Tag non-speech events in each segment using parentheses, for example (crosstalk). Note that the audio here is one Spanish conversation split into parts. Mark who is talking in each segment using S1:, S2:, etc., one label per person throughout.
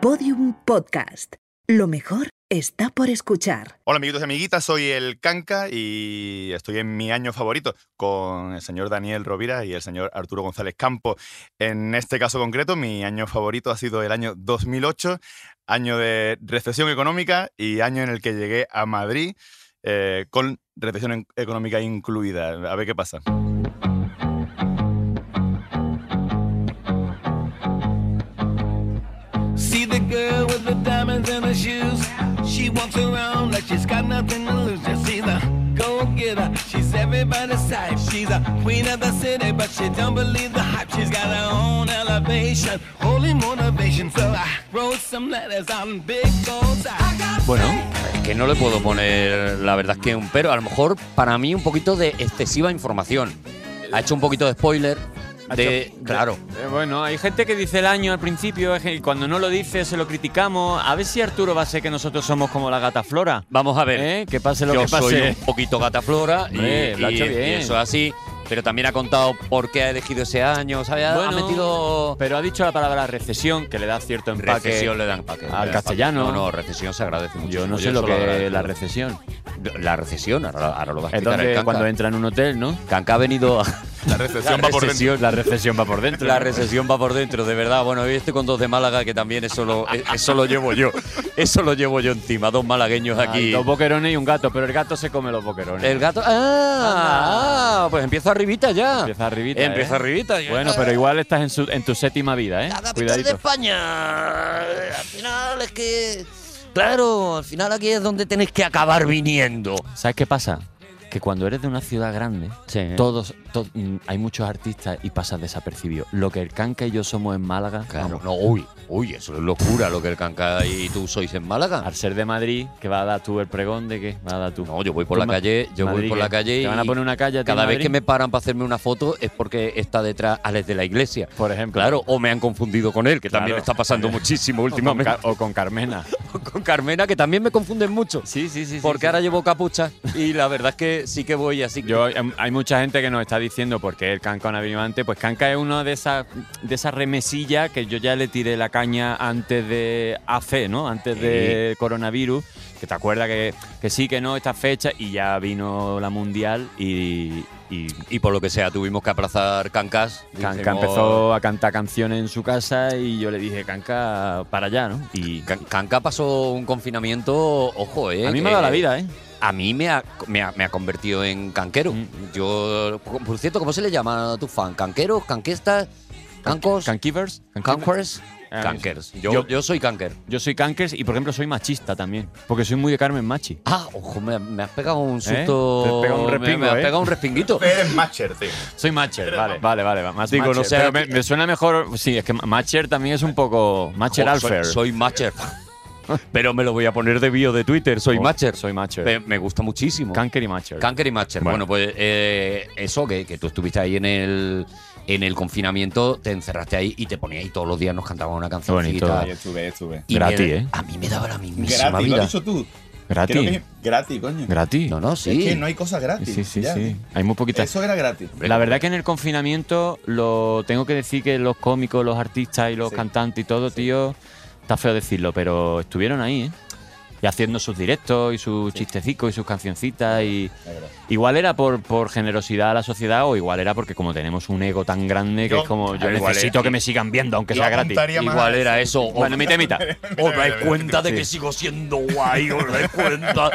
S1: Podium Podcast. Lo mejor está por escuchar.
S2: Hola amiguitos y amiguitas, soy el Canca y estoy en mi año favorito con el señor Daniel Rovira y el señor Arturo González Campo. En este caso concreto, mi año favorito ha sido el año 2008, año de recesión económica y año en el que llegué a Madrid eh, con recesión en- económica incluida. A ver qué pasa.
S3: See the girl with the diamonds in her shoes. She walks around like she's got nothing to lose. Just see the go get her. She's everybody's type. She's a queen of the city, but she don't believe the hype. She's got her own elevation, holy motivation. So I wrote some letters on big gold. I got
S4: Bueno, es que no le puedo poner la verdad es que un pero. A lo mejor para mí un poquito de excesiva información. Ha hecho un poquito de spoiler. De, claro.
S5: Eh, bueno, hay gente que dice el año al principio eh, y cuando no lo dice se lo criticamos. A ver si Arturo va a ser que nosotros somos como la gata flora.
S4: Vamos a ver.
S5: ¿Eh? Que pase lo
S4: Yo
S5: que pase.
S4: soy un poquito gataflora y,
S5: Hombre, lo ha
S4: y-
S5: hecho
S4: y
S5: bien.
S4: eso es así. Pero también ha contado por qué ha elegido ese año. ¿sabes? Ha- ha
S5: Bueno,
S4: metido
S5: Pero ha dicho la palabra recesión, que le da cierto empaque.
S4: recesión, le dan paquete.
S5: al castellano.
S4: No, no, recesión se agradece mucho.
S5: Yo no sé lo que es la recesión.
S4: La recesión, ahora, ahora lo vas a explicar el
S5: Entonces,
S4: Kanka.
S5: cuando entra en un hotel, ¿no?
S4: Kanka ha venido a...
S2: La recesión va por dentro.
S5: la recesión va por dentro.
S4: La
S5: ¿no?
S4: recesión va por dentro, de verdad. Bueno, hoy estoy con dos de Málaga, que también eso lo, e- eso lo llevo yo. Eso lo llevo yo encima, dos malagueños
S5: Ah,
S4: aquí.
S5: Dos boquerones y un gato, pero el gato se come los boquerones.
S4: El gato. ¡Ah! ah, Pues empieza arribita ya.
S5: Empieza arribita,
S4: Empieza
S5: ¿eh?
S4: arribita ya.
S5: Bueno, pero igual estás en, su- en tu séptima vida, ¿eh?
S4: La capital de
S5: Cuidadito.
S4: España. Al final es que. Claro, al final aquí es donde tenéis que acabar viniendo.
S5: ¿Sabes qué pasa? Que cuando eres de una ciudad grande,
S4: Sí.
S5: todos, to- mm, hay muchos artistas y pasas desapercibido. Lo que el Canca y yo somos en Málaga,
S4: Claro.
S5: vamos,
S4: No, uy, uy, eso es locura lo que el Canca y tú sois en Málaga.
S5: al ser de Madrid, que va a dar tú el pregón de qué, va a dar tú.
S4: No, yo voy por
S5: Tú
S4: la
S5: ma-
S4: calle, yo voy
S5: Madrid,
S4: por la
S5: ¿qué?
S4: calle
S5: Te van a
S4: y
S5: poner una calle a ti
S4: cada
S5: en
S4: vez que
S5: Madrid?
S4: me paran para hacerme una foto es porque está detrás Alex de la Iglesia.
S5: Por ejemplo.
S4: Claro, o me han confundido con él, que también
S5: Claro.
S4: está pasando
S5: (laughs)
S4: muchísimo
S5: O con,
S4: últimamente.
S5: Car- o con Carmena.
S4: Con, Carmena, que también me confunden mucho.
S5: Sí, sí, sí.
S4: porque ahora llevo capucha y la verdad es que sí que voy así.
S5: Yo, em, hay mucha gente que nos está diciendo por qué el Canca no ha venido antes. Pues Canca es uno de esas de esas remesillas que yo ya le tiré la caña antes de AC, ¿no? Antes
S4: Sí.
S5: del coronavirus. Que te acuerdas que, que sí, que no, esta fecha. Y ya vino la mundial y. y
S4: y por lo que sea, tuvimos que aplazar Cancas.
S5: Canca
S4: Dijimos-
S5: empezó a cantar canciones en su casa y yo le dije, Canca, para allá, ¿no? Y
S4: Can- Canca pasó un confinamiento, ojo, eh.
S5: a mí
S4: que-
S5: me ha dado la vida, ¿eh?
S4: A mí me ha, me ha- me ha convertido en canquero.
S5: Mm.
S4: Yo, por cierto, ¿cómo se le llama a tu fan? ¿Canqueros? ¿Canquestas? ¿Cancos?
S5: Cankivers.
S4: ¿Cankers?
S5: Ah,
S4: Cankers.
S5: sí.
S4: Yo,
S5: Yo-
S4: yo soy canker.
S5: Yo soy Cankers y, por ejemplo, soy machista también. Porque soy muy de Carmen Machi.
S4: Ah, ojo, me, me has pegado un
S5: ¿Eh?
S4: susto.
S5: Te has pegado un
S4: me-
S5: respingo,
S4: Me, has
S5: ¿eh?
S4: pegado un respinguito.
S2: Eres Matcher, tío.
S5: Soy Matcher, vale, vale, vale. va- Más
S4: Digo,
S5: Matcher,
S4: no sé,
S5: pero
S4: aquí-
S5: me, me suena mejor. Sí, es que ma- Matcher también es un poco. Matcher
S4: Jo,
S5: Alfer.
S4: Soy, soy Matcher. Pero me lo voy a poner de bio de Twitter. Soy
S5: Jo,
S4: Matcher.
S5: Soy Matcher.
S4: Me, me gusta muchísimo.
S5: Kanker y Matcher.
S4: Canker y Matcher. Bueno,
S5: Bueno.
S4: pues eh, eso que, que tú estuviste ahí en el, en el confinamiento, te encerraste ahí y te ponías ahí todos los días, nos cantaban una cancioncita.
S5: bonito.
S6: Yo estuve, estuve.
S4: Y me-
S5: Gratis, ¿eh?
S4: A mí me daba la
S6: Gratis,
S4: mismísima
S6: lo has
S4: vida.
S6: dicho tú. Creo que
S5: gratis.
S6: es gratis, coño.
S5: Gratis.
S4: No, no,
S6: Es
S4: sí.
S6: que no hay cosas gratis.
S5: sí, sí,
S6: ya.
S5: sí. Hay muy poquitas.
S6: Eso era gratis.
S5: La verdad que en el confinamiento lo tengo que decir que los cómicos, los artistas y los
S6: Sí.
S5: cantantes y todo, tío, está feo decirlo, pero estuvieron ahí, ¿eh? Y haciendo sus directos y sus chistecicos y sus cancioncitas y
S6: La verdad.
S5: igual era por, por generosidad a la sociedad o igual era porque como tenemos un ego tan grande que
S2: Yo-
S5: es como yo
S4: Claro, igual
S5: necesito
S4: era.
S5: que me sigan viendo aunque sea gratis.
S2: apuntaría más
S4: Igual
S2: a
S4: era eso. O-
S5: Bueno, mitad y (laughs)
S2: (laughs)
S5: mitad.
S4: Os dais cuenta de
S5: Sí.
S4: que sigo siendo guay, os dais cuenta.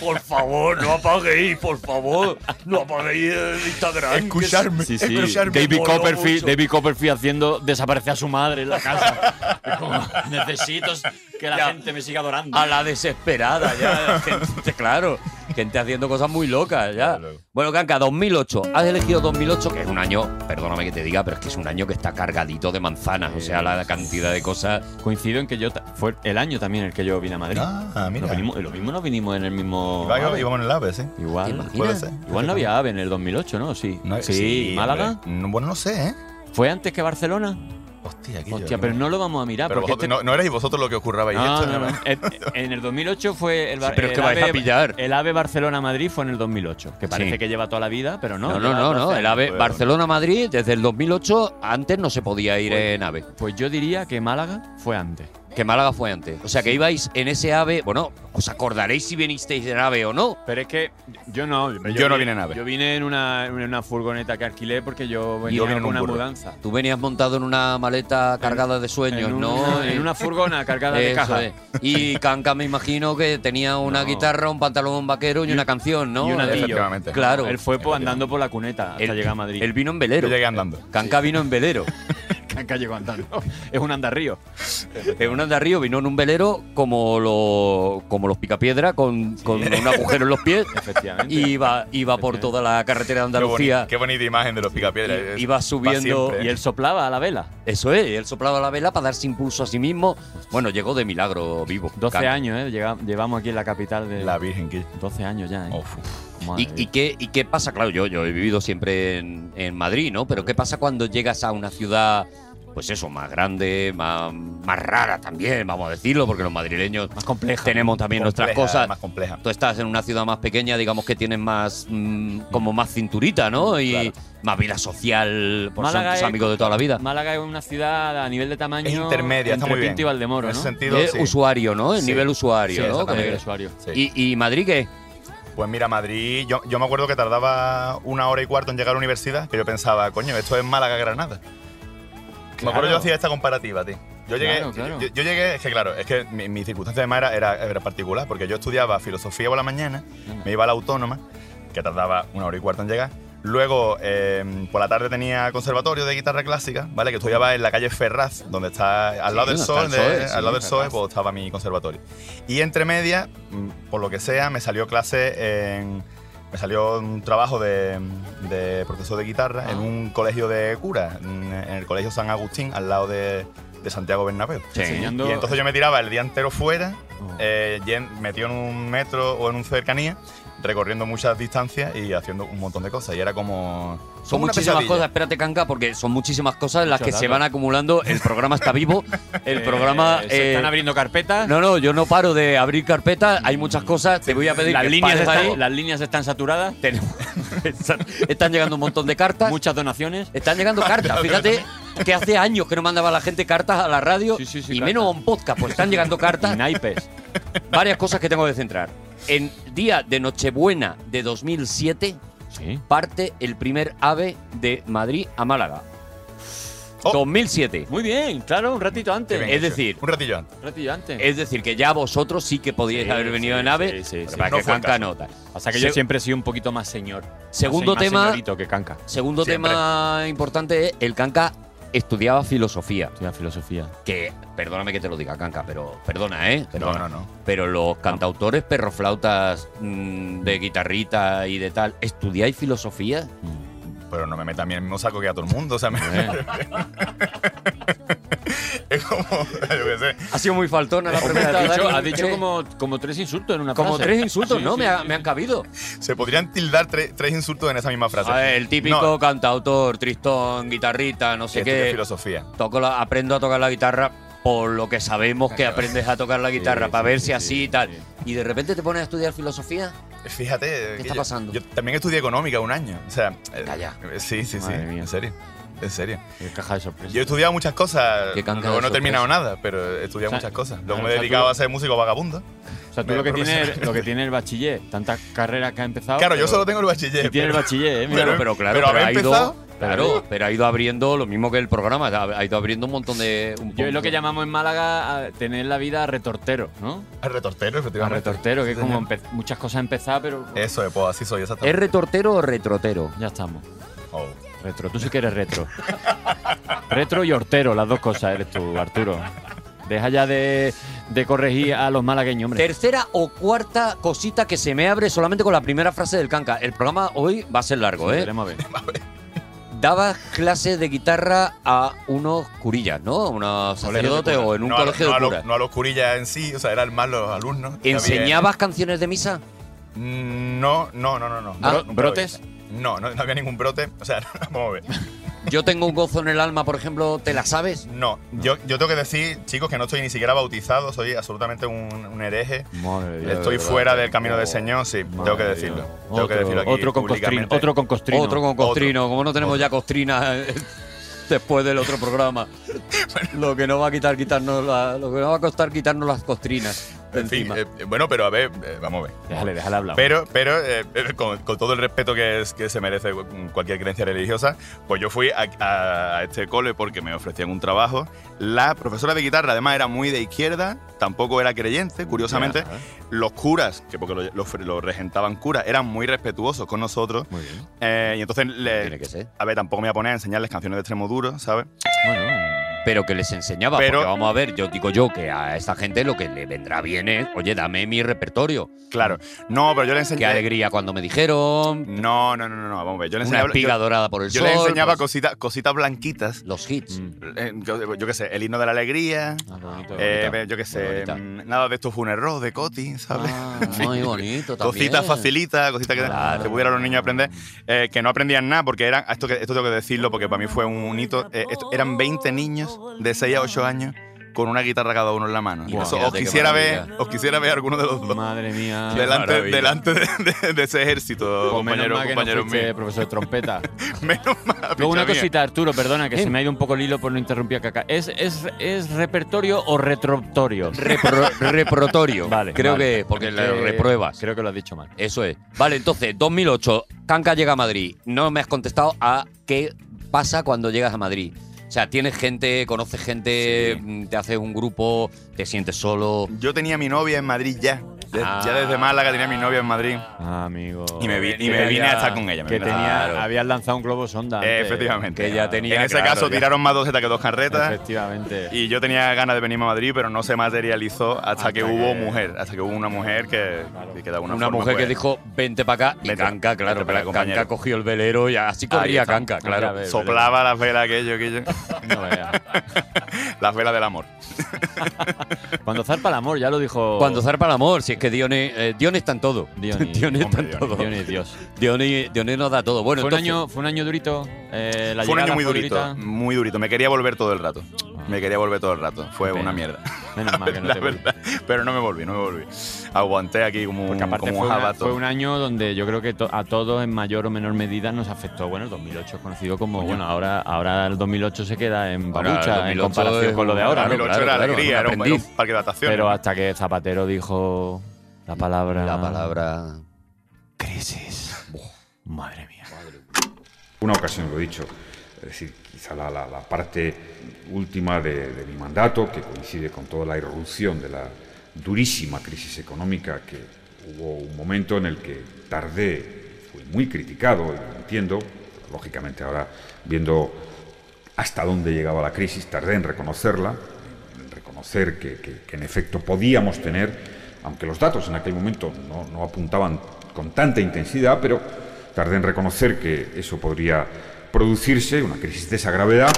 S4: Por favor, no apaguéis, por favor. No apaguéis el Instagram. que
S2: Escucharme.
S5: Sí, sí.
S2: escucharme.
S5: David
S4: moló
S5: Copperfield,
S4: mucho.
S5: David Copperfield haciendo desaparecer a su madre en la
S2: (laughs)
S5: casa. Es como, (laughs) necesito que la
S4: Ya.
S5: gente me siga adorando.
S4: a la desesperada,
S5: (laughs)
S4: ya. (laughs) Gente, claro, gente haciendo cosas muy locas, ya. Bueno, Canca, 2008. Has elegido 2008, que es un año, perdóname que te diga, pero es que es un año que está cargadito de manzanas. O sea, la cantidad de cosas.
S5: Coincido en que yo ta- fue el año también en el que yo vine a Madrid.
S2: Ah, mira.
S5: Nos vinimos- lo mismo nos vinimos en el mismo.
S2: Iba- iba-
S5: AVE.
S2: Íbamos en el AVE, sí.
S4: ¿Te
S5: Igual.
S4: imaginas?
S2: Puede ser.
S5: Igual no había AVE en el 2008, ¿no? Sí.
S2: No,
S5: sí,
S2: hombre.
S5: Málaga.
S2: No, bueno, no sé, ¿eh?
S5: ¿Fue antes que Barcelona?
S2: Hostia, aquí
S5: Hostia, pero no lo vamos a
S4: Ah,
S5: mirar.
S2: Pero
S5: porque
S2: vosotros-
S5: este-
S2: no, no erais vosotros lo que os currabais
S5: No,
S2: esto,
S5: no,
S2: ¿no?
S5: no. En, en el 2008 fue el, Bar-
S4: Sí, pero es
S5: el
S4: que vais a
S5: AVE
S4: pillar.
S5: El AVE Barcelona-Madrid fue en el 2008, que parece
S4: Sí.
S5: que lleva toda la vida, pero no.
S4: No, no,
S5: lleva
S4: no, no.
S5: 12
S4: El AVE
S2: Pues-
S4: Barcelona-Madrid, desde el 2008, antes no se podía ir en AVE.
S5: Pues yo diría que Málaga fue antes.
S4: que Málaga fue antes. O sea, que ibais en ese AVE. Bueno, os acordaréis si vinisteis en AVE o no.
S5: Pero es que yo no.
S2: Yo no vine en AVE.
S5: Yo vine en una, en una furgoneta que alquilé porque yo venía
S2: vine en
S5: en
S2: un
S5: una
S2: burro.
S5: mudanza.
S4: Tú venías montado en una maleta cargada de sueños,
S5: en un-
S4: ¿no?
S5: (laughs)
S4: eh.
S5: En una furgona cargada de
S4: Eso
S5: cajas. (laughs)
S4: es. Y Canca me imagino que tenía una
S5: No.
S4: guitarra, un pantalón vaquero y, una canción, ¿no?
S5: y un
S4: Eh,
S5: anillo.
S2: Efectivamente.
S4: Claro.
S5: Él fue pues, andando por la cuneta hasta
S4: Él-
S5: llegar a Madrid.
S4: Él vino en
S2: Yo
S4: velero.
S2: llegué andando.
S4: Canca vino en
S5: (laughs)
S4: velero.
S5: canca llegó andando.
S4: (laughs)
S2: (laughs)
S5: es un andarrío.
S4: En un andarrío vino en un velero como, lo, como los picapiedra, con, con un agujero en los pies.
S5: Efectivamente.
S4: Y iba, iba por toda la carretera de
S2: Qué,
S4: Andalucía.
S2: boni- qué bonita imagen de los picapiedras.
S4: I-
S2: es-
S4: iba
S2: va
S4: subiendo
S2: siempre,
S5: Y
S2: ¿eh?
S5: él soplaba a la vela.
S4: Eso es, él soplaba la vela para darse impulso a sí mismo. Bueno, llegó de milagro vivo.
S5: 12
S4: Canca.
S5: años, ¿eh? Llega- llevamos aquí en la capital de.
S2: La Virgen que
S5: 12 años ya, ¿eh?
S2: Uf.
S5: Madre
S4: ¿Y, y
S5: mía.
S4: qué, ¿Y qué pasa? Claro, yo, yo he vivido siempre en, en Madrid, ¿no? Pero ¿qué pasa cuando llegas a una ciudad, pues eso, más grande, más, más rara también, vamos a decirlo, porque los madrileños
S5: Más compleja.
S4: tenemos también nuestras
S2: Compleja,
S4: cosas.
S2: Más compleja.
S4: Tú estás en una ciudad más pequeña, digamos que tienes más, mm, como más cinturita, ¿no? Y
S2: Claro.
S4: más vida social, por ser
S5: Málaga
S4: tus
S5: es-
S4: amigos de toda la vida.
S5: Málaga es una ciudad a nivel de tamaño.
S2: Es intermedia, está
S5: entre
S2: muy bien.
S5: Pinto y Valdemoro,
S2: En ese
S5: ¿no?
S2: sentido,
S4: Eh,
S2: sí.
S4: Usuario, ¿no? El
S2: Sí.
S4: nivel usuario,
S2: Sí,
S4: ¿no?
S2: exactamente.
S5: El
S4: Que-
S5: usuario.
S2: Sí.
S4: ¿Y, ¿Y Madrid qué?
S2: Pues mira, Madrid, yo, yo me acuerdo que tardaba una hora y cuarto en llegar a la universidad, que yo pensaba, coño, esto es Málaga-Granada. Me acuerdo
S5: Claro.
S2: que yo hacía esta comparativa, tío. Yo llegué,
S5: Claro, claro.
S2: Yo, yo llegué, es que claro, es que mi, mi circunstancia además era, era, era particular, porque yo estudiaba filosofía por la mañana, me iba a la autónoma, que tardaba una hora y cuarto en llegar. Luego, eh, por la tarde tenía conservatorio de guitarra clásica, ¿vale? Que estudiaba en la calle Ferraz, donde está al lado
S4: Sí,
S2: del
S4: no,
S2: sol,
S4: está el PSOE, sí,
S2: al lado del PSOE,
S4: Ferraz.
S2: pues estaba mi conservatorio. Y entre medias, mm, por lo que sea, me salió clase en. Me salió un trabajo de, de profesor de guitarra
S4: Ah.
S2: en un colegio de curas, en en el colegio San Agustín, al lado de, de Santiago Bernabéu.
S5: Enseñando-
S2: Y entonces yo me tiraba el día entero fuera,
S4: Oh.
S2: eh, yen- metido en un metro o en un cercanía, recorriendo muchas distancias y haciendo un montón de cosas. Y era como.
S4: Son
S2: como una
S4: muchísimas
S2: pesadilla.
S4: cosas, espérate, Canca, porque son muchísimas cosas en las
S5: Mucho
S4: que se
S5: dato.
S4: van acumulando. El programa está vivo,
S5: (laughs)
S4: el programa.
S5: Eh, se
S4: eh,
S5: están abriendo carpetas.
S4: no, no, yo no paro de abrir carpetas, hay muchas cosas. Te voy a pedir
S5: las,
S4: que
S5: líneas
S4: pares ahí.
S5: están, las líneas están saturadas.
S4: Tenemos- (laughs) están- están llegando un montón de cartas.
S5: Muchas donaciones.
S4: Están
S5: (laughs)
S4: llegando cartas, fíjate que hace años que no mandaba la gente cartas a la radio
S5: Sí, sí, sí,
S4: y
S5: cartas.
S4: menos a un podcast, pues están llegando
S5: Y
S4: cartas.
S5: naipes.
S4: Varias cosas que tengo que centrar. En día de Nochebuena de 2007
S5: Sí.
S4: parte el primer AVE de Madrid a Málaga.
S2: Oh.
S4: 2007.
S5: Muy bien, claro, un ratito antes.
S2: Qué bien
S4: es
S2: hecho.
S4: decir,
S2: Un ratillo antes.
S5: Un ratito antes.
S4: Es decir, que ya vosotros sí que podíais
S5: Sí,
S4: haber venido
S5: sí,
S4: en AVE,
S5: sí,
S4: pero
S5: sí, sí.
S4: para
S2: No
S4: que
S2: fue el
S4: Juanca
S2: caso.
S4: nota.
S5: Pasa que yo
S4: Se-
S5: siempre he sido un poquito más señor.
S4: Segundo
S5: más se- más
S4: tema-
S5: señorito que canca.
S4: Segundo
S2: Siempre.
S4: tema importante, es, el Canca estudiaba filosofía.
S5: Estudia filosofía.
S4: Que, perdóname que te lo diga, Canca, pero perdona, ¿eh?
S2: No,
S4: Perdona.
S2: no, no.
S4: Pero los cantautores, perroflautas mm, de guitarrita y de tal, ¿estudiáis filosofía?
S2: Pero no me meta a mí en el mismo saco que a todo el mundo. O sea, me- (laughs) es como. (laughs) Yo qué sé.
S4: Ha sido muy faltona la
S5: Hombre,
S4: pregunta.
S5: has dicho,
S4: Dani.
S5: has dicho como, como tres insultos en una
S4: Como
S5: frase.
S4: tres insultos,
S5: Sí,
S4: ¿no?
S5: sí,
S4: me, ha-
S5: sí,
S4: me han cabido.
S2: Se podrían tildar tres, tres insultos en esa misma frase.
S4: A ver, el típico
S2: No,
S4: cantautor, tristón, guitarrita, no sé
S2: esto es
S4: qué.
S2: filosofía.
S4: toco la- aprendo a tocar la guitarra por lo que sabemos que aprendes a tocar la guitarra,
S5: Sí,
S4: para
S5: sí,
S4: ver
S5: sí,
S4: si así
S5: sí,
S4: y tal.
S5: sí.
S4: Y de repente te pones a estudiar filosofía.
S2: Fíjate. que
S4: está
S2: yo-
S4: pasando?
S2: Yo, también estudié económica un año. O sea. eh,
S4: Calla.
S2: Sí, sí, sí.
S5: Madre mía.
S2: En serio. En serio.
S5: sí. Caja de sorpresa.
S2: Yo he estudiado muchas cosas.
S4: Qué canca
S2: Luego
S4: de
S2: no he terminado
S4: sorpresa.
S2: nada, pero he estudiado
S5: O sea,
S2: muchas cosas.
S5: claro,
S2: Luego
S5: o
S2: me he
S5: sea,
S2: dedicado
S5: tú-
S2: a ser músico vagabundo.
S5: o sea, tú lo que, tienes, lo que tiene el bachiller, tantas carreras que ha empezado.
S2: Claro, yo
S5: pero-
S2: solo tengo el
S5: Y
S2: bachiller.
S5: tiene el
S2: pero-
S5: bachiller, ¿eh? Mira,
S4: Claro, pero
S2: Pero-
S4: claro,
S2: pero
S4: pero
S2: haber
S4: ha ido,
S2: empezado-
S4: claro, pero ha ido abriendo lo mismo que el programa, ha ha ido abriendo un montón de. un
S5: yo es lo que
S4: montón-
S5: llamamos en Málaga a tener la vida a retortero, ¿no?
S2: Al retortero,
S5: A
S2: efectivamente.
S5: retortero, que es
S2: Sí,
S5: como
S2: señor.
S5: empe- muchas cosas empezar, pero
S2: Eso, eh, pues así soy,
S4: ¿Es
S2: exactamente.
S4: retortero o retrotero?
S5: ya estamos.
S2: Oh.
S5: Retro, tú sí que eres retro. retro y hortero, las dos cosas eres tú, Arturo. Deja ya de, de corregir a los malagueños, hombre.
S4: Tercera o cuarta cosita que se me abre solamente con la primera frase del canca. El programa hoy va a ser largo, ¿eh?
S5: Veremos a
S2: (laughs)
S5: ver.
S4: Dabas clases de guitarra a unos curillas, ¿no? A unos sacerdotes o en un
S2: No a lo-
S4: colegio
S2: no
S4: de
S2: a lo-
S4: curas.
S2: No a los curillas en sí, o sea, eran más los alumnos. También-
S4: ¿Enseñabas canciones de misa?
S2: Mm, No, no, no, no. no.
S4: Ah,
S2: Bro- nunca lo
S5: ¿brotes?
S2: hice. No, no, no había ningún brote. O sea, (laughs) vamos a ver.
S4: Yo tengo un gozo en el alma, por ejemplo, ¿te la sabes?
S2: No, Yo, yo tengo que decir, chicos, que no estoy ni siquiera bautizado, soy absolutamente un, un hereje.
S5: Madre de Dios.
S2: Estoy fuera del camino del Señor, sí, tengo que
S5: Madre
S2: decirlo.
S5: mía.
S2: Tengo que
S5: Otro-
S2: decirlo aquí
S5: Otro con costrino.
S2: públicamente.
S5: Otro con costrino.
S4: Otro con costrino, como no tenemos ya costrina. eh, después del otro
S2: (laughs)
S4: programa. Lo que no va a quitar, quitarnos la- lo que nos va a costar quitarnos las costrinas. de
S2: En fin,
S4: encima.
S2: eh, bueno, pero a ver, eh, vamos a ver.
S5: Déjale, déjale hablar.
S2: Pero, pero eh, eh, (laughs) con, con todo el respeto que, es- que se merece cualquier creencia religiosa, pues yo fui a, a- a este cole porque me ofrecían un trabajo. La profesora de guitarra, además, era muy de izquierda, tampoco era creyente, curiosamente. Los curas, que porque lo, lo- lo regentaban curas, eran muy respetuosos con nosotros.
S4: Muy bien.
S2: Eh, y entonces, le-
S4: Tiene que ser.
S2: a ver, tampoco me voy a poner a enseñarles canciones de extremo duro, ¿sabes?
S4: Pero que les enseñaba.
S2: Pero-
S4: porque vamos a ver, yo digo yo que a esta gente lo que le vendrá bien es, oye, dame mi repertorio.
S2: Claro. No, pero yo
S4: Qué
S2: le enseñé.
S4: alegría cuando me dijeron.
S2: No, no, no, no, no, vamos a ver. Yo le
S4: Una
S2: enseñaba,
S4: espiga
S2: yo-
S4: dorada por el
S2: yo
S4: sol.
S2: le enseñaba
S4: pues,
S2: cositas- cositas blanquitas.
S4: los hits.
S2: Eh, yo yo qué sé, el himno de la alegría,
S4: Ah, qué bonito.
S2: eh,
S4: Bonita,
S2: yo qué
S4: muy
S2: sé,
S4: bonita.
S2: mm, nada de esto fue un error de Coti, ¿sabes?
S4: Ah,
S2: (laughs) En fin,
S4: muy bonito también.
S2: Cositas facilitas, cositas que
S4: Claro.
S2: se pudieran los niños aprender, eh, que no aprendían nada, porque eran, esto, que- esto tengo que decirlo, porque para mí fue un hito, eh, esto- eran 20 niños de 6 a 8 años con una guitarra cada uno en la mano.
S4: Guau,
S2: Eso, os,
S4: fíjate qué
S2: quisiera ver,
S4: maravilla.
S2: os quisiera ver alguno de los dos
S5: Madre
S2: (laughs)
S5: mía.
S2: delante,
S4: maravilla.
S2: delante de, de- de ese ejército,
S5: Ah, Pues menos
S2: compañero,
S5: mal que no
S2: compañero
S5: fuiste
S2: mío.
S5: profesor de trompeta.
S2: Menos mal,
S5: Luego una
S2: picha mía.
S5: cosita, Arturo, perdona, que
S4: Sí.
S5: se me ha ido un poco el hilo por no interrumpir a Caca. ¿Es, es, es repertorio o retrotorio?
S4: Repro- reprotorio.
S5: (laughs) Vale,
S4: Creo
S5: vale.
S4: que es, porque la
S5: Eh,
S4: repruebas.
S5: Creo que lo has dicho mal.
S4: (laughs) Eso es. Vale, entonces, 2008, Canca llega a Madrid. No me has contestado a qué pasa cuando llegas a Madrid. O sea, tienes gente, conoces gente, mm, te haces un grupo, te sientes solo.
S2: Yo tenía mi novia en Madrid ya. De-
S4: Ah.
S2: Ya desde Málaga tenía mi novia en Madrid.
S5: Ah, amigo.
S2: Y me, vi- y
S4: que
S2: me vine a
S4: había-
S2: estar con ella. me
S5: Que
S2: vine a-
S5: tenía,
S4: Claro.
S5: habías lanzado un globo sonda.
S2: Eh,
S5: antes.
S2: efectivamente.
S4: Que ya tenía-
S2: en ese
S4: claro,
S2: caso
S4: ya.
S2: tiraron más dos zetas que dos carretas.
S5: Efectivamente.
S2: Y yo tenía ganas de venir a Madrid, pero no se materializó hasta,
S5: Hasta
S2: que, hubo
S5: que-
S2: mujer. Hasta que hubo una mujer que, que de alguna
S4: Una,
S2: forma,
S4: mujer que
S2: pues,
S4: dijo, vente para acá. Y
S2: Vente,
S4: Canca, claro,
S2: vente pa' acá,
S4: pero Canca
S2: compañero.
S4: cogió el velero y así corría
S2: está.
S4: Canca,
S5: A
S4: claro.
S5: ver,
S2: Soplaba las velas
S4: (laughs)
S2: aquello, aquello.
S5: No veas.
S2: (laughs) las velas del amor.
S5: Cuando zarpa el amor, ya lo dijo.
S4: Cuando zarpa el amor, si es que Dione, eh, Dione está en todo. (laughs)
S5: Dione.
S4: Dione está
S2: Hombre,
S4: en
S2: Dione,
S4: todo.
S5: Dios es Dios.
S4: Dione, Dione nos da todo. Bueno,
S5: fue, un
S4: entonces-
S5: año, fue un año durito. eh, la
S2: Fue un
S5: llegada
S2: año muy
S5: fue
S2: durito.
S5: durita.
S2: Muy durito. Me quería volver todo el rato. Me quería volver todo el rato. Fue
S5: Pena.
S2: una mierda.
S5: Menos
S2: (laughs)
S5: mal que no
S2: la
S5: te
S2: verdad. Pero no me volví, no me volví. Aguanté aquí como un,
S5: Porque aparte
S2: como
S5: fue,
S2: un
S5: una-
S2: jabato.
S5: fue un año donde yo creo que to- a todos en mayor o menor medida nos afectó. Bueno, el 2008 es conocido como, bueno, ahora, ahora el 2008 se queda en
S4: Ahora el
S5: babucha en
S4: 2008
S5: comparación
S4: es
S5: con lo de
S4: un-
S5: ahora. ¿no?
S2: 2008
S4: claro,
S2: era
S4: claro,
S2: alegría,
S4: era un
S2: era, un, era un
S4: aprendiz.
S2: parque de atracciones.
S5: Pero hasta que Zapatero dijo la palabra...
S4: La palabra.
S5: Crisis. Madre mía.
S7: una ocasión lo he dicho, es decir, quizá la, la- la parte última de, de mi mandato, que coincide con toda la irrupción de la durísima crisis económica, que hubo un momento en el que tardé, fui muy criticado, y lo entiendo, lógicamente ahora viendo hasta dónde llegaba la crisis, tardé en reconocerla, en reconocer que, que- que en efecto podíamos tener, aunque los datos en aquel momento no, no apuntaban con tanta intensidad, pero tardé en reconocer que eso podría producirse, una crisis de esa gravedad.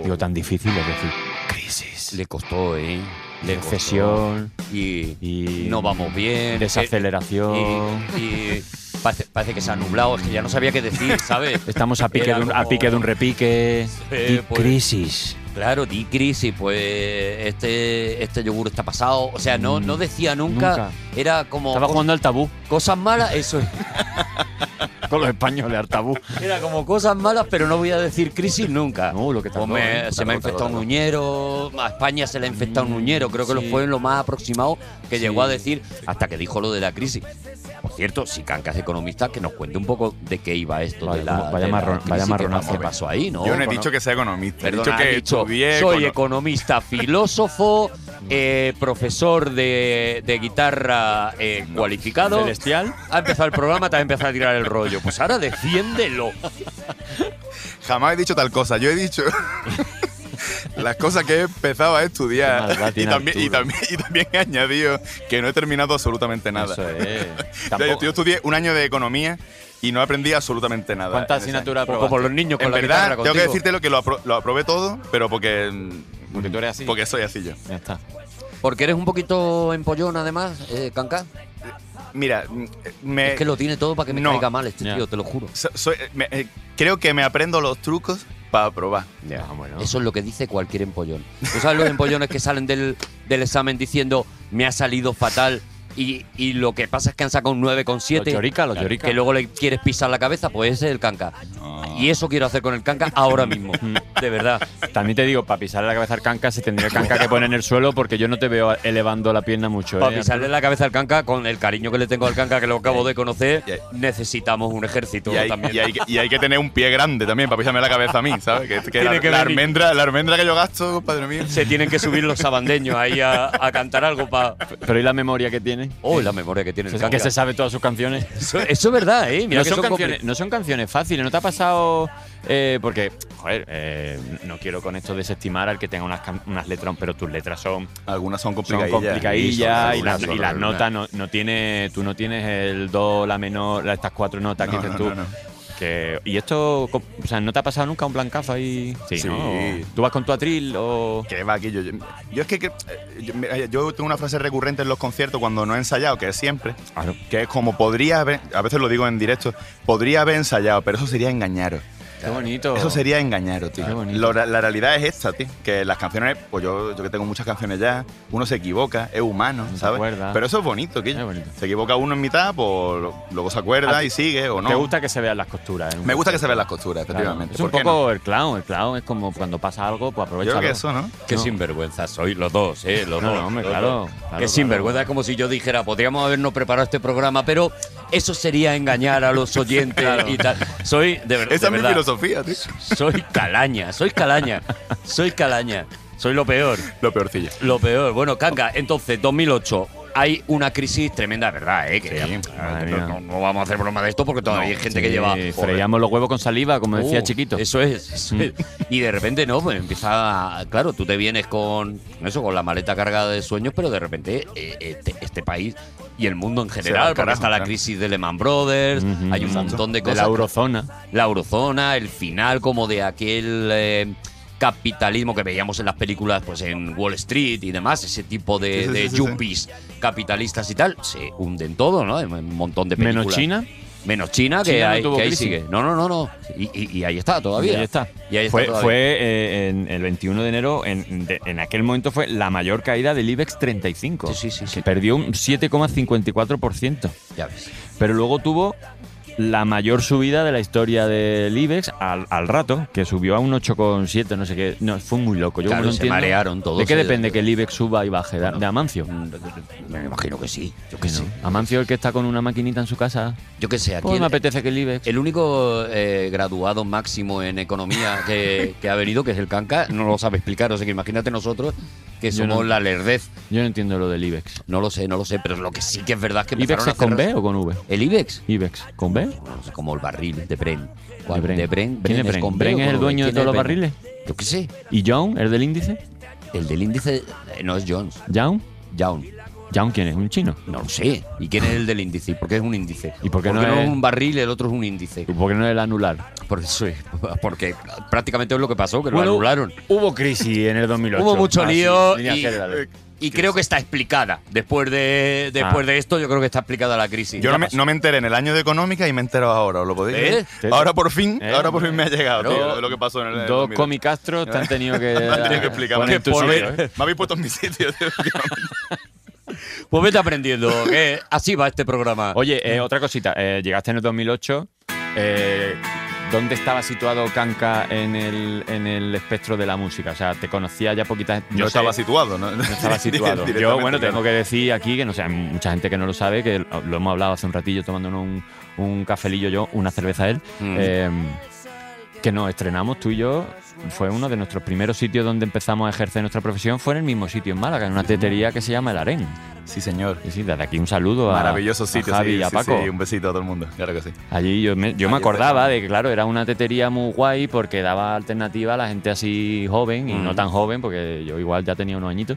S5: Digo, tan difícil es decir.
S4: Le costó, ¿eh? Le costó.
S5: Recesión
S4: Y,
S5: y...
S4: no vamos bien. eh,
S5: Desaceleración.
S4: Y, y parece, parece que se ha nublado, es que ya no sabía qué decir, ¿sabes?
S5: (laughs) Estamos a pique,
S4: (laughs) Era
S5: de un, a
S4: como-
S5: pique de un repique.
S4: Sí,
S5: Y
S4: pues.
S5: Crisis.
S4: Claro, di crisis, pues este, este yogur está pasado. O sea, no, no decía nunca,
S5: Nunca.
S4: Era como
S5: Estaba
S4: co-
S5: jugando al tabú.
S4: cosas malas, eso es.
S5: (laughs) Con los españoles, al tabú.
S4: Era como cosas malas, pero no voy a decir crisis nunca.
S5: No, lo que tardó,
S4: Pues me-
S5: ¿eh?
S4: se me ha
S5: Tardó,
S4: infectado
S5: tardó.
S4: un uñero, a España se le ha infectado un uñero. Creo que lo
S5: Sí.
S4: fue lo más aproximado que
S5: Sí.
S4: llegó a decir hasta que dijo lo de la crisis. Por cierto, si Canca es economista, que nos cuente un poco de qué iba esto
S5: Vale,
S4: de la,
S5: vaya
S4: de la
S5: marrón-
S4: crisis,
S5: vaya
S4: qué
S5: marronazo.
S4: pasó- qué pasó ahí, ¿no?
S2: Yo no he
S5: Cono-
S2: dicho que sea economista.
S4: Perdona,
S2: he dicho que
S4: ha dicho,
S2: estudié
S4: soy
S2: econo- (laughs)
S4: economista, filósofo, eh, profesor de, de guitarra eh, cualificado.
S5: Celestial.
S4: Ha empezado el programa, te has empezado a tirar el rollo. Pues ahora defiéndelo.
S2: Jamás he dicho tal cosa. Yo he dicho (laughs) las cosas que he empezado a estudiar.
S5: Qué maldad
S2: y,
S5: tiene
S2: también, y,
S5: Arturo.
S2: también, y también he añadido que no he terminado absolutamente nada.
S5: Eso es.
S2: (laughs) O sea, yo,
S5: Tampoco-
S2: yo estudié un año de economía y no aprendí absolutamente nada.
S5: ¿Cuántas
S2: en ese
S5: asignaturas
S2: año.
S4: Como
S5: aprobaste?
S4: los niños con
S2: En
S4: la
S2: verdad,
S4: guitarra
S2: tengo que
S4: contigo.
S2: decirte lo que lo, apro- lo aprobé todo, pero porque. mm,
S5: Porque tú eres así.
S2: Porque soy así yo.
S5: Ya está.
S4: Porque eres un poquito empollón, además, eh, Canca.
S2: Mira, mm, me.
S4: es que lo tiene todo para que me
S2: no.
S4: caiga mal este
S5: Ya.
S4: tío, te lo juro.
S2: so- soy- me- eh, creo que me aprendo los trucos para aprobar.
S5: Ah, bueno.
S4: Eso es lo que dice cualquier empollón. ¿Tú sabes los empollones que salen del, del examen diciendo me ha salido fatal y, y lo que pasa es que han sacado un 9,7?
S5: Los llorica, los llorica.
S4: Que luego le quieres pisar la cabeza, pues ese es el canca. Y eso quiero hacer con el canca ahora
S5: (laughs)
S4: mismo. de verdad.
S5: Mm. También te digo, para pisarle la cabeza al canca se tendría el canca que poner en el suelo porque yo no te veo elevando la pierna mucho.
S4: Para
S5: ¿eh?
S4: pisarle la cabeza al canca, con el cariño que le tengo al canca que lo acabo de conocer, necesitamos un ejército
S2: Y hay,
S4: también.
S2: y hay que- y hay que tener un pie grande también para pisarme la cabeza a mí, ¿sabes? Que, que
S4: (laughs) Tiene
S2: la,
S4: que
S2: la
S4: venir.
S2: almendra, la almendra que yo gasto, compadre mío.
S4: Se tienen que subir los sabandeños ahí a, a cantar algo para.
S5: Pero ¿y la memoria que tiene?
S4: ¡Oh, la memoria que tiene el canca!
S5: que se sabe todas sus canciones.
S4: Eso, eso es verdad, ¿eh? Mira
S5: no,
S4: que
S5: son
S4: son
S5: canciones,
S4: compli-
S5: no son canciones fáciles, ¿no te ha pasado? eh, porque, joder, eh, no quiero con esto desestimar al que tenga unas, can- unas letras, pero tus letras son,
S2: Algunas son
S5: son
S2: complicadillas.
S5: complicadillas y, las,
S2: Algunas son
S5: y las
S2: algunas.
S5: notas no, no tiene, tú no tienes el do, la menor, la- estas cuatro notas que
S2: No,
S5: dices
S2: no,
S5: tú.
S2: no, no.
S5: Que, y esto, co- o sea, ¿no te ha pasado nunca un blancazo ahí? Sí,
S2: Sí.
S5: ¿no? ¿Tú vas con tu atril o...?
S2: Que va aquí, yo, yo- yo es que, que, eh, yo, mira, yo tengo una frase recurrente en los conciertos cuando no he ensayado, que es siempre, que es como podría haber, a veces lo digo en directo, podría haber ensayado, pero eso sería engañaros.
S5: Qué bonito.
S2: Eso sería engañaros, tío.
S5: Qué bonito.
S2: Lo- la, la realidad es esta, tío, que las canciones, pues yo, yo que tengo muchas canciones ya, uno se equivoca, es humano,
S5: se
S2: ¿sabes?
S5: acuerda.
S2: Pero eso es bonito, que
S5: Es bonito.
S2: se equivoca uno en mitad, pues lo- luego se acuerda
S5: ¿A
S2: y sigue o no.
S5: ¿Te gusta que se vean las costuras? eh?
S2: Me gusta que se vean las costuras,
S5: Claro.
S2: efectivamente.
S5: Es un
S2: ¿Por qué
S5: poco el clown. El clown es como cuando pasa algo, pues
S2: no?
S5: aprovecha.
S2: Yo creo que eso, ¿no?
S4: Qué sinvergüenza sois los dos, ¿eh? Los
S5: No,
S4: dos.
S5: no, hombre,
S4: los
S5: claro,
S4: dos.
S5: claro,
S4: Qué
S5: claro.
S4: sinvergüenza, es como si yo dijera, podríamos habernos preparado este programa, pero eso sería engañar a los
S5: (laughs)
S4: oyentes y tal. Soy, de, ver-
S2: Esa
S4: de
S2: es mi
S4: verdad,
S2: filosofía, tío.
S4: soy calaña, soy calaña, soy calaña, soy lo peor.
S2: Lo peorcillo.
S4: Lo peor. Bueno, Canga, entonces, 2008. Hay una crisis tremenda, ¿verdad? eh? Que,
S5: madre
S4: no,
S5: mía.
S4: no- no vamos a hacer broma de esto porque todavía hay gente que lleva.
S5: Sí,
S4: Joder.
S5: Freíamos los huevos con saliva, como decía
S4: Uh,
S5: Chiquito. Mm.
S4: Eso es. eso es. (laughs) Y de repente, no, pues empieza. a- Claro, tú te vienes con eso, con la maleta cargada de sueños, pero de repente eh, este, este país y el mundo en
S2: va
S4: general,
S2: al
S4: porque
S2: carajo,
S4: está la
S2: claro.
S4: crisis de Lehman Brothers,
S5: Ujú,
S4: hay un
S5: exacto.
S4: montón de
S5: De
S4: cosas.
S5: la eurozona.
S4: la eurozona, el final como de aquel eh, capitalismo que veíamos en las películas, pues en Wall Street y demás, ese tipo de,
S2: Sí, sí,
S4: de
S2: sí, sí, sí.
S4: yuppies capitalistas y tal, se hunden todo, ¿no? En un montón de películas.
S5: Menos China.
S4: Menos China, Ah, que,
S5: China no
S4: ahí-
S5: tuvo
S4: que ahí
S5: crisis.
S4: sigue. No, no, no, no. Y, y- y ahí está todavía.
S5: Y ahí está.
S4: Y ahí está
S5: fue
S4: todavía.
S5: fue eh, en el 21 de enero, en, de- en aquel momento fue la mayor caída del IBEX 35.
S4: Sí, sí, sí, sí.
S5: Que perdió un 7,54%.
S4: Ya ves.
S5: Pero luego tuvo la mayor subida de la historia del IBEX al, al rato, que subió a un 8,7, no sé qué. No, fue muy loco. Yo
S4: Claro,
S5: no
S4: se
S5: entiendo
S4: marearon todos
S5: ¿De qué
S4: ellos.
S5: depende que el IBEX suba y baje? ¿De- ¿De Amancio?
S4: Mm, Me imagino que sí. Yo que
S5: Que no.
S4: sé.
S5: Amancio el que está con una maquinita en su casa.
S4: Yo que sé. Aquí
S5: Pues me
S4: el-
S5: apetece que el IBEX.
S4: El único eh, graduado máximo en economía
S5: (laughs)
S4: que, que ha venido, que es el Canca, no lo sabe explicar. O sea que imagínate nosotros que
S5: Yo
S4: somos
S5: no-
S4: la lerdez.
S5: Yo no entiendo lo del IBEX.
S4: No lo sé, no lo sé, pero lo que sí que es verdad es que
S5: ¿IBEX
S4: empezaron
S5: es con
S4: a
S5: B
S4: cerrar-
S5: o con V?
S4: ¿El IBEX?
S5: ¿IBEX con B?
S4: No sé, como el barril de Bren.
S5: De Bren.
S4: De Bren,
S5: ¿Quién es Bren? ¿Bren
S4: o
S5: es el
S4: con V?
S5: dueño de
S4: ¿Quién
S5: todos
S4: es
S5: los
S4: Bren?
S5: barriles?
S4: Yo qué sé.
S5: ¿Y John, el del índice?
S4: El del índice eh, no es Jones,
S5: ¿Young?
S4: Young.
S5: ¿Young quién es? ¿Un chino?
S4: No lo sé. ¿Y quién es el del índice? ¿Y por qué es un índice?
S5: ¿Y por qué no
S4: Porque
S5: es-
S4: es un barril y el otro es un índice?
S5: ¿Por qué no es el anular?
S4: Por eso es. (laughs) Porque prácticamente es lo que pasó, que lo anularon.
S5: Hubo crisis en el 2008.
S4: Hubo mucho
S5: Así,
S4: lío
S5: líneas
S4: y,
S5: generales.
S4: y creo que está explicada. Después de después
S5: Ah.
S4: de esto, yo creo que está explicada la crisis.
S2: Yo
S4: Ya
S2: no me,
S4: pasó.
S2: no me enteré en el año de económica y me entero ahora, ¿os lo podéis creer?
S5: ¿Eh?
S2: Ahora por fin,
S5: ¿Eh?
S2: ahora por fin me ha llegado,
S5: Claro.
S2: tío, de lo que pasó en el
S5: Dos
S2: 2000.
S5: comicastros te han tenido que.
S2: (laughs) Me han tenido que explicar.
S5: poner
S2: Me,
S5: en tu
S2: me-
S5: sitio, ¿eh?
S2: me habéis puesto en mi sitio,
S5: (laughs)
S2: tío.
S4: Pues vete aprendiendo, que así va este programa.
S5: Oye, eh, otra cosita. eh, llegaste en el 2008. eh, ¿Dónde estaba situado Kanka en el, en el espectro de la música? O sea, te conocía ya poquitas.
S2: Yo estaba situado, ¿no? (laughs)
S5: no estaba situado. Yo, bueno, tengo que decir aquí que no sé, hay mucha gente que no lo sabe, que lo lo hemos hablado hace un ratillo tomándonos un, un cafelillo yo, una cerveza él,
S4: Mm.
S5: eh, que nos estrenamos tú y yo. Fue uno de nuestros primeros sitios donde empezamos a ejercer nuestra profesión, fue en el mismo sitio en Málaga, en una tetería que se llama El Arén.
S2: Sí, señor.
S5: Y sí, desde aquí un saludo a,
S2: Maravilloso
S5: a
S2: sitio,
S5: Javi
S2: sí,
S5: y a
S2: sí,
S5: Paco.
S2: sí, un besito a todo el mundo, claro que sí.
S5: Allí yo me, yo me acordaba de que, claro, era una tetería muy guay porque daba alternativa a la gente así joven y no
S4: Mm.
S5: tan joven, porque yo igual ya tenía unos añitos.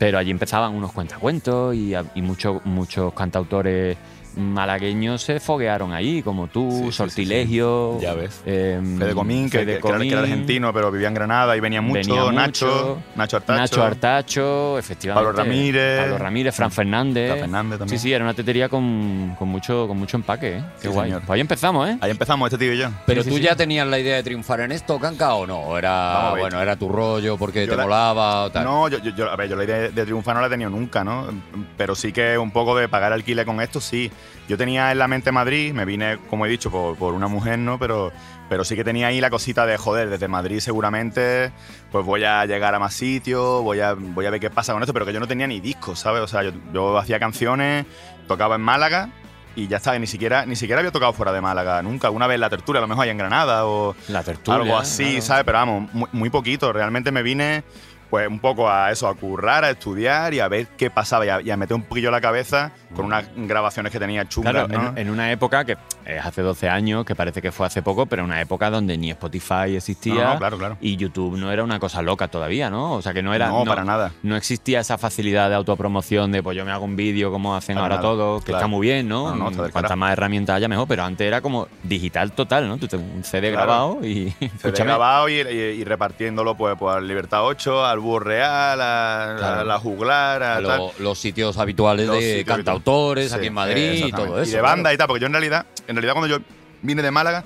S5: Pero allí empezaban unos cuentacuentos y, a- y muchos muchos cantautores malagueños se foguearon ahí, como tú,
S2: Sí, sí, sí,
S5: Sortilegio.
S2: sí. Ya ves.
S5: em,
S2: Fede Comín, que,
S5: Fede
S2: que- que era- que era
S5: Comín,
S2: argentino, pero vivía en Granada y venía mucho.
S5: venía
S2: Nacho,
S5: mucho,
S2: Nacho Artacho.
S5: Nacho Artacho, efectivamente.
S2: Pablo Ramírez.
S5: Pablo Ramírez,
S2: Mm.
S5: Fran Fernández.
S2: Fran Fernández también.
S5: Sí, sí, era una tetería con, con mucho, con mucho empaque, ¿eh? Qué
S2: Sí,
S5: guay.
S2: señor.
S5: Pues ahí empezamos, ¿eh?
S2: Ahí empezamos, este tío y yo.
S4: Pero
S5: sí,
S4: tú
S5: sí,
S4: ya
S5: sí.
S4: tenías la idea de triunfar en esto, Canca, o no? ¿O
S2: Vamos a
S4: Era,
S2: ver.
S4: Ah, bueno, era tu rollo porque
S2: Yo
S4: te
S2: la-
S4: molaba o tal.
S2: No, yo, yo- yo- a ver, yo la idea de triunfar no la he tenido nunca, ¿no? Pero sí que un poco de pagar alquiler con esto, sí. Yo tenía en la mente Madrid, me vine, como he dicho, por, por una mujer, ¿no? Pero, pero sí que tenía ahí la cosita de, joder, desde Madrid seguramente pues voy a llegar a más sitios, voy a, voy a ver qué pasa con esto, pero que yo no tenía ni discos, ¿sabes? O sea, yo, yo hacía canciones, tocaba en Málaga y ya está, ni siquiera, ni siquiera había tocado fuera de Málaga, nunca. Alguna vez en la tertulia, a lo mejor ahí en Granada o
S5: La tertulia.
S2: algo así,
S5: claro.
S2: ¿sabes? Pero vamos, muy, muy poquito. Realmente me vine pues un poco a eso, a currar, a estudiar y a ver qué pasaba y a, y a meter un poquillo la cabeza con unas grabaciones que tenía chungas,
S5: Claro,
S2: ¿no?
S5: en, en una época que es hace 12 años, que parece que fue hace poco, pero una época donde ni Spotify existía
S2: No, no, claro, claro.
S5: y YouTube no era una cosa loca todavía, ¿no? O sea, que no era.
S2: No, para nada.
S5: No existía esa facilidad de autopromoción de, pues yo me hago un vídeo como hacen
S2: Para
S5: ahora
S2: nada,
S5: todos, que
S2: claro.
S5: está muy bien, ¿no?
S2: No, no, está del
S5: Cuantas
S2: carajo.
S5: más herramientas haya, mejor, pero antes era como digital total, ¿no? Tú te un CD
S2: Claro.
S5: grabado y.
S2: Se había
S5: escúchame,
S2: grabado y, y- y repartiéndolo pues, pues al Libertad 8, al Búho Real, a,
S5: Claro.
S2: a la Juglar, a
S4: A
S2: Ah, tal.
S4: lo- los sitios habituales
S2: Los
S4: de
S2: sitios habituales.
S4: cantautores
S2: Sí,
S4: aquí en Madrid y
S2: exactamente.
S4: todo eso.
S2: Y de banda y tal, porque yo en realidad, en realidad cuando yo vine de Málaga,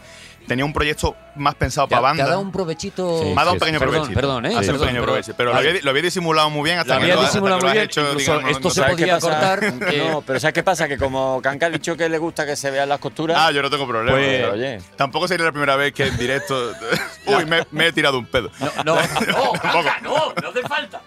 S2: tenía un proyecto más pensado
S4: Te ha-
S2: para
S4: Te ha
S2: banda.
S4: dado un provechito.
S5: Sí,
S2: Me ha dado
S5: sí,
S2: un pequeño
S4: perdón,
S2: provechito.
S4: perdón, ¿eh?
S2: Ha sido un
S4: Perdón,
S2: pequeño
S4: perdón.
S2: provechito. Pero lo
S4: Vale.
S2: había, lo había disimulado muy bien hasta
S4: Lo
S2: que
S4: había
S2: lo- hasta
S4: disimulado
S2: que lo
S4: muy
S2: has
S4: bien.
S2: hecho,
S4: Incluso
S2: digamos, no-
S4: esto
S2: no
S4: se
S2: sabes
S4: podía
S2: qué pasa. (laughs)
S4: cortar. eh,
S5: No, pero ¿sabes qué pasa? Que como Kanka ha dicho que le gusta que se vean las costuras.
S2: Ah, yo no tengo problema.
S5: Pues,
S2: pero
S5: oye.
S2: Tampoco sería la primera vez que en directo. (laughs) Uy, me, me he tirado un pedo. (laughs)
S4: No, Oh, no, Kanka, no, no hace falta.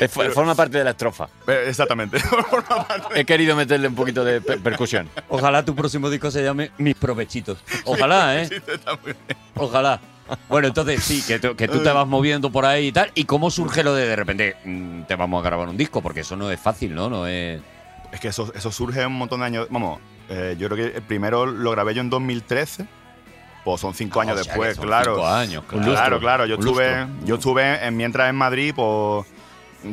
S5: es- forma parte de la estrofa.
S2: Eh, Exactamente. (laughs) Por favor.
S5: He querido meterle un poquito de per- percusión.
S4: Ojalá Ah, tu próximo disco se llame Mis provechitos. Ojalá, ¿eh?
S2: (laughs) Está muy bien.
S4: Ojalá. Bueno, entonces sí, que, tú- que tú te vas moviendo por ahí y tal. ¿Y cómo surge lo de de repente mm, te vamos a grabar un disco? Porque eso no es fácil, ¿no? No es.
S2: Es que eso, eso surge un montón de años. Vamos, eh, yo creo que el primero lo grabé yo en 2013. Pues son cinco años
S4: Ah, O sea, que
S2: después,
S4: son
S2: claro.
S4: cinco años, claro.
S2: Claro, claro. Yo
S4: Un
S2: estuve,
S4: lustro.
S2: yo estuve en- mientras en Madrid, pues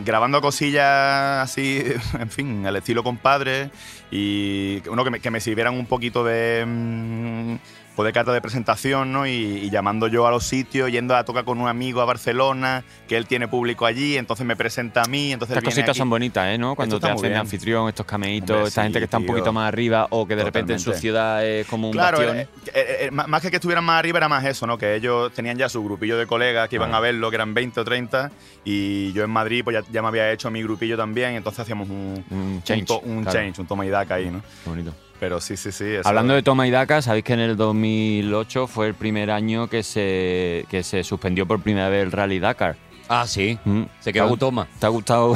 S2: grabando cosillas así, (laughs) en fin, al estilo compadre. Y uno que me, que me sirvieran un poquito de. mm, pues de carta de presentación, ¿no? Y, y llamando yo a los sitios, yendo a tocar con un amigo a Barcelona, que él tiene público allí, entonces me presenta a mí, entonces
S5: Estas
S2: viene
S5: cositas
S2: aquí.
S5: son bonitas, ¿eh? ¿no? Cuando
S2: Esto
S5: te
S2: está muy
S5: hacen de
S2: bien.
S5: anfitrión, estos cameitos,
S2: Hombre,
S5: esta
S2: sí,
S5: gente que está un
S2: tío.
S5: poquito más arriba o que de repente en su
S2: Totalmente.
S5: ciudad es como un
S2: Claro,
S5: bastión.
S2: eh, eh, eh, más más que que estuvieran más arriba era más eso, ¿no? Que ellos tenían ya su grupillo de colegas que iban a verlo, que eran 20 o 30, y yo en Madrid pues ya, ya me había hecho mi grupillo también, entonces hacíamos un,
S5: Un
S2: un
S5: change,
S2: to- un
S5: claro.
S2: change, un toma y daca ahí, ¿no?
S5: Qué bonito.
S2: Pero sí, sí, sí. eso- ¿eh?
S5: Hablando de toma y daca, sabéis que en el 2008 fue el primer año que se, que se suspendió por primera vez el Rally Dakar.
S4: Ah, sí.
S5: Mm.
S4: Se quedó
S5: ¿Te ha-
S4: un toma.
S5: ¿Te
S4: (laughs)
S5: ha gustado?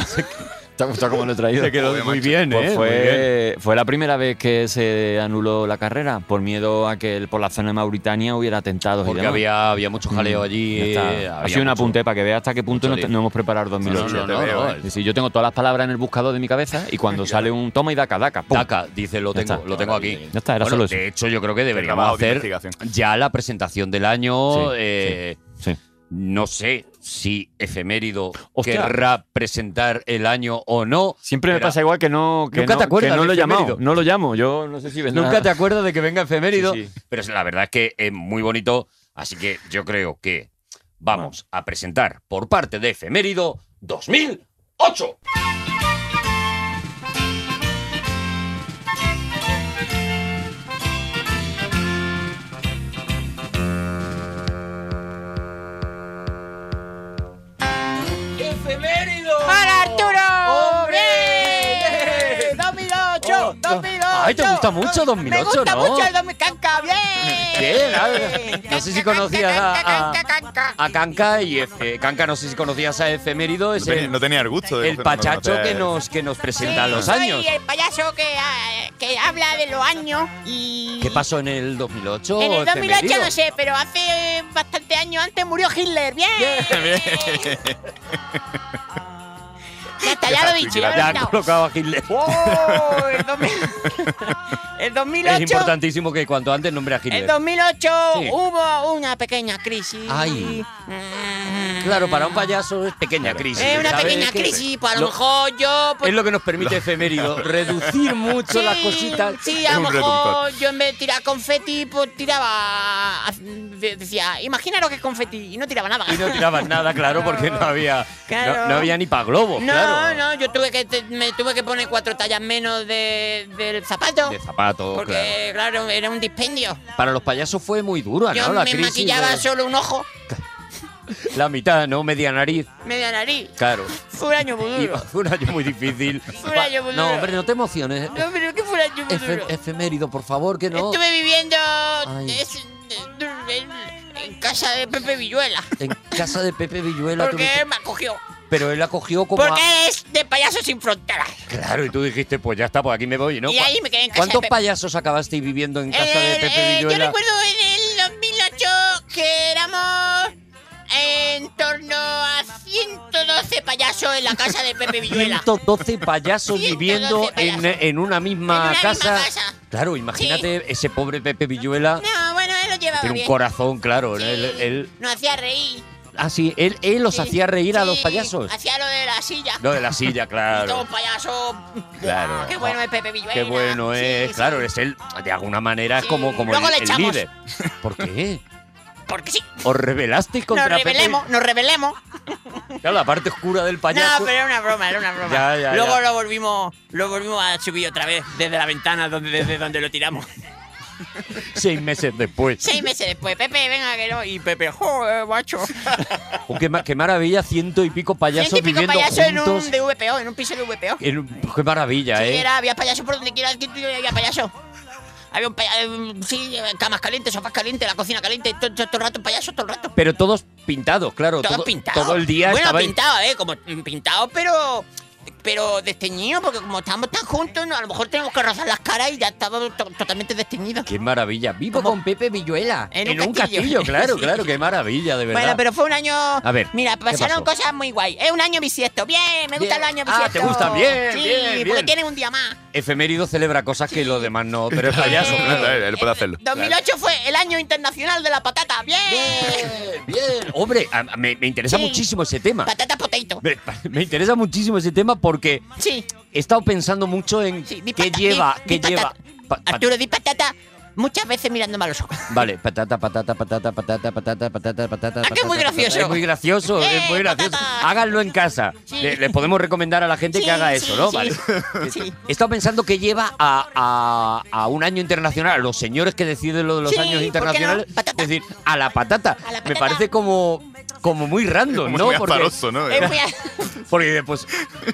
S5: ¿Te ha gustado cómo lo he traído?
S4: Se quedó
S2: Joder,
S4: muy
S2: macho.
S4: bien, ¿eh?
S5: Pues
S4: Muy bien.
S5: fue, fue la primera vez que se anuló la carrera por miedo a que el- por la zona de Mauritania hubiera atentados y
S4: Porque
S5: demás.
S4: había, había mucho jaleo
S5: Mm,
S4: allí.
S5: ya está.
S4: eh,
S5: ha
S4: había
S5: sido un
S4: mucho-
S5: apunte para que veas hasta qué punto
S4: mucho
S5: no,
S4: lío.
S5: te- no hemos preparado el
S4: No,
S5: 2008.
S4: no, no,
S2: Te veo,
S4: no,
S2: eh.
S5: Es decir, yo tengo todas las palabras en el buscador de mi cabeza
S4: (laughs)
S5: y cuando sale un toma y daca, daca. ¡pum!
S4: Taca, dice, lo
S5: Ya
S4: tengo,
S5: está.
S4: lo tengo aquí.
S5: Ya está, era
S4: Bueno,
S5: solo eso.
S4: De hecho, yo creo que deberíamos
S2: trabajo de
S4: hacer
S2: investigación.
S4: ya la presentación del año.
S5: Sí,
S4: eh,
S5: sí.
S4: No sé si efemérido
S5: Hostia.
S4: querrá presentar el año o no.
S5: Siempre me
S4: Pero
S5: pasa igual que no, que
S4: Nunca
S5: no,
S4: te acuerdas
S5: que no
S4: de
S5: lo he llamado.
S4: efemérido.
S5: No lo llamo. Yo no sé si vendrá.
S4: Nunca te acuerdas de que venga efemérido.
S5: Sí, sí.
S4: Pero la verdad es que es muy bonito. Así que yo creo que vamos a presentar por parte de efemérido 2008. ¡Efemérido!
S8: ¡Para Arturo!
S4: ¡Hombre!
S8: ¡Bien! ¡2008! ¡2008!
S4: Ay, te gusta mucho 2008,
S8: Oh, ¡Me gusta
S4: ¿no?
S8: mucho el 2000! ¡Canca! ¡Bien!
S4: Bien, a ver, no sé si conocías a- a-
S8: Canca, canca, canca.
S4: A Canca y Efe- Canca, no sé si conocías a Efemérido,
S2: no,
S4: es
S2: tenía,
S4: el-
S2: no tenía el gusto. de
S4: el
S2: conocer-
S4: pachacho
S2: conocer-
S4: que nos, que nos presenta
S8: Sí,
S4: los
S8: soy
S4: años.
S8: el payaso que, ah, que habla de los años y...
S4: ¿Qué pasó en el 2008?
S8: En el 2008
S4: efemérido?
S2: (laughs)
S8: no sé, pero hace eh, bastante años antes murió Hitler. ¡Bien! Ya está, ya lo he dicho, ya lo he
S4: Ya ha
S8: quitado.
S4: colocado a Hitler.
S8: ¡Oh! El, 2000 el 2008...
S4: Es importantísimo que cuanto antes nombre a Hitler.
S8: En 2008
S4: Sí.
S8: hubo una pequeña crisis.
S4: Ay.
S8: Mm.
S4: Claro, para un payaso es pequeña crisis.
S8: Es una
S4: ¿sabes?
S8: pequeña
S4: Que-
S8: crisis, pues a lo,
S4: Lo-
S8: mejor yo. pues,
S4: Es lo que nos permite (laughs) efemérido, reducir mucho
S8: sí,
S4: las cositas.
S8: Sí, a lo
S2: Un
S8: mejor
S2: reductor.
S8: yo en vez de tirar confeti, pues tiraba. de- Decía, imagina lo que es confeti. Y no tiraba nada.
S4: Y no
S8: (laughs)
S4: tiraban nada, claro, porque no había,
S8: Claro.
S4: no, no había ni para globos,
S8: no,
S4: claro.
S8: no, yo tuve que, te- me tuve que poner cuatro tallas menos de, del zapato.
S4: De zapatos, claro.
S8: porque, claro. era un dispendio.
S4: Para los payasos fue muy duro,
S8: yo
S4: Ah, ¿no? La
S8: me
S4: crisis.
S8: maquillaba
S4: de-
S8: solo un ojo.
S4: La mitad, ¿no? Media nariz.
S8: Media nariz.
S4: Claro.
S8: Fue un año muy
S4: Y
S8: duro.
S4: fue un año muy difícil.
S8: Fue un año muy
S4: no,
S8: duro.
S4: hombre, no te emociones.
S8: No, pero ¿qué fue un año muy
S4: Efe-
S8: duro?
S4: efemérido, por favor, que no.
S8: Estuve viviendo
S4: Ay.
S8: es- en, en casa de Pepe Villuela.
S4: En casa de Pepe Villuela. tú
S8: Porque
S4: dijiste-
S8: él me acogió.
S4: Pero él la cogió como. a-
S8: Porque es de Payasos Sin Fronteras.
S4: Claro, y tú dijiste, pues ya está, pues aquí me voy, ¿no?
S8: Y ahí me quedé en casa
S4: ¿Cuántos
S8: de Pepe.
S4: payasos acabasteis viviendo en casa de
S8: El-
S4: Pepe
S8: eh,
S4: Villuela?
S8: Yo recuerdo en el 2008 que éramos en torno a 112 payasos en la casa de Pepe
S4: (laughs)
S8: Villuela.
S4: 112 payasos
S8: 112
S4: viviendo en,
S8: payasos.
S4: en una
S8: En
S4: misma
S8: una misma
S4: casa.
S8: casa.
S4: Claro, imagínate ese pobre Pepe Villuela.
S8: No, Ah, bueno, él lo llevaba
S4: Tiene un
S8: bien.
S4: corazón, claro.
S8: Sí,
S4: Él, él-
S8: Nos hacía reír.
S4: ah, sí, él, él los
S8: Sí,
S4: hacía reír a los
S8: sí,
S4: payasos.
S8: Hacía lo de la silla.
S4: No, de la
S8: (laughs)
S4: silla,
S8: Y todo
S4: claro.
S8: payaso.
S4: Claro.
S8: Buah, Ah, Qué bueno es Pepe Villuela.
S4: Qué bueno
S8: Sí,
S4: es,
S8: sí.
S4: claro, es él, de alguna manera es
S8: Sí,
S4: como, como el,
S8: luego le
S4: el
S8: echamos.
S4: líder. (laughs) ¿Por qué?
S8: Porque sí.
S4: ¿Os rebelasteis
S8: Nos
S4: contra Pepe?
S8: rebelemos, nos rebelemos.
S4: Claro, la parte oscura del payaso.
S8: No, pero era una broma, era una broma.
S4: Ya, ya,
S9: Luego
S4: ya.
S9: lo volvimos, lo volvimos a subir otra vez desde la ventana donde, desde donde lo tiramos.
S4: Seis meses después.
S8: Seis meses después, Pepe, venga que no. Y Pepe, joder,
S4: (laughs)
S8: macho.
S4: Oh, qué, ma- qué maravilla, ciento y pico payasos
S8: Ciento y pico
S4: viviendo
S8: payasos en
S4: juntos.
S8: un DVPO, en un piso de VPO.
S4: En un- qué maravilla,
S8: Sí,
S4: ¿eh?
S8: era, había payaso por donde quiera, que tú- había payaso. Había un payaso, sí, camas calientes, sofás calientes, la cocina caliente, todo, todo, todo el rato payaso, todo el rato.
S4: Pero todos pintados, claro.
S8: Todo, pintado.
S4: Todo el día
S8: Bueno,
S4: estabais-
S8: pintado, eh, como mm, pintado, pero pero desteñido, porque como estábamos tan juntos, no, a lo mejor tenemos que rozar las caras y ya estábamos to- totalmente desteñidos.
S4: Qué maravilla. Vivo
S8: Como-
S4: con Pepe Villuela.
S8: En un
S4: un castillo.
S8: castillo. (laughs)
S4: claro, claro. Qué maravilla, de verdad.
S8: Bueno, pero fue un año.
S4: A ver,
S8: Mira,
S4: ¿qué
S8: pasaron
S4: pasó?
S8: cosas muy guay. Es un año bisiesto. Bien, me gustan
S4: Bien.
S8: los años
S4: Ah,
S8: bisiestos.
S4: ¿te gustan? Bien,
S8: Sí,
S4: bien, bien.
S8: porque tienen un día más.
S4: Efemérido celebra cosas que los demás no. Pero es payaso,
S8: Eh,
S4: claro.
S2: él puede hacerlo.
S8: 2008 fue el año internacional de la patata. Bien.
S4: Bien, bien. Eh, Hombre, a- me, me interesa
S8: Sí.
S4: muchísimo ese tema.
S8: Patata potato.
S4: Me, (laughs) me interesa muchísimo ese tema porque
S8: Sí.
S4: he estado pensando mucho en
S8: Sí, di
S4: qué
S8: pata-
S4: lleva,
S8: di-
S4: qué
S8: di
S4: lleva.
S8: patata.
S4: Pa- pa-
S8: Arturo, di patata muchas veces mirándome a los ojos.
S4: Vale, patata, patata, patata, patata, patata, patata, patata.
S8: Ah, que es muy
S4: patata,
S8: gracioso.
S4: patata. Es muy gracioso,
S8: ¡Eh,
S4: es muy gracioso.
S8: patata!
S4: Háganlo en casa.
S8: Sí.
S4: Le, le podemos recomendar a la gente que
S8: Sí,
S4: haga
S8: sí,
S4: eso, ¿no?
S8: sí.
S4: Vale.
S8: (laughs) Sí.
S4: He estado pensando que lleva a, a- a un año internacional, a los señores que deciden lo de los
S8: Sí, ¿por
S4: años
S8: qué
S4: internacionales,
S8: no? Patata.
S4: es decir, a la patata.
S8: A la
S4: Me
S8: patata.
S4: parece como, como muy random,
S2: Como
S4: ¿no?
S2: muy
S4: Porque,
S2: azaroso, ¿no?
S8: Es
S2: (laughs)
S8: muy a-
S4: porque, pues,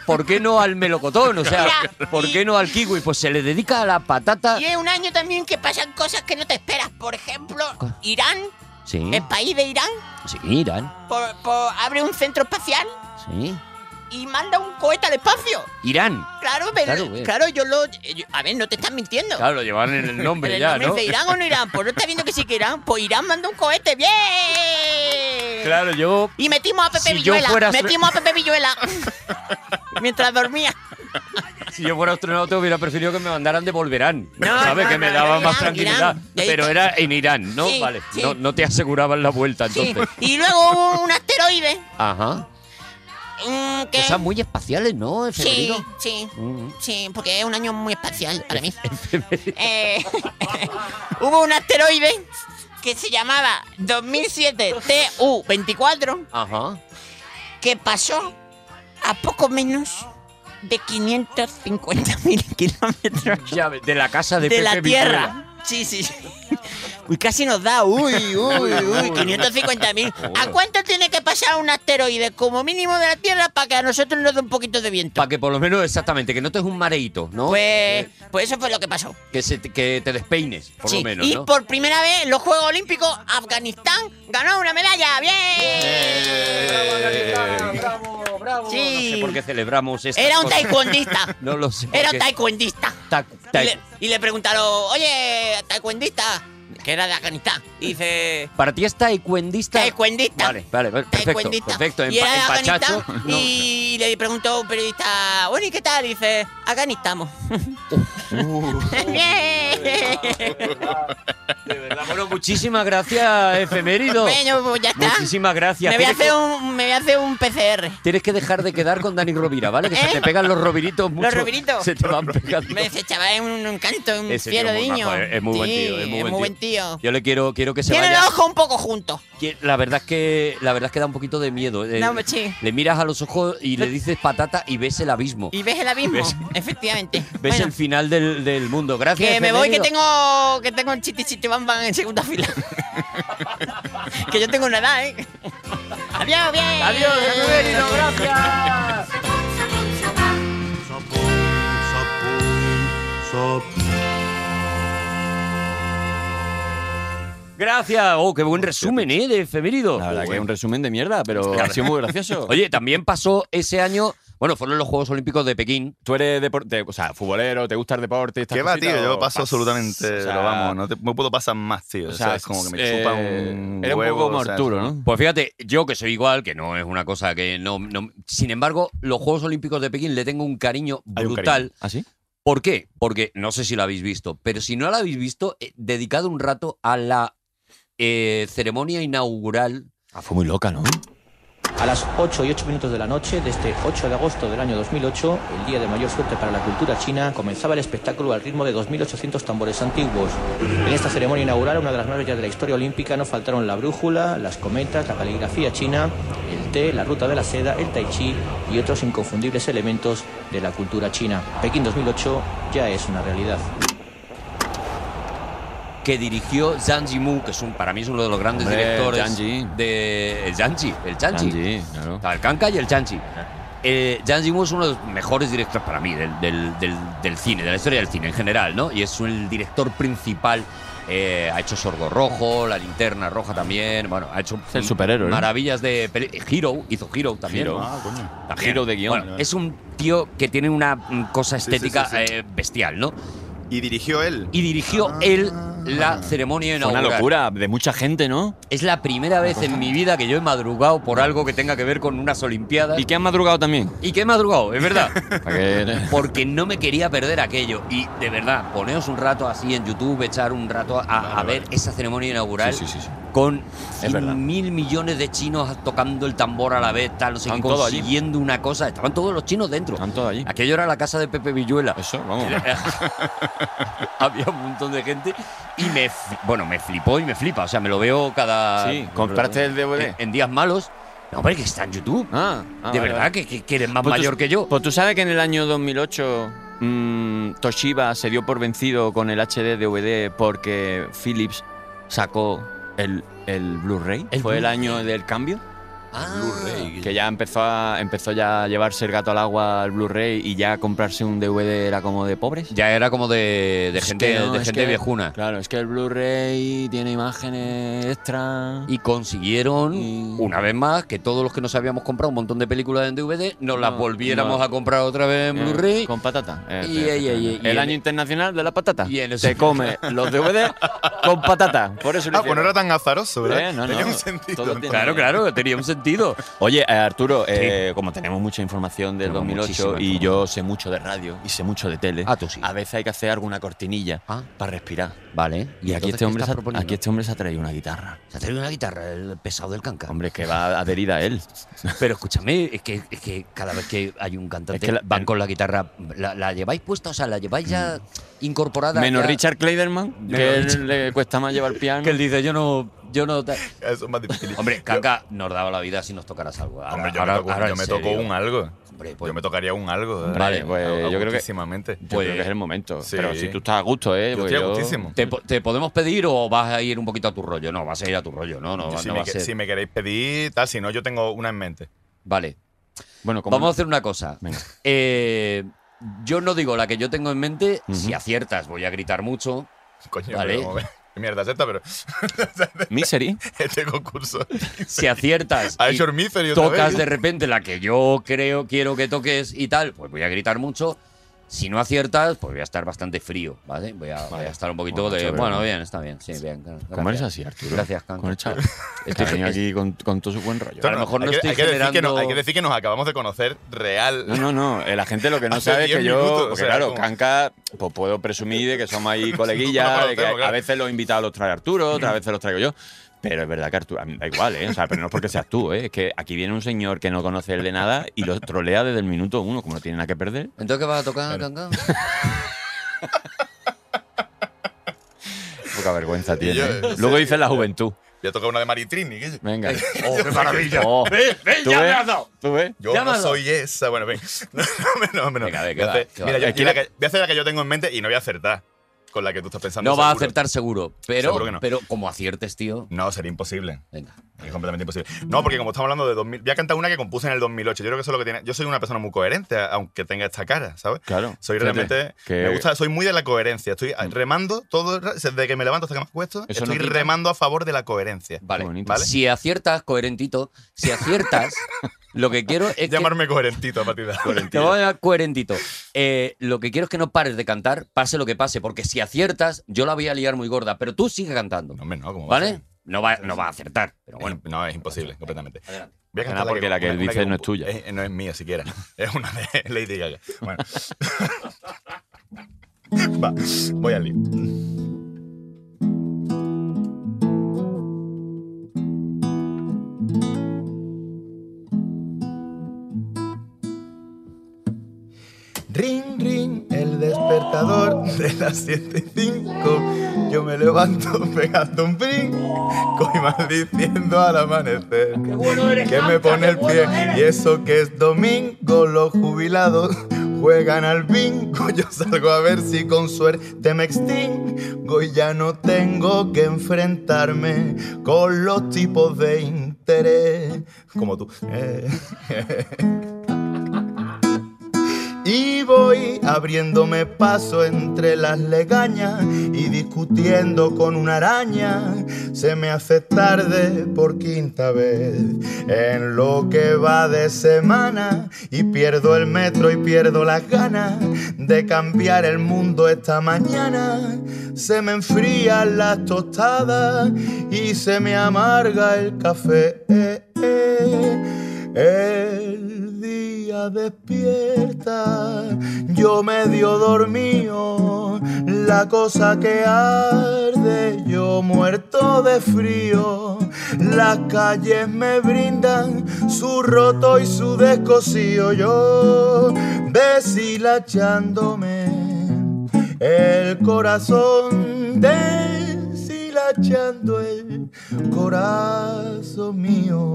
S4: ¿por qué no al melocotón? O sea,
S8: Mira,
S4: ¿por
S8: y-
S4: qué no al kiwi? Pues se le dedica a la patata.
S8: Y es un año también que pasan cosas que no te esperas. Por ejemplo,
S4: ¿Cuál?
S8: Irán,
S4: Sí,
S8: el país de Irán,
S4: sí, Irán,
S8: por- por- abre un centro espacial
S4: sí.
S8: y manda un cohete al espacio.
S4: Irán.
S8: Claro, pero-
S4: Claro,
S8: claro,
S4: güey.
S8: yo lo. yo- a ver, no te estás mintiendo.
S4: Claro, lo llevan en el nombre
S8: Pero
S4: ya,
S8: el nombre
S4: ¿no?
S8: dice, ¿Irán o no Irán? Pues no está viendo que sí que Irán. Pues Irán manda un cohete. ¡Bien!
S4: Claro, yo.
S8: Y metimos a Pepe
S4: Si yo
S8: Villuela.
S4: fuera astro-
S8: Metimos a Pepe
S4: (laughs)
S8: Villuela. Mientras dormía.
S4: Si yo fuera astronauta hubiera preferido que me mandaran de Volverán.
S8: No,
S4: ¿Sabes?
S8: no,
S4: que me
S8: no,
S4: daba
S8: Irán,
S4: más tranquilidad.
S8: Irán. Y ahí
S4: Pero
S8: te-
S4: era en Irán, ¿no?
S8: Sí,
S4: vale.
S8: sí.
S4: No, no te aseguraban la vuelta
S8: Sí.
S4: entonces.
S8: Y luego hubo un asteroide.
S4: Ajá.
S8: mm, que...
S4: Cosas muy espaciales, ¿no?
S8: Sí,
S4: Efemérido.
S8: sí.
S4: Mm.
S8: Sí, porque es un año muy espacial para
S4: (laughs)
S8: mí. Eh, (laughs) hubo un asteroide que se llamaba 2007 TU24
S4: Ajá.
S8: que pasó a poco menos de 550.000 kilómetros
S4: Ya ves, de la casa de,
S8: de la
S4: Pepe Villuela.
S8: Tierra. Sí, sí. sí. Uy, casi nos da. Uy,
S4: (laughs)
S8: uy, uy. 550.000. ¿A cuánto tiene que pasar un asteroide como mínimo de la Tierra para que a nosotros nos dé un poquito de viento?
S4: Para que por lo menos exactamente, que no te es un mareíto, ¿no? Eh,
S8: Pues, pues eso fue lo que pasó.
S4: Que, se te- que te despeines, por
S8: Sí,
S4: lo menos.
S8: y pues-
S4: ¿no?
S8: por primera vez en los Juegos Olímpicos, Afganistán ganó una medalla. ¡Bien!
S4: Eh, No sé
S8: Sí.
S4: por qué celebramos esto.
S8: Era un taekwondista.
S4: (laughs) No lo sé.
S8: Era
S4: porque-
S8: un taekwondista.
S4: ta-
S8: Y
S4: ta-
S8: le, y le preguntaron, oye, taekwondista, que era de Afganistán. Y dice,
S4: Para ti es taekwondista.
S8: taekwondista.
S4: Vale, vale, vale, perfecto.
S8: taekwondista.
S4: Perfecto, en,
S8: y era de
S4: pachacho.
S8: Afganistán. Y le preguntó un periodista, bueno, ¿y qué tal? Y dice, (laughs) Afganistán.
S4: Uh,
S8: Bien.
S4: Bueno, muchísimas gracias, efemérido.
S8: Bueno, pues ya está.
S4: Muchísimas gracias.
S8: Me voy, a
S4: Tienes que-
S8: hacer un, me voy a hacer un PCR.
S4: Tienes que dejar de quedar con Dani Rovira, ¿vale? Que se
S8: ¿Eh?
S4: te pegan los roviritos mucho.
S8: roviritos.
S4: Se te van pegando.
S8: Me ese chaval es un encanto, un
S4: Ese tío
S8: fiero
S4: es muy
S8: niño.
S4: majo, es- es muy buen tío, es muy buen
S8: tío.
S4: Yo le quiero, quiero que se
S8: Tiene
S4: vaya.
S8: el ojo un poco junto.
S4: Que La verdad es que la verdad es que da un poquito de miedo. Eh,
S8: No, hombre, sí.
S4: Le miras a los ojos y le dices patata y ves el abismo.
S8: Y ves el abismo,
S4: ¿Ves?
S8: efectivamente.
S4: (laughs) ves
S8: Bueno,
S4: el final del, del mundo. Gracias.
S8: que me voy, que
S4: efemérido.
S8: tengo, que tengo un (laughs) chiti chiti bam bam en segunda fila. que yo tengo una edad, ¿eh? (laughs) Adiós, bien.
S4: Adiós, Esmerino, gracias. Gracias. Oh, qué buen resumen, ¿eh? De efemérido.
S5: La verdad que es un resumen de mierda,
S4: (laughs)
S5: pero ha sido muy gracioso.
S4: Oye, también pasó ese año. Bueno, fueron los Juegos Olímpicos de Pekín.
S5: Tú eres deporte, o sea, futbolero, te gusta el deporte. estas
S2: ¿Qué va,
S5: cositas,
S2: tío?
S5: o
S2: Yo paso
S5: pas-
S2: absolutamente,
S5: o sea,
S2: pero vamos, no, te- no puedo pasar más, tío. O sea, es como que me
S5: eh,
S2: chupa un
S5: Era un
S2: huevo,
S5: poco como
S2: o sea,
S5: Arturo, ¿no?
S4: Pues fíjate, yo que soy igual, que no es una cosa que no. no- sin embargo, los Juegos Olímpicos de Pekín le tengo un cariño
S2: Hay un
S4: brutal.
S5: ¿Así?
S4: ¿Por qué? Porque no sé si lo habéis visto, pero si no lo habéis visto, eh, dedicado un rato a la eh, ceremonia inaugural.
S5: Ah, fue muy loca, ¿no?
S10: A las 8 y 8 minutos de la noche de este 8 de agosto del año 2008, el día de mayor suerte para la cultura china, comenzaba el espectáculo al ritmo de 2.800 tambores antiguos. En esta ceremonia inaugural, una de las maravillas de la historia olímpica, no faltaron la brújula, las cometas, la caligrafía china, el té, la ruta de la seda, el tai chi y otros inconfundibles elementos de la cultura china. Pekín 2008 ya es una realidad.
S4: que dirigió Zhang Yimou, que es un, para mí es uno de los grandes
S5: Hombre,
S4: directores
S5: Zhang Yi.
S4: de el Zhang Yi, el Zhang Yi.
S5: Chanchi, claro.
S4: Está el Kanka y el Zhang Yi. Eh, Zhang Yimou es uno de los mejores directores para mí del, del- del- del cine, de la historia del cine en general, ¿no? Y es el director principal. eh, ha hecho Sordo Rojo, La Linterna Roja también. Bueno, ha hecho
S5: el superhéroe, ¿no?
S4: maravillas de. peli- Hero, hizo Hero también.
S5: Hero.
S2: Ah, coño.
S4: También.
S5: Giro de guión.
S4: Bueno, es un tío que tiene una mm, cosa
S2: Sí, sí, sí,
S4: estética
S2: sí.
S4: eh, bestial, ¿no?
S2: Y dirigió él.
S4: Y dirigió
S2: Ah.
S4: él la ceremonia
S5: Fue una
S4: inaugural.
S5: locura de mucha gente, ¿no?
S4: Es la primera vez en mi vida que yo he madrugado por algo que tenga que ver con unas Olimpiadas.
S5: Y que han madrugado también. Eh,
S4: Y que he madrugado, es verdad.
S5: (laughs) Para que-
S4: Porque no me quería perder aquello. Y de verdad, poneos un rato así en YouTube, echar un rato a, a ver esa ceremonia inaugural
S5: Sí, sí, sí, sí.
S4: con
S5: Es verdad.
S4: mil millones de chinos tocando el tambor a la vez, tal, no sé qué,
S5: Estaban todos allí.
S4: consiguiendo una cosa. Estaban todos los chinos dentro.
S5: Están todos allí.
S4: Aquello era la casa de Pepe Villuela.
S5: Eso, vamos.
S4: (laughs) Había un montón de gente y me, fli- bueno, me flipó y me flipa. O sea, me lo veo cada.
S5: Sí, compraste el DVD.
S4: En, en días malos. No, hombre, que está en YouTube.
S5: Ah, ah,
S4: de
S5: vale,
S4: verdad
S5: vale.
S4: que- Que, que eres más
S5: Pues tú-
S4: mayor que yo.
S5: Pues tú sabes que en el año 2008 mm, Toshiba se dio por vencido con el HD DVD porque Philips sacó el, el Blu-ray.
S4: El
S5: Fue el
S4: Blu-ray.
S5: año del cambio,
S4: Ah,
S5: que ya empezó a, empezó ya a llevarse el gato al agua al Blu-ray y ya comprarse un DVD era como de pobres.
S4: Ya era como de, de
S5: Es
S4: gente,
S5: que no,
S4: de
S5: es
S4: gente
S5: que-
S4: viejuna.
S5: Claro, es que el Blu-ray tiene imágenes extra.
S4: Y consiguieron,
S5: Y-
S4: una vez más, que todos los que nos habíamos comprado un montón de películas en DVD, nos las
S5: No,
S4: volviéramos
S5: no.
S4: a comprar otra vez en
S5: Eh,
S4: Blu-ray.
S5: Con
S2: (laughs)
S5: patata. Eh,
S4: Y-
S5: eh,
S4: y-
S5: eh,
S4: y-
S5: eh,
S4: y-
S5: el
S4: y-
S5: año internacional de la patata.
S4: y en eso-
S5: Se come los DVD con patata. Por eso lo
S2: Ah, pues no
S5: hicieron.
S2: era tan azaroso, ¿verdad?
S5: Eh, no,
S2: Tenía
S5: no,
S2: un sentido.
S5: todo tiene-
S4: Claro, claro, tenía un sentido.
S5: Oye, eh, Arturo, eh, como tenemos mucha información del
S4: Tenemos
S5: 2008
S4: muchísima
S5: y
S4: información.
S5: yo sé mucho de radio y sé mucho de tele,
S4: Ah, tú sí.
S5: a veces hay que hacer alguna cortinilla
S4: Ah.
S5: para respirar.
S4: Vale.
S5: Y
S4: entonces,
S5: aquí este,
S4: ¿qué
S5: hombre se
S4: estás
S5: ha,
S4: proponiendo?
S5: aquí este hombre se ha traído una guitarra.
S4: Se ha traído una guitarra, el pesado del canca.
S5: Hombre, que va adherida a él.
S4: (laughs) Pero escúchame, es que, es que cada vez que hay un cantante,
S5: Es que la-
S4: van con la guitarra. ¿La, la lleváis puesta? O sea, ¿la lleváis ya
S5: Mm.
S4: incorporada?
S5: Menos
S4: ya?
S5: Richard Clayderman, que
S4: Menos
S5: él le cuesta más llevar piano.
S4: Que él dice, yo no. Yo no ta-".
S2: Eso es más difícil.
S4: Hombre, Canca nos daba la vida si nos tocaras algo. Ahora-
S2: Hombre, yo
S4: ahora-
S2: me toco,
S4: ahora
S2: yo
S4: en
S2: me toco
S4: serio.
S2: un algo.
S4: Hombre, pues-
S2: yo me tocaría un algo. eh,
S5: Vale, pues, yo creo que-
S2: Muchísimamente.
S5: Yo creo que
S4: Pues
S5: es el momento.
S2: Sí.
S5: Pero si tú estás a gusto, ¿eh?
S2: Yo
S5: porque
S2: estoy a gustísimo.
S4: ¿Te, po- te podemos pedir o vas a ir un poquito a tu rollo? No, vas a ir a tu rollo, no, no,
S2: Yo si,
S4: no va
S2: me,
S4: a
S2: que-
S4: ser.
S2: si me queréis pedir, tal, si no, yo tengo una en mente.
S4: Vale,
S5: Bueno, como
S4: vamos a hacer una cosa.
S5: Venga.
S4: Eh, yo no digo la que yo tengo en mente, si aciertas voy a gritar mucho.
S2: Coño,
S4: Vale.
S2: pero, joder, qué mierda es esta, pero (laughs)
S5: (laughs) Misery.
S2: este concurso
S4: Si aciertas
S2: ha
S4: y
S2: hecho el misery otra
S4: tocas
S2: vez.
S4: de repente la que yo creo, quiero que toques y tal, pues voy a gritar mucho. Si no aciertas, pues voy a estar bastante frío, ¿vale? Voy a, voy a estar un poquito
S5: Bueno,
S4: de...
S5: macho, pero
S4: Bueno,
S5: no.
S4: bien, está bien, sí, bien.
S5: ¿Cómo
S4: gracias.
S5: eres así, Arturo?
S4: Gracias, Kanka.
S5: Con
S4: (laughs)
S5: el chaval. Estoy venido aquí con, con todo su buen rollo.
S2: Esto
S4: a lo mejor no
S2: hay que-
S4: estoy
S2: hay que decir que no-
S4: generando-
S2: hay que decir que nos acabamos de conocer real.
S5: No, no, no. eh, La gente lo que no
S2: Hace
S5: sabe es
S2: 10
S5: que yo.
S2: minutos, o
S5: porque
S2: sea,
S5: claro,
S2: como-
S5: Canca, pues puedo presumir de que somos ahí coleguillas,
S2: Bueno,
S5: de que
S2: claro,
S5: a
S2: claro.
S5: veces los invitados los trae Arturo, otras veces los traigo yo. Pero es verdad que Arturo, a mí da igual, ¿eh? O sea, pero no es porque seas tú, ¿eh? Es que aquí viene un señor que no conoce él de nada y lo trolea desde el minuto uno, como no tiene nada que perder.
S4: Entonces, ¿qué vas a
S11: (laughs)
S4: tocar, Kanka?
S5: Poca vergüenza tiene.
S2: yo,
S5: ¿eh?
S2: en
S5: Luego
S2: serio,
S5: dice la
S2: yo-
S5: juventud.
S2: Voy a tocar una de Maritrini. ¿qué?
S5: Venga.
S4: ¡Oh, qué maravilla!
S5: Oh.
S4: ¡Ves, ves,
S5: ¿Tú
S4: ya me
S5: ves?
S4: has dado!
S5: ¿Tú ves?
S2: Yo
S4: Llámalo.
S2: no soy esa. Bueno, ven. No, no, no, no.
S4: Venga, (laughs) venga,
S2: Voy a
S4: va,
S2: hacer-
S4: que va.
S2: Mira, yo-
S5: Es que
S2: yo la
S5: la-
S2: que- voy a hacer la que yo tengo en mente y no voy a acertar con la que tú estás pensando.
S4: No va a
S2: seguro.
S4: acertar seguro, pero,
S2: Seguro que no.
S4: pero como aciertes, tío.
S2: No, sería imposible.
S4: Venga.
S11: Es completamente imposible. No, porque como estamos hablando de 2000, voy a cantar una que compuse en el 2008. Yo creo que eso es lo que tiene. Yo soy una persona muy coherente, aunque tenga esta cara, ¿sabes?
S5: Claro.
S11: Soy
S5: Fíjate
S11: realmente.
S5: que-
S11: Me gusta, soy muy de la coherencia. Estoy remando todo, el ra- desde que me levanto hasta que me acuesto,
S4: Mm. Eso no
S11: estoy
S4: quita.
S11: remando a favor de la coherencia.
S4: Vale.
S11: ¿Vale?
S4: Si aciertas, coherentito, si
S11: (laughs)
S4: aciertas, lo que quiero es.
S11: Llamarme coherentito a partir de ahora.
S4: Que... Te voy a llamar coherentito. Eh, lo que quiero es que no pares de cantar, pase lo que pase, porque si aciertas, yo la voy a liar muy gorda, pero tú sigue cantando.
S11: No, hombre, no, ¿cómo va a ser?
S4: ¿Vale? No va, no va a acertar, pero bueno.
S11: No, es imposible, completamente.
S4: Adelante.
S11: Voy a
S5: Nada,
S11: cantar
S5: porque la que él
S11: una- una
S5: dice no es
S11: compu-
S5: tuya.
S11: eh, no es mía siquiera.
S2: (laughs)
S11: Es una de Lady Gaga. Bueno. Va, voy al lío. Ring, ring, el despertador de las 7 y 5. Yo me levanto (laughs) pegando un brinco y maldiciendo al amanecer. que me pone el pie. y eso que es domingo, los jubilados juegan al bingo. (laughs) Yo salgo a ver si con suerte me extingo y ya no tengo que enfrentarme con los tipos de interés. Como tú. (laughs) Eh. Y voy abriéndome paso entre las legañas y discutiendo con una araña. Se me hace tarde por quinta vez en lo que va de semana. Y pierdo el metro y pierdo las ganas de cambiar el mundo esta mañana. Se me enfrían las tostadas y se me amarga el café. Eh, El día despierta, yo medio dormido, la cosa que arde, yo muerto de frío. Las calles me brindan su roto y su descosío, yo deshilachándome el corazón, deshilachando el corazón mío.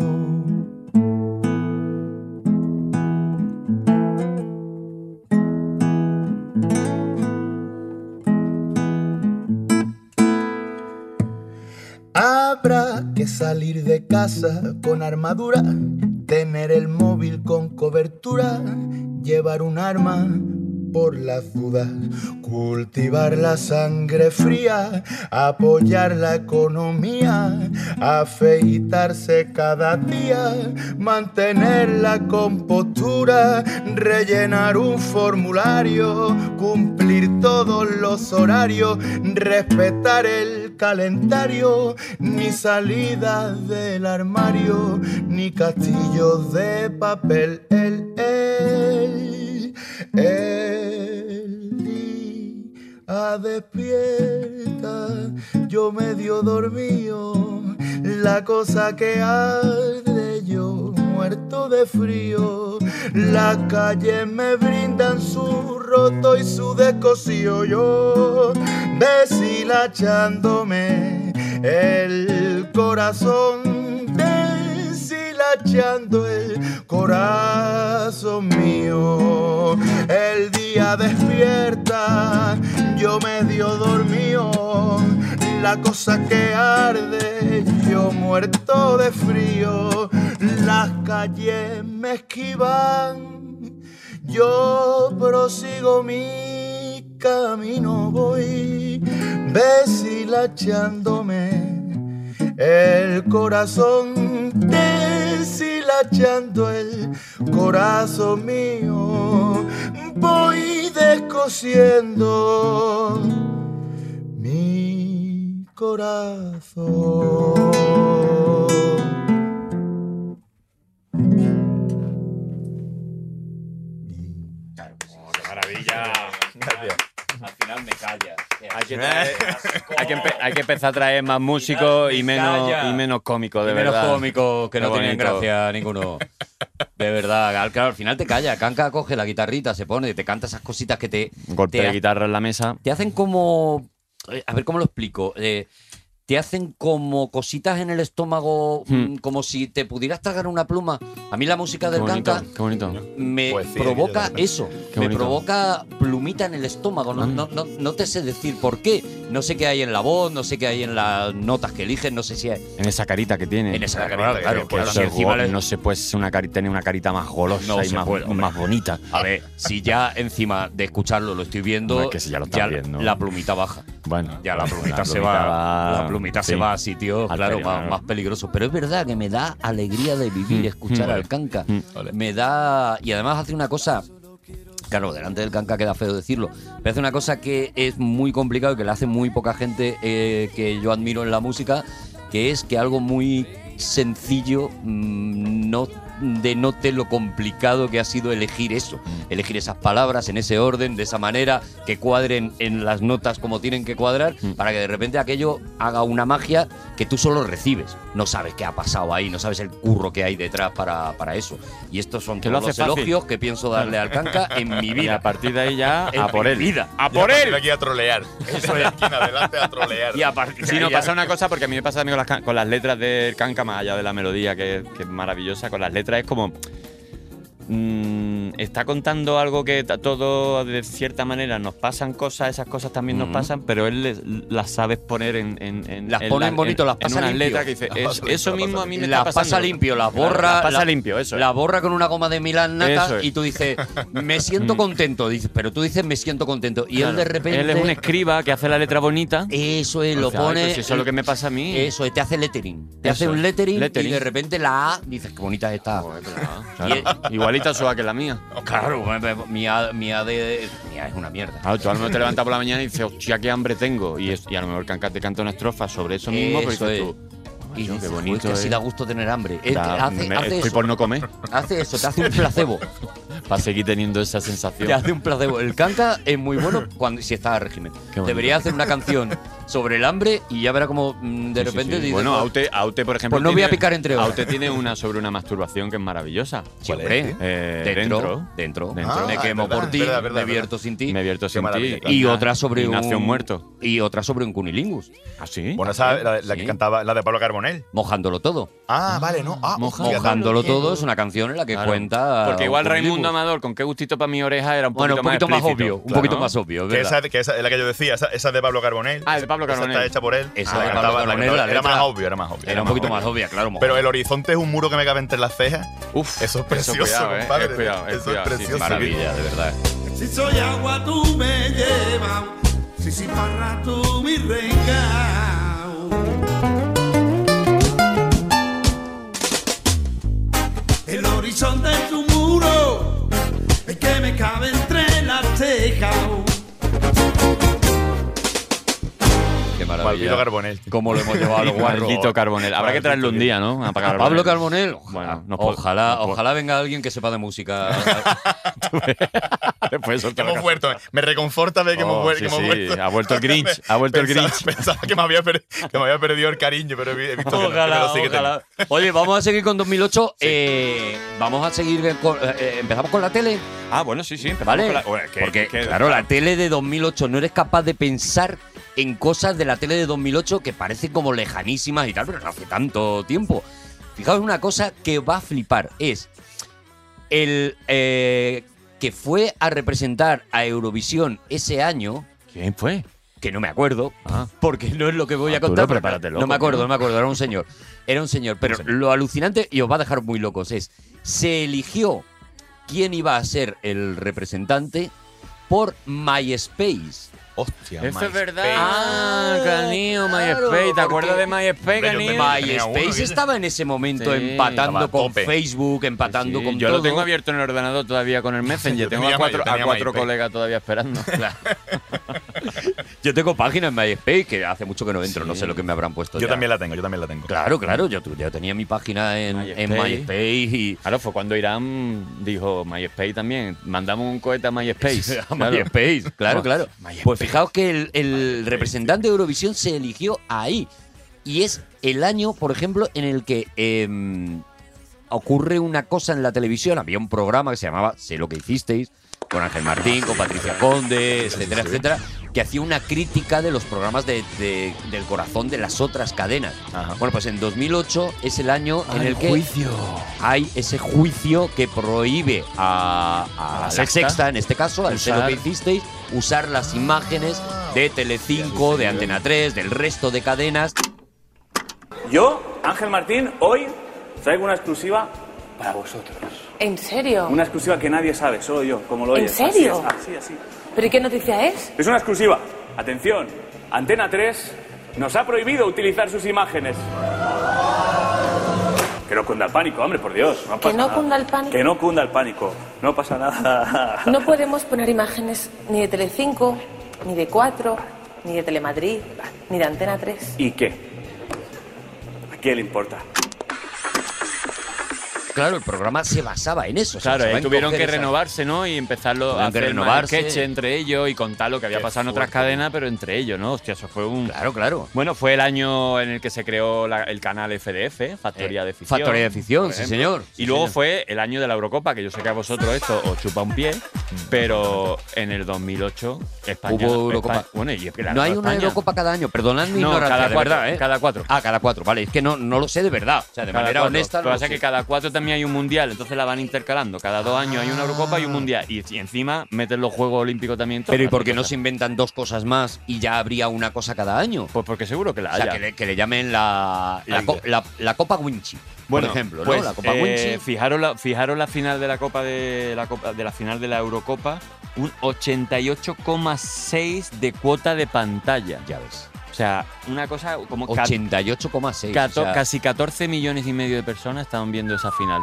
S11: Habrá que salir de casa con armadura, tener el móvil con cobertura, llevar un arma por las dudas, cultivar la sangre fría, apoyar la economía, afeitarse cada día, mantener la compostura, rellenar un formulario, cumplir todos los horarios, respetar el calendario, ni salidas del armario, ni castillos de papel. El, el, el día despierta, yo medio dormido, la cosa que arde yo muerto de frío. Las calles me brindan su roto y su descosío. Yo deshilachándome el corazón, deshilachando el corazón mío. El día despierta, yo medio dormido. La cosa que arde, yo muerto de frío. Las calles me esquivan, yo prosigo mi camino, voy deshilachándome el corazón, deshilachando el corazón mío, voy descosiendo mi corazón.
S5: (laughs) maravilla!
S11: Gracias.
S4: Al final me callas.
S5: Hay que, traer-
S4: Eh,
S5: hay que empe- hay que empezar a traer más músicos y menos, y menos cómicos, de
S4: Y menos
S5: verdad.
S4: cómicos que
S5: Qué
S4: no tienen
S5: bonito.
S4: gracia
S5: (laughs)
S4: ninguno. De verdad, al, claro, al final te calla. Canca coge la guitarrita, se pone, te canta esas cositas que te.
S5: Un golpe
S4: te
S5: de
S4: ha-
S5: guitarra en la mesa.
S4: te hacen como. eh, A ver cómo lo explico. Eh, te hacen como cositas en el estómago,
S5: Hmm.
S4: mm, como si te pudieras tragar una pluma. A mí la música
S5: Qué
S4: del
S5: bonito,
S4: canta
S5: qué bonito.
S4: me
S11: Pues sí,
S4: provoca
S11: yo también.
S4: eso.
S5: Qué
S4: Me
S5: bonito.
S4: provoca plumita en el estómago. No,
S5: Mm.
S4: no, no, no te sé decir por qué, No sé qué hay en la voz, no sé qué hay en las notas que eligen, no sé si hay.
S5: En esa carita que tiene. pues
S4: En esa La carita, carita, claro, que claro,
S5: Eso
S4: tiene.
S5: es
S4: encima
S5: go-
S4: le-
S5: No se puede ser una cari- tener una carita más golosa
S4: No
S5: y
S4: se
S5: más,
S4: puede, hombre.
S5: más bonita.
S4: A ver, si ya encima de escucharlo lo estoy viendo,
S5: Hombre, que si ya lo estás viendo.
S4: la plumita baja.
S5: Bueno,
S4: Ya la plumita se
S5: plumita
S4: va, la plumita se
S5: sí.
S4: va a sitios,
S5: Al
S4: claro,
S5: pelo,
S4: más,
S5: claro.
S4: más peligrosos. Pero es verdad que me da alegría de vivir escuchar
S5: mm,
S4: al canca. Me da. Y además hace una cosa. Claro, delante del canca queda feo decirlo. Pero hace una cosa que es muy complicado y que la hace muy poca gente eh, que yo admiro en la música, que es que algo muy sencillo mm, no denote lo complicado que ha sido elegir eso, elegir esas palabras en ese orden, de esa manera, que cuadren en las notas como tienen que cuadrar,
S5: Mm.
S4: para que de repente aquello haga una magia que tú solo recibes. No sabes qué ha pasado ahí, no sabes el curro que hay detrás para, para eso. Y estos son
S5: Que
S4: todos
S5: lo
S4: los
S5: hace fácil.
S4: elogios que pienso darle al canca en
S5: (laughs)
S4: mi vida.
S5: Y a partir de ahí ya,
S4: En
S5: a por
S4: mi
S5: él.
S4: vida.
S5: ¡A
S2: Y a
S5: por
S2: partir
S5: él!
S2: de aquí a trolear. Desde aquí en adelante a trolear.
S4: Y a (laughs) partir de
S5: Sí, no,
S4: ahí ya-
S5: pasa una cosa, porque a mí me pasa también con las, can- con las letras del canca, más allá de la melodía, que, que es maravillosa, con las letras es como... mm, está contando algo que a todos, de cierta manera, nos pasan cosas, esas cosas también nos
S4: Ujú.
S5: pasan, pero él les- las sabe poner en... en- en-
S4: Las
S5: en
S4: pone
S5: la-
S4: bonito,
S5: en-
S4: las pasa
S5: en una
S4: limpio.
S5: letra
S4: (laughs)
S5: que dice,
S2: Las
S5: "Es-
S2: pasa
S5: eso
S2: limpio,
S5: mismo a mí me
S4: la
S5: está pasando.
S4: pasa limpio, la
S5: Claro,
S4: borra.
S5: la pasa
S4: la-
S5: limpio, eso es.
S4: La borra con una goma de Milán nata
S5: Eso es. Mm.
S4: y tú dices, me siento contento. Dices, pero tú dices, me siento contento. Y él
S5: Claro.
S4: de repente.
S5: Él es un escriba que hace la letra bonita.
S4: Eso es, lo
S5: O sea,
S4: pone.
S5: pues eso es lo que me pasa a mí.
S4: Eso es, te hace lettering. Te
S5: Eso
S4: hace un
S5: es.
S4: lettering, y
S5: Lettering.
S4: de repente la A dices, qué bonita es esta. (laughs)
S5: Joder, claro.
S4: Y-
S5: (laughs) Claro. Igualita suave que la mía.
S4: Claro, mi A, mi A de. Mi A es una mierda.
S5: Claro, tú a lo mejor te levantas por la mañana y dices, hostia, qué hambre tengo. Y, es- y a lo mejor Canca te canta una estrofa sobre eso mismo, pero
S4: Eso
S5: dices
S4: es. Y
S5: tú, "Coño,
S4: dices,
S5: qué
S4: "Joder,
S5: bonito.
S4: que sí
S5: eh".
S4: da gusto tener hambre. Es-
S5: Da-
S4: hace,
S5: me-
S4: hace
S5: estoy
S4: eso,
S5: por no comer,
S4: hace eso, te hace un placebo.
S5: (laughs) para seguir teniendo esa sensación.
S4: Te hace un placebo. El canca es muy bueno cuando si está a régimen.
S5: bonito.
S4: Debería hacer una canción sobre el hambre y ya verá como mm, de
S5: Sí, sí,
S4: repente
S5: sí.
S4: dice,
S5: Bueno,
S4: "Pues,
S5: Aute, Aute, por ejemplo.
S4: pues no voy a
S5: tiene-
S4: picar entre horas".
S5: Aute tiene una sobre una masturbación que es maravillosa.
S4: sí, hombre,
S5: Eh,
S4: dentro, dentro,
S5: dentro.
S4: me
S2: Ah,
S4: quemo
S2: verdad,
S4: por ti,
S2: verdad, verdad,
S4: me vierto sin ti.
S5: Me vierto sin ti.
S2: maravilla.
S4: y otra sobre
S5: y
S4: un,
S5: nace un muerto.
S4: Y otra sobre un cunilingus,
S5: ¿Ah, sí?
S2: Bueno, esa la, la
S4: Sí.
S2: que cantaba, la de Pablo Carbonell.
S4: mojándolo todo.
S2: Ah, vale, no. Ah,
S5: Moja-
S2: hostia,
S4: Mojándolo todo es una canción en la que
S5: Claro.
S4: cuenta.
S5: Porque igual
S4: un cunilingus.
S5: Raimundo Amador, con qué gustito para mi oreja, era un poquito,
S4: Bueno, un poquito más,
S5: explícito.
S4: obvio, un
S5: Claro.
S4: poquito más obvio, es
S2: Que
S4: verdad.
S2: esa, que esa es la que yo decía, esa, esa de Pablo Carbonell.
S5: Ah, de Pablo Carbonell.
S2: Esa está hecha por él.
S4: Esa
S2: Ah,
S4: de
S2: la
S4: Pablo
S2: cantaba, la
S4: Carbonell,
S2: cantaba.
S4: la
S2: Era más
S4: letra-
S2: obvio, era más obvio.
S4: Era un poquito más obvia, claro.
S2: Pero el horizonte es un muro que me cabe entre las cejas.
S5: Uf,
S2: Eso es precioso,
S5: cuidado, eh,
S2: compadre.
S5: es cuidado, es
S2: Eso es
S5: cuidado, sí,
S2: precioso.
S4: Maravilla, de verdad.
S3: Si soy agua tú me llevas, si si parra tú mi reina. El horizonte es un muro el que me cabe entre las cejas.
S4: Qué
S2: Malvino
S4: maravilla.
S2: Carbonell.
S4: Cómo lo hemos llevado a los guarros.
S5: Maldito Carbonel. Habrá que traerlo un día, ¿no? A
S4: A Pablo Carbonell, ojalá,
S5: Bueno, nos po-
S4: ojalá,
S5: nos po-
S4: ojalá venga alguien que sepa de música.
S5: (laughs) Después eso
S2: Que
S5: te lo
S2: hemos vuelto. Me reconforta ver que hemos
S5: Oh,
S2: vuel-
S5: sí,
S2: que hemos
S5: sí,
S2: vuelto.
S5: ha vuelto el Grinch, ha vuelto el
S2: Pensaba-
S5: Grinch.
S2: Pensaba que me, había per- que me había perdido el cariño, pero he vi- he visto que no, que me lo
S4: Ojalá,
S2: sigue
S4: ojalá. Oye, vamos a seguir con 2008. eh, vamos a seguir con. eh, empezamos con la tele,
S5: Ah, bueno, sí, sí. empezamos
S4: ¿vale?
S5: con la- Bueno, que-
S4: Porque,
S5: que- ah,
S4: claro, la tele de 2008. No eres capaz de pensar en cosas de la tele de 2008 que parecen como lejanísimas y tal, pero no hace tanto tiempo. Fijaos una cosa que va a flipar. Es el eh, que fue a representar a Eurovisión ese año.
S5: ¿Quién fue?
S4: que no me acuerdo,
S5: Ah.
S4: porque no es lo que voy a
S5: Arturo,
S4: contar. pero
S5: prepárate, loco,
S4: no me acuerdo,
S5: ¿no?
S4: no me acuerdo, era un señor. Era un señor, pero lo alucinante, y os va a dejar muy locos, es, se eligió quién iba a ser el representante por MySpace.
S2: Hostia,
S5: Eso es
S2: MySpace.
S5: verdad. Ah, canío, MySpace. ¿Te acuerdas de MySpace,
S2: Hombre, yo
S5: canío?
S2: tenía-
S5: Sí,
S2: uno,
S4: MySpace
S2: ¿viste?
S4: estaba en ese momento
S5: Sí,
S2: estaba
S4: empatando
S2: a
S4: con
S2: tope.
S4: Facebook, empatando con
S5: Yo lo
S4: todo.
S5: tengo abierto en el ordenador
S4: (laughs)
S5: todavía con el Messenger.
S2: Yo
S5: tengo
S2: tenía
S5: a cuatro,
S2: My- yo
S5: a
S2: tenía
S5: cuatro
S2: MySpace.
S5: colegas todavía esperando.
S4: Yo tengo página en MySpace que hace mucho que no entro,
S5: Sí.
S4: no sé lo que me habrán puesto
S2: Yo
S4: ya.
S2: también la tengo, yo también la tengo.
S4: Claro, claro, yo, tu- yo tenía mi página en
S5: MySpace.
S4: en MySpace y,
S5: Claro, fue cuando Irán dijo MySpace también. Mandamos un cohete a MySpace.
S4: (laughs) A
S5: Claro.
S4: MySpace, claro, claro.
S5: MySpace.
S4: Pues fijaos que el, el representante de Eurovisión se eligió ahí. Y es el año, por ejemplo, en el que em, ocurre una cosa en la televisión. Había un programa que se llamaba Sé lo que hicisteis, con Ángel Martín, con Patricia Conde, etcétera, etcétera, que hacía una crítica de los programas de- de- del corazón de las otras cadenas.
S5: Ajá.
S4: Bueno, pues en 2008 es el año en el que
S5: juicio.
S4: hay ese juicio que prohíbe a, a
S5: A la
S4: la
S5: Sexta,
S4: sexta, en este caso, al ser lo que
S5: usar-
S4: hicisteis, usar las imágenes de Telecinco, de Antena 3, del resto de cadenas.
S12: Yo, Ángel Martín, hoy traigo una exclusiva para vosotros.
S13: ¿En serio?
S12: Una exclusiva que nadie sabe, solo yo, como lo
S13: Oh. ¿En
S12: oyes.
S13: serio?
S12: Así es, así, así.
S13: ¿Pero y qué noticia es?
S12: Es una exclusiva. Atención, Antena 3 nos ha prohibido utilizar sus imágenes. Que no cunda el pánico, hombre, por Dios. No
S13: (laughs) Que
S12: pasa
S13: no
S12: nada.
S13: cunda el pánico.
S12: Que no cunda el pánico. No pasa nada. (laughs)
S13: No podemos poner imágenes ni de Telecinco, ni de 4, ni de Telemadrid, ni de Antena 3.
S12: ¿Y qué? ¿A quién le importa?
S4: Claro, el programa se basaba en eso. o sea,
S5: Claro,
S4: se va
S5: ahí
S4: a
S5: tuvieron que
S4: encoger esas-
S5: renovarse, ¿no? Y empezarlo a
S4: Tuvieron que
S5: hacer más
S4: renovarse.
S5: sketch entre ellos y contar lo que había
S4: Qué
S5: pasado en otras
S4: fuerte.
S5: cadenas, Ah, pero entre ellos, ¿no? Hostia, eso fue un...
S4: Claro, claro.
S5: Bueno, fue el año en el que se creó la- el canal FDF, Factoría
S4: Eh,
S5: de Ficción.
S4: Factoría de Ficción,
S5: por
S4: sí,
S5: ejemplo.
S4: señor.
S5: Y
S4: Sí,
S5: luego
S4: señor.
S5: fue el año de la Eurocopa, que yo sé que a vosotros esto os chupa un pie, pero en el 2008 España...
S4: Mm. Hubo Eurocopa.
S5: Espa- bueno, y es que la
S4: no hay una
S5: España-
S4: Eurocopa cada año, perdonad mi
S5: No,
S4: ignorancia,
S5: cada
S4: de
S5: cuatro,
S4: verdad, ¿eh?
S5: cada cuatro.
S4: Ah, cada cuatro, vale, es que no, no lo sé de verdad, o sea, de
S5: Cada
S4: manera
S5: cuatro.
S4: honesta.
S5: Lo
S4: no
S5: que pasa es
S4: sé.
S5: que cada cuatro también hay un mundial, entonces la van intercalando. Cada dos años
S4: Ah.
S5: hay una Eurocopa y un mundial. Y, y encima meten los Juegos Olímpicos también.
S4: Pero ¿y por qué no se inventan dos cosas más y ya habría una cosa cada año?
S5: Pues porque seguro que la
S4: O sea,
S5: haya.
S4: que le, que le llamen la, la, co- la- la Copa Winchi, por ejemplo, ¿no?
S5: pues,
S4: La Copa
S5: eh,
S4: Winchi.
S5: Fijaros la, fijaros la final de la Copa de la Copa de la final de la Eurocopa, un 88,6 de cuota de pantalla.
S4: Ya ves.
S5: O sea, una cosa como ca-
S4: 88,6. o
S5: cato-
S4: sea,
S5: casi 14 millones y medio de personas estaban viendo esa final.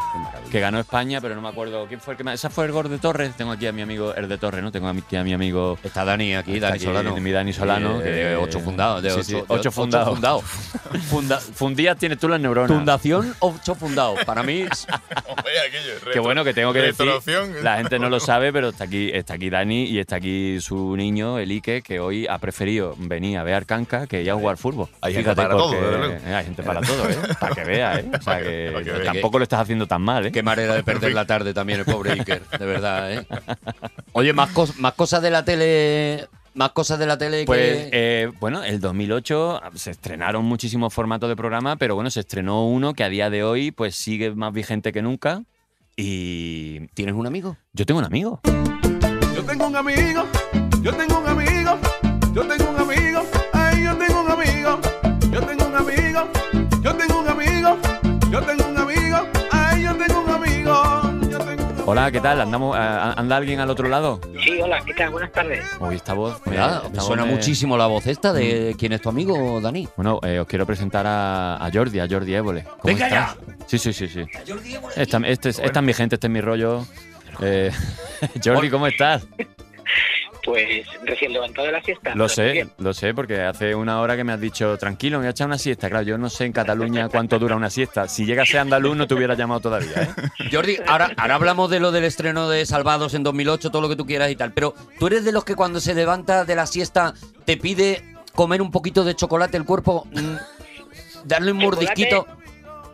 S5: Que ganó España, pero no me acuerdo quién fue el que más. Esa fue el gol de Torres. Tengo aquí a mi amigo, el de Torres, ¿no? Tengo aquí a mi amigo.
S4: Está Dani aquí,
S5: Está
S4: Dani
S5: aquí
S4: Solano.
S5: Mi Dani Solano.
S4: Eh, de ocho fundados, de
S5: Sí, sí,
S4: ocho- de
S5: ocho
S4: ocho
S5: fundados.
S4: fundados.
S5: (laughs) Funda- fundías tienes tú las neuronas.
S4: Fundación 8 Fundados. Para mí, es-
S2: Hombre, aquello, retro-
S5: Qué bueno que tengo que decir.
S2: retroacción.
S5: La gente
S2: (laughs)
S5: no lo sabe, pero está aquí, está aquí Dani y está aquí su niño, el Ike, que hoy ha preferido venir a ver Canca que ir a jugar fútbol.
S2: Hay gente para todo, desde luego.
S5: eh, hay gente para todo, ¿eh? Para que vea, ¿eh? O sea, que,
S2: para que vea.
S5: tampoco lo estás haciendo tan mal, ¿eh?
S4: qué manera de perder la tarde también, el pobre Iker. De verdad, ¿eh? Oye, más, cos- más cosas de la tele. Más cosas de la tele que.
S5: Pues eh, bueno, el 2008 se estrenaron muchísimos formatos de programa, pero bueno, se estrenó uno que a día de hoy pues sigue más vigente que nunca. Y
S4: ¿Tienes un amigo?
S5: yo tengo un amigo.
S3: Yo tengo un amigo, yo tengo un amigo, yo tengo un amigo, ay, yo tengo un amigo, yo tengo un amigo, yo tengo un amigo, yo tengo un amigo, ay, yo tengo un amigo, yo tengo un amigo.
S5: Hola, ¿qué tal? ¿Andamos, eh, a- a- ¿Anda alguien al otro lado?
S14: Sí, hola, ¿qué tal? Buenas tardes.
S5: Hoy esta voz me,
S4: Cuidado,
S5: esta
S4: me
S5: voz
S4: suena
S5: me-
S4: muchísimo la voz esta de quién es tu amigo, Dani.
S5: Bueno, eh, os quiero presentar a, a Jordi, a Jordi Évole. ¿Cómo
S4: ¡Venga
S5: estás? Sí, sí, sí, sí. Esta, este es, esta es mi gente, este es mi rollo. Eh, (laughs) Jordi, ¿cómo estás?
S14: Pues recién levantado de la siesta.
S5: Lo
S14: pero
S5: sé,
S14: bien.
S5: lo sé, porque hace una hora que me has dicho, tranquilo, me voy a echar una siesta. Claro, yo no sé en Cataluña cuánto dura una siesta. Si llegase a andaluz no te hubiera llamado todavía, ¿eh?
S4: Jordi, ahora, ahora hablamos de lo del estreno de Salvados en 2008, todo lo que tú quieras y tal, pero tú eres de los que cuando se levanta de la siesta te pide comer un poquito de chocolate el cuerpo, mm, darle un
S14: Chocolate.
S4: mordisquito,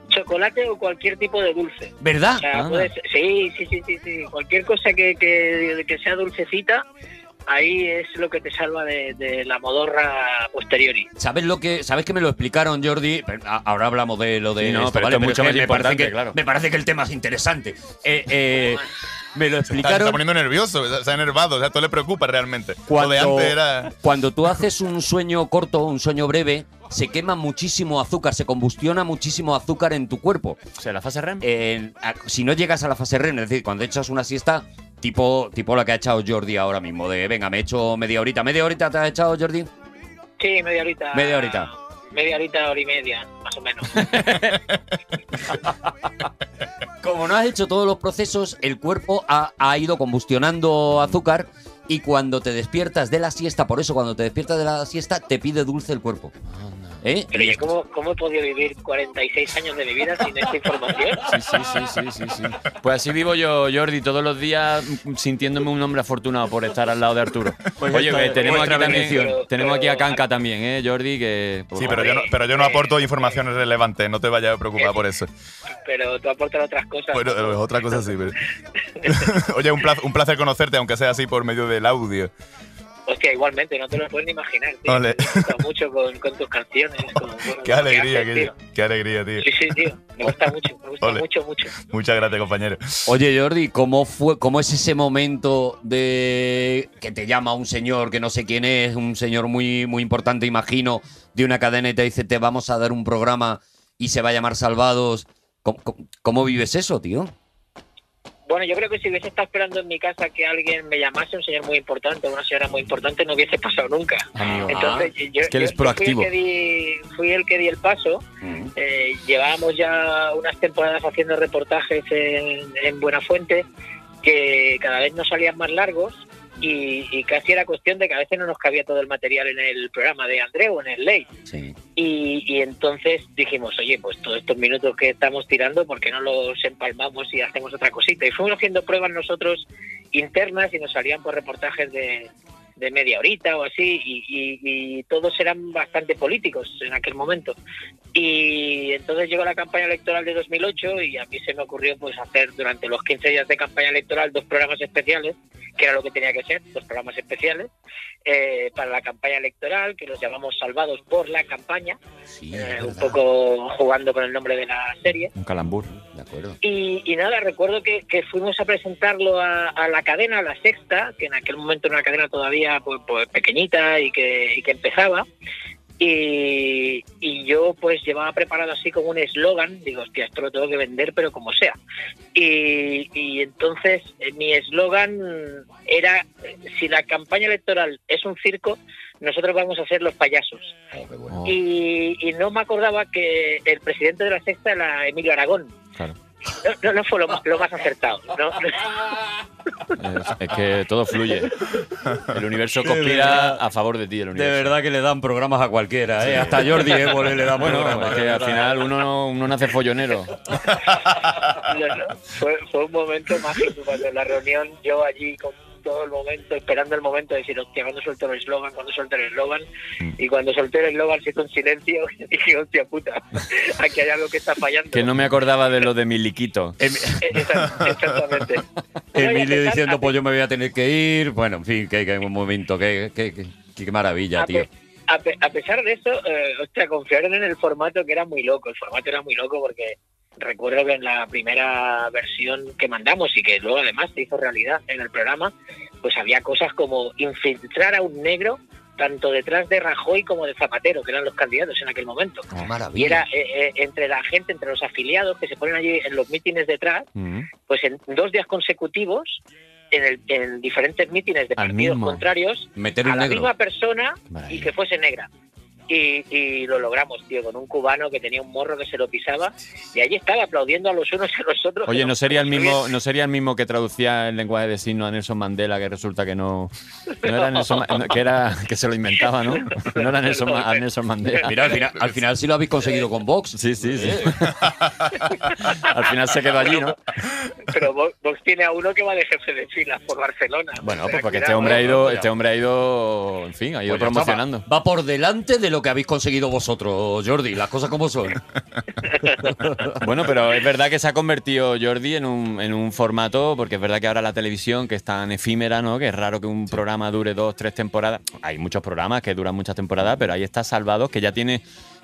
S14: Chocolate o cualquier tipo de dulce.
S4: ¿verdad?
S14: O sea,
S5: Ah.
S14: puede ser- sí, sí, sí, sí, sí. Cualquier cosa que, que, que sea dulcecita, ahí es lo que te salva de, de la modorra posteriori.
S4: ¿Sabes lo que sabes que me lo explicaron Jordi? Pero a- Ahora hablamos de lo de
S5: Sí, no,
S4: esto,
S5: pero
S4: ¿vale?
S5: esto es mucho
S4: que
S5: más
S4: me parece
S5: importante,
S4: que,
S5: claro.
S4: me parece que el tema es interesante. Eh, eh, me lo
S2: Está, se está
S4: explicaron
S2: poniendo nervioso, se- se ha enervado, o sea, todo le preocupa realmente. Lo de
S4: cuando,
S2: antes era.
S4: cuando tú haces un sueño corto, un sueño breve, se quema muchísimo azúcar, se combustiona muchísimo azúcar en tu cuerpo.
S5: O sea, la fase REM.
S4: en- a- si no llegas a la fase REM, es decir, cuando echas una siesta tipo, tipo la que ha echado Jordi ahora mismo, de venga, me he hecho media horita, media horita te has echado Jordi.
S14: Sí, media horita.
S4: Media horita.
S14: Media horita, hora y media, más o
S5: (laughs)
S14: menos.
S4: Como no has hecho todos los procesos, el cuerpo ha, ha ido combustionando azúcar y cuando te despiertas de la siesta, por eso cuando te despiertas de la siesta, te pide dulce el cuerpo. ¿Eh?
S14: Pero oye, ¿cómo, ¿cómo he podido vivir 46 años de mi vida sin esta información?
S5: Sí, sí, sí, sí, sí, sí. Pues así vivo yo, Jordi, todos los días mm, sintiéndome un hombre afortunado por estar al lado de Arturo.
S4: Pues
S5: Oye, que tenemos aquí,
S14: vuestra
S5: también,
S14: bendición.
S5: tenemos aquí a Canca también, ¿eh, Jordi? Que, pues,
S2: Sí, pero yo, no, pero yo no aporto informaciones relevantes, no te vayas a preocupar por eso.
S14: Pero tú aportas otras cosas.
S2: Bueno, eh, es otra cosa (laughs) sí, pero... Oye, un placer, un placer conocerte, aunque sea así por medio del audio.
S14: Pues que igualmente no te lo puedes ni imaginar. Tío.
S2: Ole.
S14: Me gusta mucho con, con tus canciones. Con,
S2: (laughs)
S14: con
S2: Qué
S14: lo que
S2: alegría,
S14: haces,
S2: qué,
S14: tío.
S2: qué alegría, tío.
S14: Sí, sí, tío. Me gusta mucho, me gusta
S2: Ole.
S14: mucho, mucho.
S2: Muchas gracias, compañero.
S4: Oye, Jordi, ¿cómo fue, cómo es ese momento de que te llama un señor que no sé quién es, un señor muy, muy importante, imagino, de una cadena y te dice, te vamos a dar un programa y se va a llamar Salvados? ¿Cómo, cómo- cómo vives eso, tío?
S14: Bueno, yo creo que si hubiese estado esperando en mi casa que alguien me llamase, un señor muy importante, una señora muy importante, no hubiese pasado nunca.
S5: Amigo.
S14: Entonces,
S5: Ah,
S14: yo,
S5: es que él
S14: yo-
S5: es
S14: yo
S5: proactivo.
S14: Fui
S5: Mm.
S14: el que di, fui el, que di el paso. Eh, llevábamos ya unas temporadas haciendo reportajes en, en Buenafuente que cada vez nos salían más largos y, y casi era cuestión de que a veces no nos cabía todo el material en el programa de Andreu, en el Ley. Y, y entonces dijimos, oye, pues todos estos minutos que estamos tirando, ¿por qué no los empalmamos y hacemos otra cosita? Y fuimos haciendo pruebas nosotros internas y nos salían por reportajes de, de media horita o así, y, y- y todos eran bastante políticos en aquel momento. Y entonces llegó la campaña electoral de 2008 y a mí se me ocurrió pues hacer durante los 15 días de campaña electoral dos programas especiales, que era lo que tenía que ser, dos programas especiales, eh, para la campaña electoral, que los llamamos Salvados por la campaña, eh, un poco jugando con el nombre de la serie.
S5: Un calambur. De acuerdo.
S14: Y, y nada, recuerdo que, que fuimos a presentarlo a, a la cadena, a la sexta, que en aquel momento era una cadena todavía pues, pues, pequeñita y que, y que empezaba. Y, y yo pues llevaba preparado así como un eslogan, digo, hostia, esto lo tengo que vender, pero como sea. Y, y entonces eh, mi eslogan era, eh, si la campaña electoral es un circo, nosotros vamos a ser los payasos. Y, y no me acordaba que el presidente de la sexta era Emilio Aragón. No, no, no fue lo más, lo más acertado. ¿no? (laughs)
S5: Es, es que todo fluye. El universo conspira a favor de ti, el universo.
S4: verdad que le dan programas a ¿eh? cualquiera,
S5: Sí.
S4: Évole (laughs)
S5: Bueno, es que al final
S4: eh.
S5: uno, uno nace follonero.
S14: No, no, Fue, fue un momento mágico cuando en la reunión yo allí con todo el momento, esperando el momento de decir, hostia, cuando suelto el eslogan, cuando suelto el eslogan. Y cuando solté el eslogan se hizo un silencio (laughs) y dije, hostia puta, aquí hay algo que está fallando.
S5: (laughs) Que no me acordaba de lo de Miliquito.
S14: Exactamente.
S4: Em, Emilio diciendo, pues yo me voy a tener que ir. Bueno, en fin, que, que un momento, que, que- que- que maravilla, tío.
S14: a, pe- a pesar de eso, eh, hostia, confiaron en el formato que era muy loco. El formato era muy loco porque recuerdo que en la primera versión que mandamos y que luego además se hizo realidad en el programa, pues había cosas como infiltrar a un negro tanto detrás de Rajoy como de Zapatero, que eran los candidatos en aquel momento. Y era eh, eh, entre la gente, entre los afiliados que se ponen allí en los mítines detrás,
S4: Mm.
S14: pues en dos días consecutivos, en, el- en diferentes mítines de
S4: Al
S14: partidos
S4: mismo.
S14: contrarios,
S4: Meter
S14: a
S4: un
S14: la
S4: negro.
S14: misma persona y que fuese negra. Y, y lo logramos, tío, con un cubano que tenía un morro que se lo pisaba y allí estaba aplaudiendo a los unos y a los
S5: (laughs)
S14: otros.
S5: Oye, ¿no sería, el
S14: Muy
S5: mismo,
S14: bien.
S5: ¿no sería el mismo que traducía el lenguaje de signos a Nelson Mandela, que resulta que no, no era Nelson Ma- no, que era que se lo inventaba, ¿no? No era Nelson, Ma- a Nelson Mandela.
S4: Mira, al final, al final sí lo habéis conseguido con Vox.
S5: Sí, sí, sí. (laughs) al final se quedó allí, ¿no?
S14: Pero Vox Vox tiene a uno que va de jefe de fila por Barcelona.
S5: Bueno,
S14: O sea,
S5: pues porque
S14: cuidado,
S5: este hombre ha
S14: ¿eh?
S5: ido, este hombre ha ido, en fin, ha ido
S4: Pues ya está,
S5: promocionando.
S4: Va, va por delante de lo que habéis conseguido vosotros, Jordi, las cosas como son.
S5: (laughs) Bueno, pero es verdad que se ha convertido Jordi en un, en un formato, porque es verdad que ahora la televisión, que es tan efímera, ¿no? Que es raro que un programa dure dos, tres temporadas. Hay muchos programas que duran muchas temporadas, pero ahí está Salvados, que ya tiene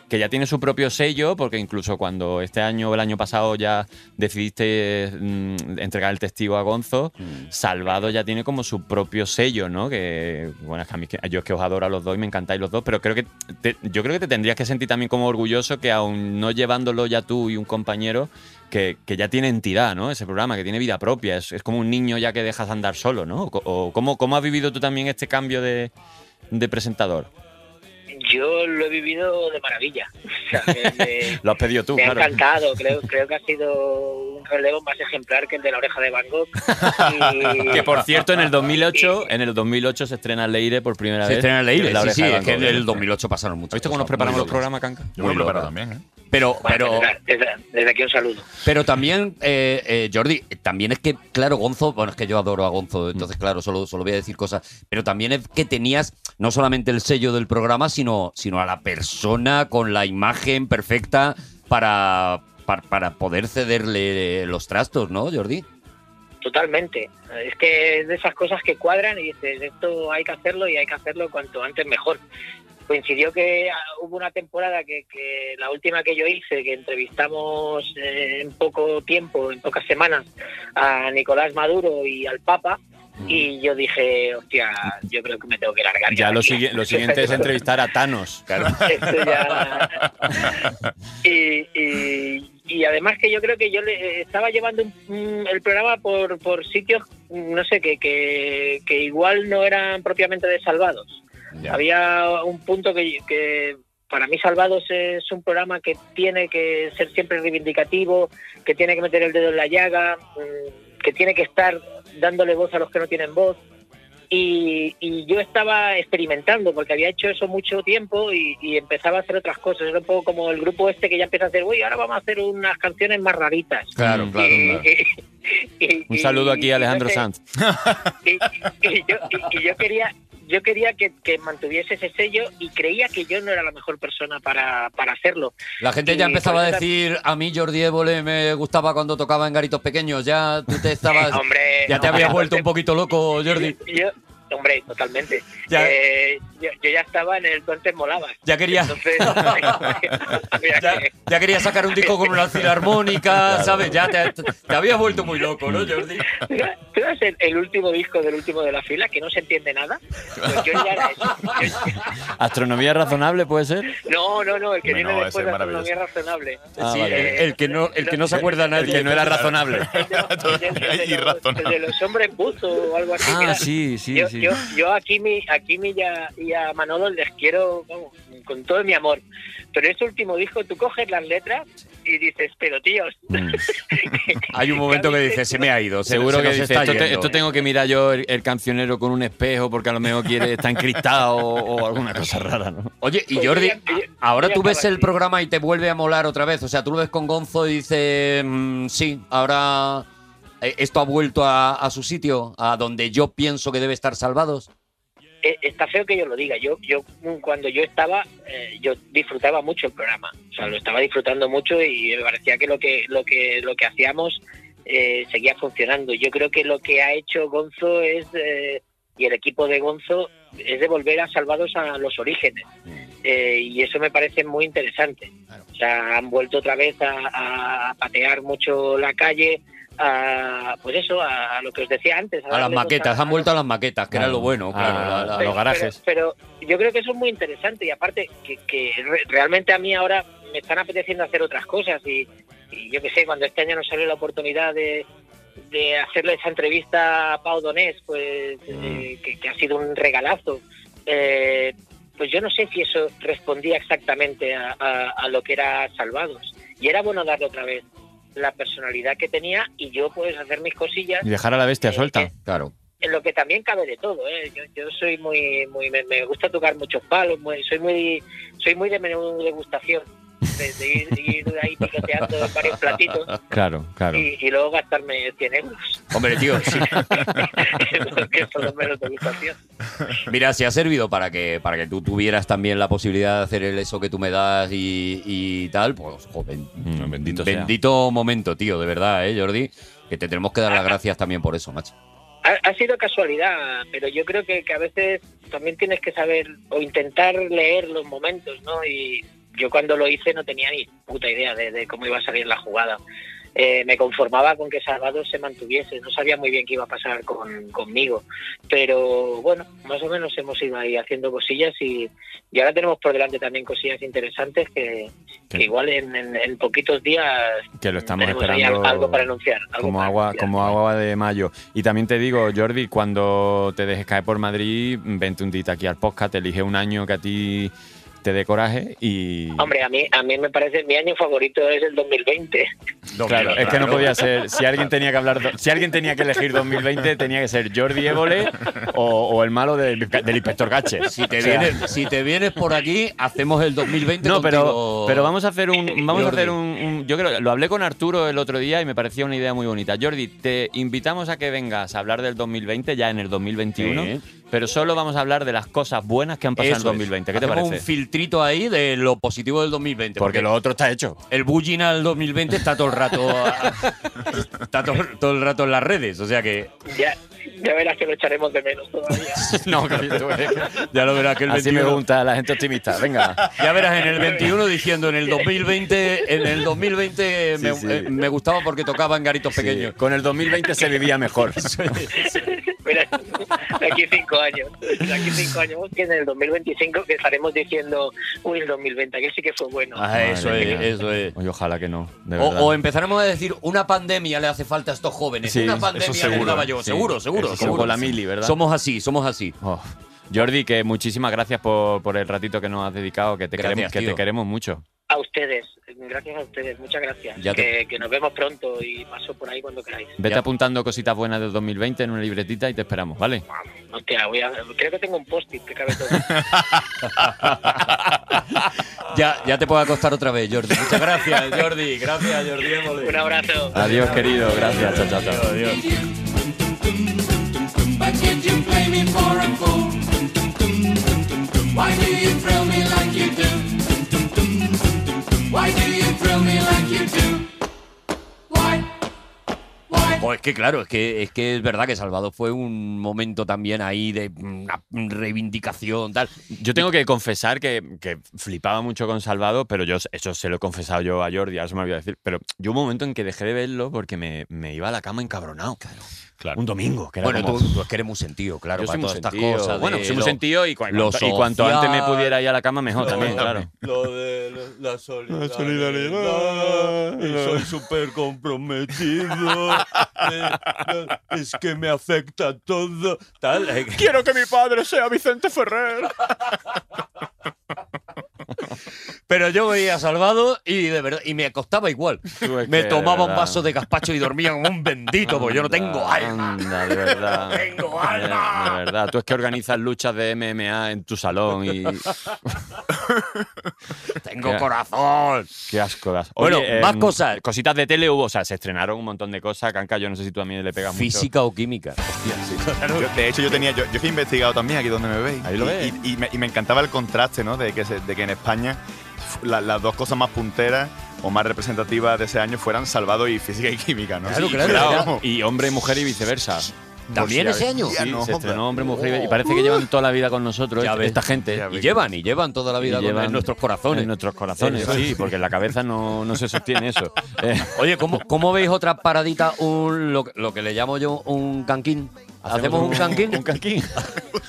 S5: que ya tiene su propio sello, porque incluso cuando este año o el año pasado ya decidiste mm, entregar el testigo a Gonzo, Salvado ya tiene como su propio sello, ¿no? Que, bueno, es que a mí, que- yo es que os adoro a los dos y me encantáis los dos, pero creo que te- yo creo que te tendrías que sentir también como orgulloso que aún no llevándolo ya tú y un compañero, que, que ya tiene entidad, ¿no? Ese programa, que tiene vida propia, es, es como un niño ya que dejas andar solo, ¿no? O co- o ¿cómo, ¿Cómo has vivido tú también este cambio de, de presentador?
S14: Yo lo he vivido de maravilla. O
S5: (laughs)
S14: sea, me- me-
S5: Lo has pedido tú,
S14: me ha
S5: claro.
S14: encantado. Creo, creo que ha sido un relevo más ejemplar que el de la oreja de Van
S5: (laughs)
S14: Gogh. Y-
S5: Que por cierto, en el 2008, en el 2008 se estrena Leire por primera
S4: Se
S5: vez.
S4: estrena Leire,
S5: La
S4: sí,
S5: oreja
S4: sí,
S5: de Van
S4: es que en
S5: Gogh.
S4: el 2008 pasaron muchas
S5: ¿Viste cómo
S4: cosas
S5: nos preparamos
S4: muy
S5: los programas, Canca?
S4: Yo me lo ¿eh? preparo
S2: también,
S4: Pero, pero,
S14: Desde, desde aquí un saludo.
S4: pero también, eh, eh, Jordi, también es que, claro, Gonzo, bueno, es que yo adoro a Gonzo, entonces,
S5: Mm.
S4: claro, solo, solo voy a decir cosas, pero también es que tenías no solamente el sello del programa, sino, sino a la persona con la imagen perfecta para, para, para poder cederle los trastos, ¿no, Jordi?
S14: Totalmente. Es que es de esas cosas que cuadran y dices, esto hay que hacerlo y hay que hacerlo cuanto antes mejor. Coincidió que ah, hubo una temporada que, que la última que yo hice, que entrevistamos eh, en poco tiempo, en pocas semanas, a Nicolás Maduro y al Papa, y yo dije, hostia, yo creo que me tengo que largar.
S5: Mm. Ya
S14: de
S5: lo,
S14: aquí".
S5: sigui- lo
S14: (laughs)
S5: siguiente es entrevistar a Thanos.
S14: Esto Este, ya- y, y- y además que yo creo que yo le estaba llevando un- un- el programa por, por sitios, no sé, que, que, que igual no eran propiamente de Salvados. Había un punto que, que para mí Salvados es un programa que tiene que ser siempre reivindicativo, que tiene que meter el dedo en la llaga, mm, que tiene que estar dándole voz a los que no tienen voz y, y yo estaba experimentando porque había hecho eso mucho tiempo y, y empezaba a hacer otras cosas. Era un poco como el grupo este que ya empieza a hacer, uy, ahora vamos a hacer unas canciones más raritas.
S5: Claro, claro,
S14: Y- (laughs) y-
S5: Un
S14: y-
S5: saludo aquí a Alejandro
S14: y-
S5: Sanz. (laughs)
S14: y yo, y- y yo quería yo quería que, que mantuviese ese sello y creía que yo no era la mejor persona para, para hacerlo.
S4: La gente
S14: Y
S4: ya empezaba a
S14: por eso
S4: decir, a mí Jordi Évole me gustaba cuando tocaba en garitos pequeños, ya tú te estabas...
S14: hombre,
S4: ya te
S14: no,
S4: habías
S14: no,
S4: vuelto un poquito loco, Jordi.
S14: Yo, hombre, totalmente.
S4: Ya.
S14: Eh, yo, yo ya estaba en el Contes Molabas.
S4: Ya quería- (laughs)
S14: Entonces,
S4: Ya querías sacar un disco con una filarmónica, ¿sabes? Ya te, te habías vuelto muy loco, ¿no, Jordi?
S14: ¿Tú eres el, el último disco del último de la fila que no se entiende nada? Pues yo ya era eso.
S4: (laughs)
S5: ¿Astronomía razonable puede ser?
S14: No, no, no, el que
S5: Hombre,
S14: viene
S5: no,
S14: después de
S5: ese es maravilloso.
S14: Astronomía Razonable. eh,
S5: Ah,
S4: sí,
S5: vale.
S4: el, el que no, el que no se acuerda nadie.
S5: El que no era razonable. (laughs)
S14: El de los hombres buzos o algo así.
S5: Ah,
S14: Mira,
S5: sí, sí,
S14: yo,
S5: sí.
S14: Yo, yo a Kimi, a Kimi y, a, y a Manolo les quiero vamos, con todo mi amor. Pero este último disco, tú coges las letras y dices, pero tíos, (laughs)
S4: Hay un momento que dice, se me ha ido. se-
S5: Seguro
S4: se
S5: que
S4: nos
S5: dice,
S4: está
S5: esto, te-
S4: yendo".
S5: esto tengo que mirar yo el, el cancionero con un espejo porque a lo mejor quiere está encristado o, o alguna cosa rara, ¿no?
S4: Oye, y Jordi,
S5: Pues yo ya- yo-
S4: ahora
S5: yo ya
S4: tú ves
S5: estaba
S4: el
S5: así.
S4: programa y te vuelve a molar otra vez. O sea, tú lo ves con Gonzo y dices, "Mm, sí, ahora eh, esto ha vuelto a, a su sitio, a donde yo pienso que debe estar salvados.
S14: Eh, está feo que yo lo diga. Yo, yo mm, cuando yo estaba, eh, yo disfrutaba mucho el programa. O sea, lo estaba disfrutando mucho y me parecía que lo que lo que lo que hacíamos eh, seguía funcionando. Yo creo que lo que ha hecho Gonzo es eh, y el equipo de Gonzo es de volver a salvados a los orígenes.
S4: Mm.
S14: Eh, y eso me parece muy interesante. O sea, han vuelto otra vez a, a patear mucho la calle, a, pues eso, a, a lo que os decía antes.
S4: A las
S14: darle
S4: maquetas,
S14: cosas-
S4: han vuelto a las maquetas, que era lo bueno, claro. a- a los garajes.
S14: Ah, pero yo creo que eso es muy interesante y aparte que, que re- realmente a mí ahora me están apeteciendo hacer otras cosas y, y yo qué sé, cuando este año nos sale la oportunidad de, de hacerle esa entrevista a Pau Donés, pues
S4: Mm.
S14: eh, que, que ha sido un regalazo, eh, pues yo no sé si eso respondía exactamente a, a- a lo que era Salvados. Y era bueno darle otra vez la personalidad que tenía y yo pues hacer mis cosillas
S5: Y dejar a la
S14: Eh,
S5: bestia suelta.
S4: Claro.
S14: en lo que también cabe de todo ¿eh? yo, yo soy muy muy me, me gusta tocar muchos palos muy- soy muy soy muy de menú degustación de, de ir, de ir ahí picoteando en varios platitos
S5: Claro, claro.
S14: y, y luego gastarme 100 euros
S4: Hombre, tío, sí.
S14: (laughs) que son los menos degustación
S4: Mira, si ha servido para que, para que tú tuvieras también la posibilidad de hacer el eso que tú me das y, y tal, pues joven.
S5: Mm, Bendito, sea.
S4: Bendito momento, tío, de verdad, ¿eh, Jordi? Que te tenemos que dar las gracias también por eso, macho.
S14: ha, ha sido casualidad pero yo creo que, que a veces también tienes que saber o intentar leer los momentos no y yo cuando lo hice no tenía ni puta idea de, de cómo iba a salir la jugada Eh, me conformaba con que Salvador se mantuviese, no sabía muy bien qué iba a pasar con, conmigo, pero bueno, más o menos hemos ido ahí haciendo cosillas y, y ahora tenemos por delante también cosillas interesantes que, que igual en, en- en poquitos días
S5: Que lo estamos
S14: tenemos ahí
S5: esperando.
S14: al- algo para anunciar. algo
S5: Como
S14: para
S5: agua,
S14: anunciar.
S5: como agua de mayo. Y también te digo, Jordi, cuando te dejes caer por Madrid, vente un dita aquí al podcast, te elige un año que a ti te dé coraje y...
S14: Hombre, a mí, a mí me parece, mi año favorito es el 2020.
S5: Claro, es que no
S14: claro.
S5: podía ser. Si alguien tenía que hablar, do- si alguien tenía que elegir 2020, tenía que ser Jordi Évole o, o el malo del, del inspector Gache.
S4: Si te,
S5: O sea,
S4: vienes, si te vienes por aquí, hacemos el 2020
S5: no, pero,
S4: contigo,
S5: pero vamos a hacer un vamos
S4: (laughs)
S5: a
S4: Jordi.
S5: hacer un, un- yo creo, lo hablé con Arturo el otro día y me parecía una idea muy bonita. Jordi, te invitamos a que vengas a hablar del 2020 ya en el 2021, pero solo vamos a hablar de las cosas buenas que han pasado
S4: Eso
S5: en el 2020.
S4: es.
S5: ¿Qué te
S4: Hacemos
S5: parece?
S4: un filtrito ahí de lo positivo del 2020. Porque, lo
S5: otro está hecho.
S4: El bullying al 2020 está todo el rato
S5: (laughs)
S4: a- está todo, todo el rato en las redes. O sea que
S14: Ya, ya verás que lo echaremos de menos todavía.
S5: (laughs) no,
S4: (laughs) ya lo verás que el
S5: Así
S4: 21
S5: me gusta la gente optimista.
S4: (laughs)
S5: Venga.
S4: Ya verás en el 21 diciendo en el 2020, en el 2020 me,
S5: Sí, sí.
S4: eh, me gustaba porque tocaban garitos
S5: Sí,
S4: pequeños.
S5: Con el 2020 se
S4: (laughs)
S5: vivía mejor.
S14: Mira, de aquí cinco años. De aquí cinco años, que en el 2025 que estaremos diciendo, uy, el 2020, que sí que fue bueno.
S4: Ah, eso
S5: Madre
S4: es,
S5: mía.
S4: eso es.
S5: Oye, ojalá que no. De
S4: O,
S5: verdad.
S4: o empezaremos a decir, una pandemia le hace falta a estos jóvenes.
S5: Sí,
S4: una
S5: eso
S4: pandemia les
S5: seguro,
S4: daba yo.
S5: sí.
S4: Seguro, seguro.
S5: Eso
S4: seguro.
S5: con la mili, ¿verdad?
S4: Somos (laughs) así, somos así.
S5: Oh. Jordi, que muchísimas gracias por, por el ratito que nos has dedicado, que te,
S4: Gracias,
S5: queremos, que
S4: tío.
S5: te queremos mucho.
S14: A ustedes, gracias a ustedes, muchas gracias.
S5: Ya te-
S14: que, que nos vemos pronto y paso por ahí cuando queráis.
S5: Vete apuntando cositas buenas del 2020 en una libretita y te esperamos, ¿vale?
S14: Hostia, voy a- creo que tengo un post-it que cabe todo.
S4: Ya, ya te puedo acostar otra vez, Jordi. (laughs) Muchas gracias, Jordi. Gracias, Jordi.
S14: Un abrazo.
S5: Adiós, querido. Gracias. Chao, chao, chao.
S3: Why can't you play me for a fool? Why do you thrill me like you do? Why do you thrill me like you do? Why?
S4: Jo, Pues, es que claro, es que, es que es verdad que Salvador fue un momento también ahí de mm, una reivindicación, tal.
S5: Yo tengo que confesar que, que flipaba mucho con Salvado, pero yo eso se lo he confesado yo a Jordi, ahora se me olvidó decir. Pero yo hubo un momento en que dejé de verlo porque me, me iba a la cama encabronado. Un domingo. Que era
S4: Bueno,
S5: como-
S4: tú, tú es que eres muy sentido, claro,
S5: Yo
S4: para
S5: soy muy
S4: todas estas
S5: sentido.
S4: cosas.
S5: Bueno,
S4: de
S5: soy muy
S4: lo-
S5: sentido y, cua- y
S4: lo
S5: cuanto, y cuanto antes me
S4: social,
S5: pudiera ir a la cama, mejor
S4: lo-
S5: también, claro.
S4: Lo de lo- la solidaridad.
S5: solidaridad.
S4: y Soy súper comprometido. eh, es que me afecta todo. Tal. eh, que-
S5: (laughs) Quiero que mi padre sea Vicente Ferrer.
S4: Pero yo veía salvado y de verdad y me acostaba
S5: (laughs)
S4: igual.
S5: es
S4: Me
S5: que,
S4: tomaba
S5: de
S4: un
S5: verdad.
S4: vaso de gazpacho y dormía como un bendito, porque yo no tengo alma.
S5: (laughs) Anda,
S4: (laughs)
S5: de verdad. Tengo alma. De, verdad. Tú es que organizas luchas de MMA en tu salón y.
S4: (laughs)
S5: (laughs)
S4: Tengo
S5: Qué-
S4: corazón.
S5: Qué asco das.
S4: Bueno,
S5: Oye,
S4: más
S5: em,
S4: cosas.
S5: Cositas de tele hubo, o sea, se estrenaron un montón de cosas. Canca, yo no sé si tú a mí le pegas
S4: Física o química.
S2: Yo, de hecho, yo tenía, yo, yo que he investigado también aquí donde me veis.
S5: Ahí lo
S2: y,
S5: ves.
S2: y- y me, y me encantaba el contraste, ¿no? De que, se- de que en España fu- la- las dos cosas más punteras o más representativas de ese año fueran Salvado y Física y Química, ¿no?
S5: mucho.
S2: Sí,
S5: Sí, claro. Y hombre, mujer y viceversa.
S4: ¿También
S5: Pues,
S4: ese
S5: ya ves.
S4: año?
S5: Sí,
S4: Ya no,
S5: se estrenó
S4: joder.
S5: hombre, mujer y- y parece que llevan toda la vida con nosotros
S4: Ya
S5: est-
S4: ves.
S5: esta gente. ¿eh?
S4: Y
S2: (laughs)
S4: llevan, y llevan toda la vida
S5: Y
S4: con-
S5: llevan
S4: en nuestros corazones.
S5: En nuestros corazones,
S4: Eso es.
S5: sí, porque en la cabeza no, no se
S4: (laughs)
S5: sostiene eso. Eh,
S4: Oye, ¿cómo, cómo veis otra paradita? Un, lo, lo que le llamo yo un canquín. ¿Hacemos, un, canquín?
S5: (laughs) Un canquín.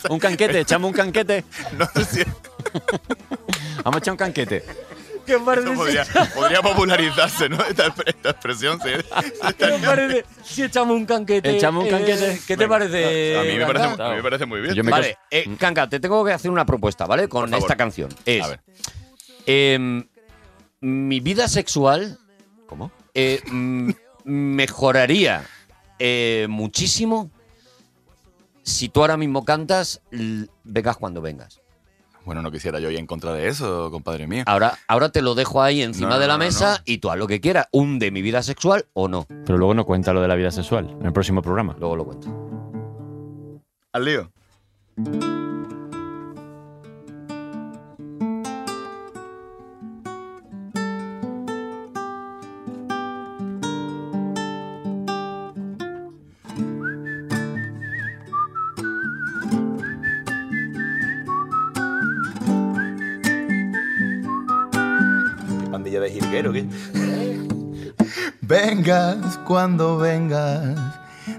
S5: un canquete, echamos un canquete.
S4: (laughs)
S5: Vamos a echar un canquete.
S4: ¿Qué os
S2: Eso (laughs) podría, podría popularizarse, ¿no? Esta, esta expresión. se-
S4: ¿Qué os parece? Si echamos un canquete.
S5: Echamos un canquete.
S4: ¿Qué te parece?
S2: a, mí me
S4: Canca?
S2: parece, a mí me parece muy bien.
S5: Yo me
S4: eh, vale, eh, Canca, te tengo que hacer una propuesta, ¿vale? Con
S2: favor.
S4: esta canción. Es.
S2: A ver.
S4: em, mi vida sexual.
S5: ¿Cómo?
S4: eh, mm, mejoraría eh, muchísimo si tú ahora mismo cantas l- Vengas cuando vengas.
S2: Bueno, no quisiera yo ir en contra de eso, compadre mío.
S4: Ahora, ahora te lo dejo ahí encima
S2: No, no,
S4: de la
S2: no, no,
S4: mesa
S2: no.
S4: y tú haz lo que quieras. Hunde mi vida sexual o no.
S5: Pero luego no cuenta lo de la vida sexual en el próximo programa.
S4: Luego lo cuento.
S2: Al lío. Pandilla de jilguero, ¿qué?
S11: Vengas cuando vengas,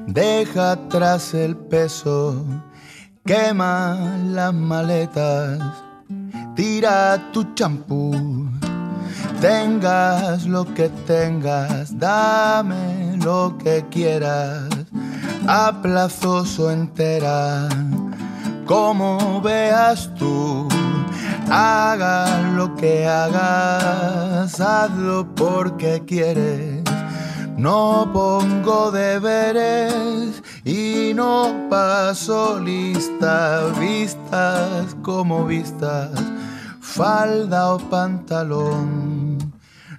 S11: deja atrás el peso, quema las maletas, tira tu champú. Tengas lo que tengas, dame lo que quieras, a plazoso entera, como veas tú. Hagas lo que hagas, hazlo porque quieres. No pongo deberes y no paso lista, vistas como vistas, falda o pantalón.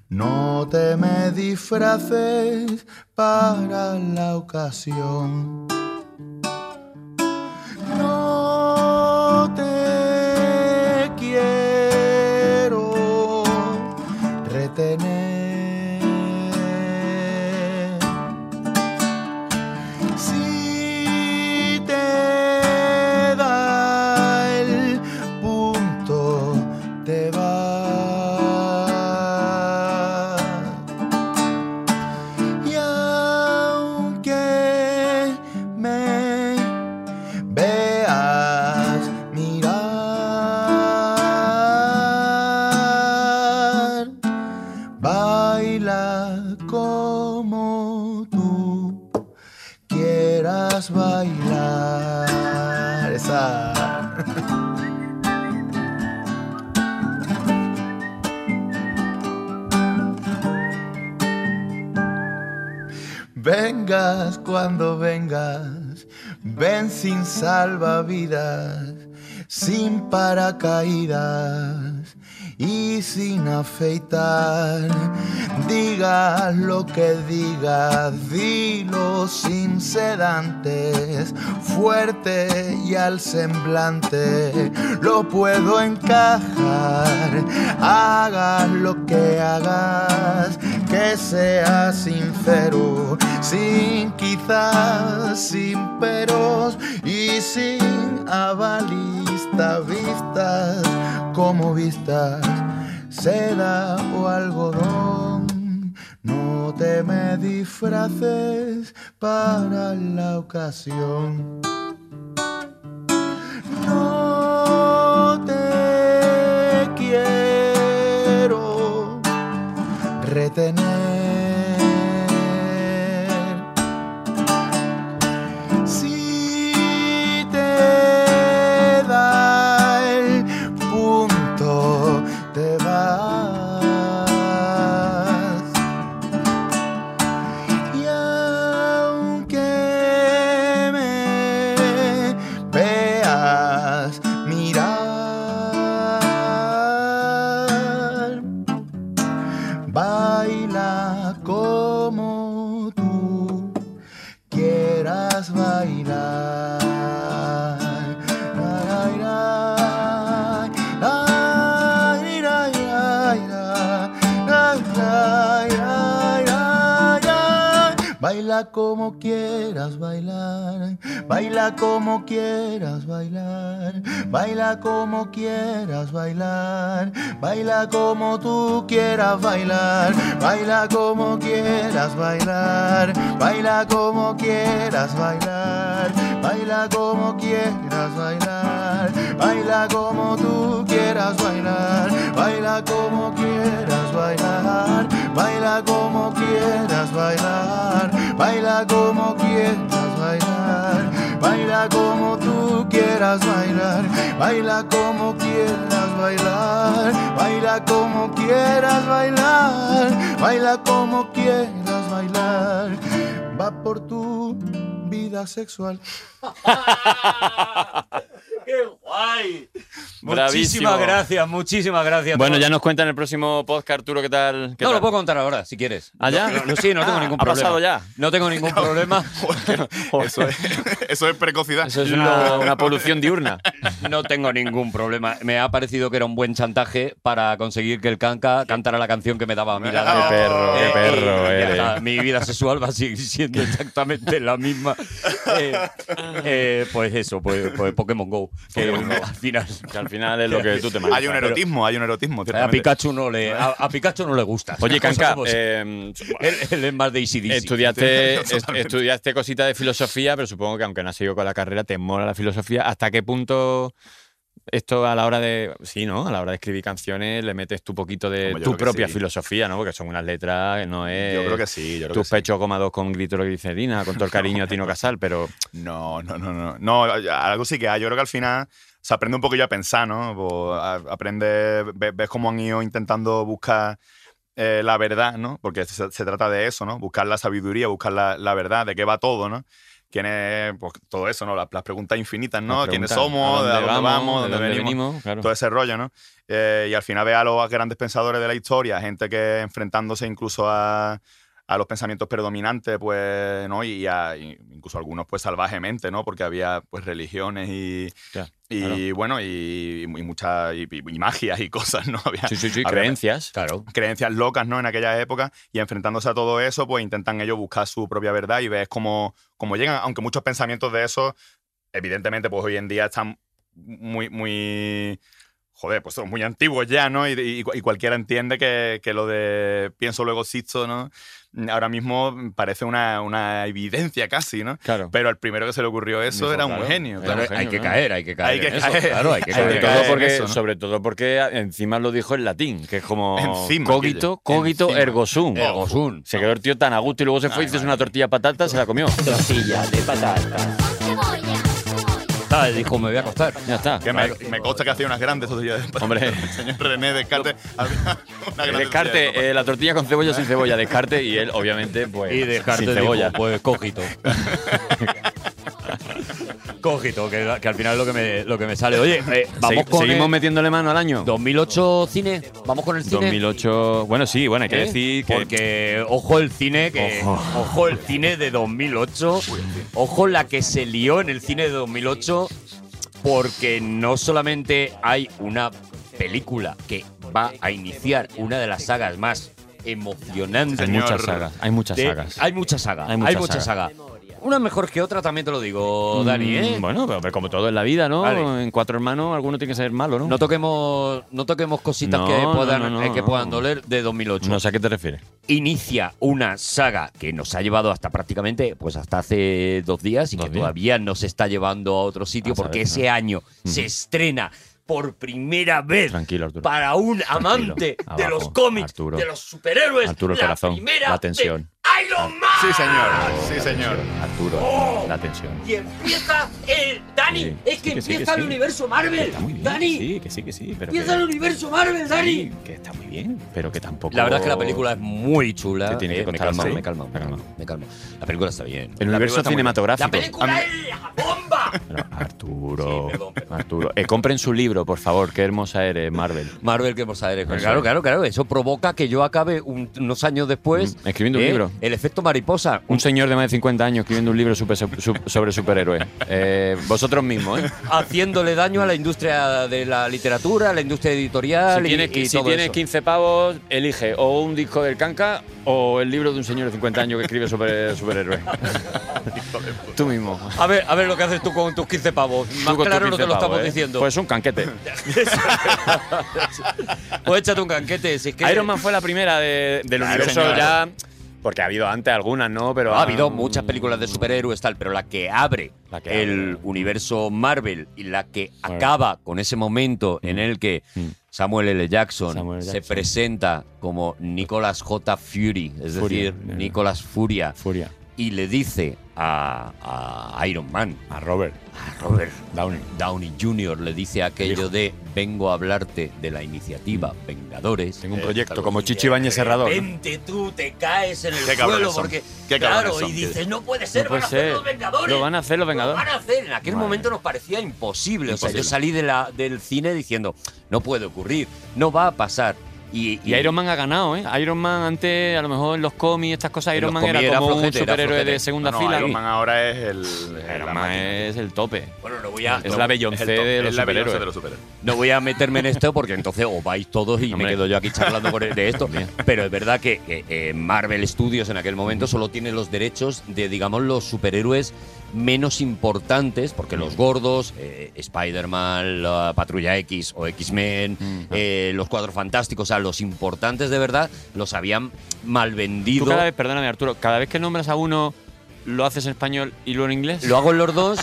S11: No te me disfraces para la ocasión. No te quiero retener. Si te da el punto, te va. Y aunque me veas mirar, baila como tú quieras bailar. Esa. (laughs) Vengas cuando vengas, ven sin salvavidas, sin paracaídas y sin afeitar. Digas lo que digas, dilo sin sedantes, fuerte y al semblante lo puedo encajar. Hagas lo que hagas, que sea sincero, sin quizás, sin peros y sin avalista vistas como vistas, seda o algodón. No te me disfraces para la ocasión. No te quiero retener. Si te da el punto, te vas. Y aunque me veas mirar, baila como tú quieras bailar. Ay, ay, ay, ay, ay, ay, ay, ay, ay, ay, ay. Baila como quieras bailar, baila como quieras bailar, baila como quieras bailar, baila como tú quieras bailar, baila como quieras bailar, baila como quieras bailar, baila como quieras bailar, baila como tú quieras bailar, baila como quieras bailar, baila como quieras bailar, baila como quieras bailar, baila como tú quieras bailar, baila como quieras bailar, baila como quieras bailar, baila como quieras bailar, va por tu vida sexual.
S4: ¡Qué (laughs) guay!
S5: Bravísimo.
S4: Muchísimas gracias, muchísimas gracias.
S5: Bueno,
S4: Tengo-
S5: ya nos cuenta en el próximo podcast, Arturo, ¿qué tal? ¿Qué
S4: No, lo
S5: tal?
S4: puedo contar ahora, si quieres.
S5: ¿Ah, ya?
S4: No, no, sí, no tengo
S5: (laughs) Ah,
S4: ningún
S5: ¿ha
S4: problema.
S5: pasado ya?
S4: No tengo
S5: (laughs)
S4: ningún problema. (laughs)
S2: Eso es, (laughs) eso es precocidad.
S4: Eso es
S2: (laughs)
S4: una,
S5: una polución diurna.
S4: (laughs) No tengo ningún problema. Me ha parecido que era un buen chantaje para conseguir que el canca cantara la canción que me daba a mí. la gana.
S5: Qué perro, qué
S4: Eh,
S5: perro
S4: y ya
S5: eres.
S4: está. Mi vida sexual va a seguir siendo exactamente la
S5: (laughs)
S4: misma. Eh, eh, pues eso, pues, pues Pokémon Go. Que al final,
S5: que Pues al final es lo que tú te manejas.
S2: Hay un erotismo, hay un erotismo.
S4: A
S2: ciertamente.
S4: Pikachu no le, a, a Pikachu no le gusta.
S5: Oye,
S4: Las cosas
S5: Kanka,
S4: como son.
S5: eh,
S4: él, él es más de ACDC.
S5: estudiaste, este est- estudiaste cositas de filosofía, pero supongo que aunque no has seguido con la carrera, te mola la filosofía. ¿Hasta qué punto esto a la hora de. Sí, ¿no? A la hora de escribir canciones le metes tu poquito de
S2: Hombre,
S5: tu
S2: yo creo que
S5: propia
S2: sí.
S5: filosofía, ¿no? Porque son unas letras que no es.
S2: Yo creo que sí, yo creo
S5: Tus
S2: que sí.
S5: pechos gomados con glitroglicerina, con todo el cariño a Tino Casal, pero.
S2: No, no, no, no. No, algo sí que hay. Yo creo que al final se aprende un poquillo a pensar, ¿no? Pues, a- aprende, ve- ves cómo han ido intentando buscar eh, la verdad, ¿no? Porque se, se trata de eso, ¿no? Buscar la sabiduría, buscar la, la verdad, de qué va todo, ¿no? quién es, pues, todo eso, ¿no? Las, las preguntas infinitas, ¿no?
S5: Las
S2: ¿Quiénes
S5: preguntas,
S2: somos?
S5: ¿a
S2: ¿De
S5: dónde
S2: dónde
S5: vamos?
S2: vamos?
S5: ¿De
S2: ¿De dónde
S5: dónde
S2: venimos?
S5: venimos? Claro.
S2: Todo ese rollo, ¿no? Eh, y al final ve a los grandes pensadores de la historia, gente que enfrentándose incluso a, a los pensamientos predominantes, pues, ¿no? Y a- y incluso algunos, pues, salvajemente, ¿no? Porque había, pues, religiones y, y bueno, y, y muchas, y, y- y magias y cosas, ¿no? (laughs) Había,
S5: Sí, sí, sí,
S2: había-
S5: creencias.
S4: Claro.
S2: creencias locas, ¿no? En aquella época. Y enfrentándose a todo eso, pues intentan ellos buscar su propia verdad y ves cómo, cómo llegan. Aunque muchos pensamientos de eso, evidentemente, pues hoy en día están muy, muy. Joder, pues son muy antiguos ya, ¿no? Y, y- y cualquiera entiende que, que lo de pienso luego existo, ¿no? Ahora mismo parece una, una evidencia casi, ¿no?
S5: Claro.
S2: Pero el primero que se le ocurrió eso
S5: Dijo,
S2: era un
S5: claro,
S2: genio.
S5: era
S2: claro.
S5: un genio, Hay que claro. caer,
S4: hay que caer
S2: (laughs) Hay que
S4: en eso,
S2: caer.
S4: claro, hay que
S5: sobre,
S2: caer
S5: todo
S2: en
S5: porque,
S2: eso, ¿no?
S5: sobre todo porque encima lo dijo en latín, que es como
S2: Encima,
S5: cogito,
S2: Guille,
S5: cogito
S2: encima.
S5: ergo sum.
S2: Ergo sum.
S5: Se quedó el tío tan a gusto y luego se fue y hizo una tortilla de patata, se la comió. Tortilla de patata.
S4: Ah, dijo, me voy a acostar.
S5: Ya está.
S2: Que me, me consta que hacía unas grandes tortillas de Hombre. El señor
S5: (laughs)
S2: René Descartes había una gran tortilla de
S5: Descarte, eh, la tortilla con cebolla o sin cebolla, descarte y él obviamente pues
S4: Y Descartes
S5: sin
S4: dijo,
S5: cebolla.
S4: pues
S5: (laughs)
S4: cogito. (laughs) cogito, que, que al final es lo que me, lo que me sale. Oye,
S5: (laughs)
S4: eh, vamos
S5: Segui-
S4: con
S5: seguimos
S4: el
S5: metiéndole mano al año.
S4: 2008 cine, vamos con el cine.
S5: 2008, bueno, sí, bueno, hay que
S4: ¿Eh?
S5: decir que
S4: Porque ojo el cine que ojo. el cine de 2008, ojo la que se lió en el cine de 2008 porque no solamente hay una película que va a iniciar una de las sagas más emocionantes.
S5: Hay muchas sagas, hay muchas
S4: de-
S5: sagas.
S4: Hay muchas sagas,
S5: Hay
S4: hay
S5: muchas
S4: muchas,
S5: sagas.
S4: sagas. Una mejor que otra también te lo digo, Dani, ¿eh?
S5: Mm, Bueno, pero como todo en la vida, ¿no?
S4: Vale.
S5: En cuatro hermanos alguno tiene que ser malo, ¿no?
S4: No toquemos, no toquemos cositas
S5: No,
S4: que
S5: no,
S4: puedan,
S5: no, no,
S4: eh, que
S5: no.
S4: puedan doler de 2008.
S5: No sé a qué te refieres.
S4: inicia una saga que nos ha llevado hasta prácticamente, pues hasta hace dos días y que todavía nos está llevando a otro sitio
S5: A
S4: porque
S5: saber,
S4: ese
S5: ¿no?
S4: año se
S5: Ujú.
S4: estrena por primera vez
S5: Tranquilo, Arturo.
S4: para un amante de
S5: abajo,
S4: los cómics,
S5: Arturo.
S4: de los superhéroes,
S5: Arturo, el
S4: la
S5: corazón,
S4: primera
S5: la tensión.
S4: vez, Iron Man.
S2: Sí, señor. Sí, señor.
S5: Arturo,
S4: ¡Oh!
S5: la tensión.
S4: Y empieza el Dani,
S5: Sí,
S4: es que
S5: sí, que sí, que
S4: empieza el
S5: sí.
S4: universo
S5: Que
S4: Marvel.
S5: está muy bien,
S4: Dani,
S5: que Sí, que sí, que sí. Pero
S4: empieza el
S5: que,
S4: universo Marvel, Dani.
S5: sí, que está muy bien, pero que tampoco.
S4: La verdad es que la película es muy chula.
S5: Te tiene que
S4: Eh, me
S5: costar
S4: calma,
S5: así.
S4: me calma, me calma, me calma. La película está bien.
S5: El universo cinematográfico.
S4: La película es la bomba.
S5: Arturo, Arturo. Eh, compren su libro, por favor. Qué hermosa eres, Marvel.
S4: Marvel que hemos aire.
S5: Eso
S4: Claro,
S5: es.
S4: claro, claro. Eso provoca que yo acabe un- unos años después
S5: Mm, escribiendo un
S4: eh,
S5: libro.
S4: El efecto mariposa.
S5: Un señor de más de 50 años escribiendo un libro super- su- sobre superhéroes. Eh, vosotros mismos, ¿eh?
S4: Haciéndole daño a la industria de la literatura, a la industria editorial
S5: Si
S4: y-
S5: tienes,
S4: y,
S5: si
S4: todo
S5: tienes
S4: eso.
S5: 15 pavos, elige o un disco del canca o el libro de un señor de 50 años que escribe
S4: (laughs)
S5: sobre superhéroes. Tú mismo.
S4: A ver, a ver lo que haces tú con tus 15 pavos. Más
S5: Tú con tus
S4: claro no te
S5: 15
S4: lo estamos
S5: pavos, ¿eh?
S4: diciendo.
S5: Pues un canquete.
S4: (laughs) Pues échate un canquete. Si es que
S5: Iron Man fue la primera de- del
S4: Claro,
S5: universo
S4: señor.
S5: ya. Porque ha habido antes algunas, ¿no? Pero
S4: ha habido muchas películas de superhéroes tal, pero la que abre
S5: que
S4: el universo Marvel y la que acaba con ese momento en el que Samuel L. Jackson,
S5: Mm. Samuel
S4: se
S5: Jackson.
S4: presenta como Nicolas J. Fury, es
S5: Furia,
S4: decir,
S5: eh.
S4: Nicolas Furia,
S5: Furia.
S4: y le dice a, a Iron Man,
S5: A Robert.
S4: a Robert
S5: Downey.
S4: Downey Jr., le dice aquello de vengo a hablarte de la iniciativa Vengadores.
S5: Mm. Tengo un
S4: Eh,
S5: proyecto
S4: tal-
S5: como Chichi Bañez Serrador.
S4: de repente tú te caes en el
S2: Qué cabrones
S4: suelo
S2: son.
S4: porque
S2: Qué cabrones
S4: claro
S2: son.
S4: y dices no puede ser,
S5: No
S4: van
S5: puede
S4: a hacer
S5: ser.
S4: los Vengadores.
S5: Lo van a hacer los Vengadores.
S4: Lo van a hacer. En aquel
S5: Madre.
S4: momento nos parecía imposible. O sea, yo
S5: Imposible.
S4: salí de la, del cine diciendo no puede ocurrir, no va a pasar. Y,
S5: Y Iron Man ha ganado, ¿eh? Iron Man antes, a lo mejor en los cómics, estas cosas,
S4: En
S5: (laughs) Iron
S4: los
S5: Man era
S4: cómics era
S5: como un
S4: flojete, era
S5: superhéroe
S4: flojete.
S5: de segunda
S2: No, no,
S5: fila.
S2: Iron Man ahora es el. el- la
S5: Iron Man
S2: máquina.
S5: es el tope.
S4: Bueno, no voy a
S5: Es
S4: no-
S5: la Beyoncé
S2: Es el top,
S5: de
S2: es
S5: los
S2: la Beyoncé
S5: superhéroes.
S2: de los superhéroes.
S4: No voy a meterme en esto porque entonces os vais todos y
S5: Hombre.
S4: me quedo yo aquí charlando con- de esto. Pero es verdad que que, eh, Marvel Studios en aquel momento solo tiene los derechos de, digamos, los superhéroes menos importantes, porque
S5: Mm.
S4: los gordos, eh, Spider-Man, la Patrulla X o X-Men,
S5: Mm,
S4: eh, los Cuatro Fantásticos, o sea, los importantes de verdad, los habían
S5: Tú
S4: malvendido.
S5: cada vez, perdóname Arturo, cada vez que nombras a uno, lo haces en español y luego en inglés.
S4: Lo hago en los dos.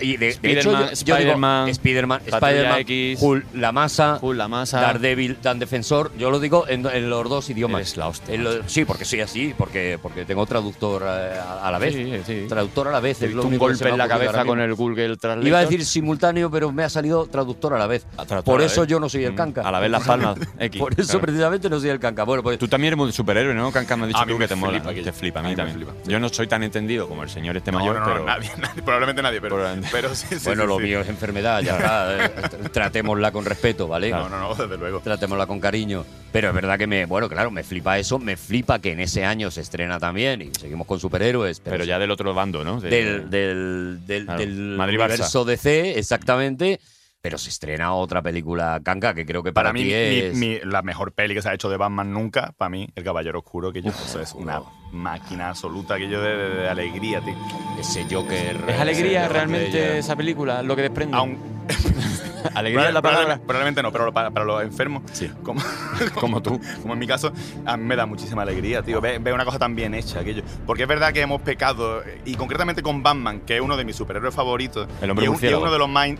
S4: y de, Eh, de hecho,
S5: Spider-Man,
S4: yo- yo digo,
S5: Spider-Man,
S4: Spider-Man,
S5: Patrulla
S4: Spider-Man,
S5: X,
S4: Hulk, la masa,
S5: la masa.
S4: Daredevil, Dan Defensor, yo lo digo en, en los dos idiomas. En lo- sí, porque soy así, porque, porque tengo traductor eh, a, a la vez.
S5: Sí,
S4: Traductor a la vez.
S5: Te
S4: Es lo
S5: diste un
S4: único que
S5: golpe
S4: se me ha
S5: en la
S4: ocurrido
S5: cabeza
S4: ahora
S5: con
S4: mismo.
S5: el Google Translator.
S4: Iba a decir simultáneo, pero me ha salido traductor a la vez.
S5: traductor
S4: Por
S5: a la
S4: eso
S5: vez. Mm,
S4: yo no soy el canca.
S5: A la vez las palmas.
S4: (laughs)
S5: X,
S4: Por eso
S5: claro.
S4: precisamente no soy el canca. Bueno, pues
S5: Tú también eres un superhéroe, ¿no? Canca me ha dicho
S2: A mí
S5: tú
S2: me
S5: que te mola.
S2: flipa aquello.
S5: Te flipa, a
S2: A
S5: mí
S2: mí me
S5: también. Yo no soy tan entendido como el señor este
S2: No,
S5: mayor,
S2: no, no,
S5: pero.
S2: nadie, (laughs) nadie, probablemente nadie, pero, pero sí, sí,
S4: bueno,
S2: sí,
S4: lo
S2: sí.
S4: mío es enfermedad, ya está. eh, tr- Tratémosla con respeto, ¿vale?
S2: No, no, no, desde luego.
S4: Tratémosla con cariño. Pero es verdad que me, bueno, claro, me flipa eso, me flipa que en ese año se estrena también y seguimos con superhéroes. Pero,
S5: Pero ya del otro bando, ¿no? De-
S4: del del, del,
S5: Claro,
S4: del
S5: Madrid-Barça.
S4: universo DC, exactamente. Pero se estrena otra película canca que creo que para,
S2: Para mí,
S4: ti
S2: mi-
S4: es.
S2: mi- la mejor peli que se ha hecho de Batman nunca, para mí, El Caballero Oscuro, que yo eso es una máquina absoluta, que yo de, de- de alegría, tío.
S4: Ese Joker.
S5: ¿Es alegría realmente esa película lo que desprende?
S2: (laughs)
S5: alegría es la palabra.
S2: Probablemente, probablemente no, pero para, para los enfermos, como,
S5: (laughs) como tú,
S2: como en mi caso, a mí me da muchísima alegría, tío. Ve, ve una cosa tan bien hecha, aquello. Porque es verdad que hemos pecado, eh, y concretamente con Batman, que es uno de mis superhéroes favoritos.
S5: El hombre
S2: y es un- y es
S5: murciélago.
S2: uno de los
S5: (laughs)
S2: más. in-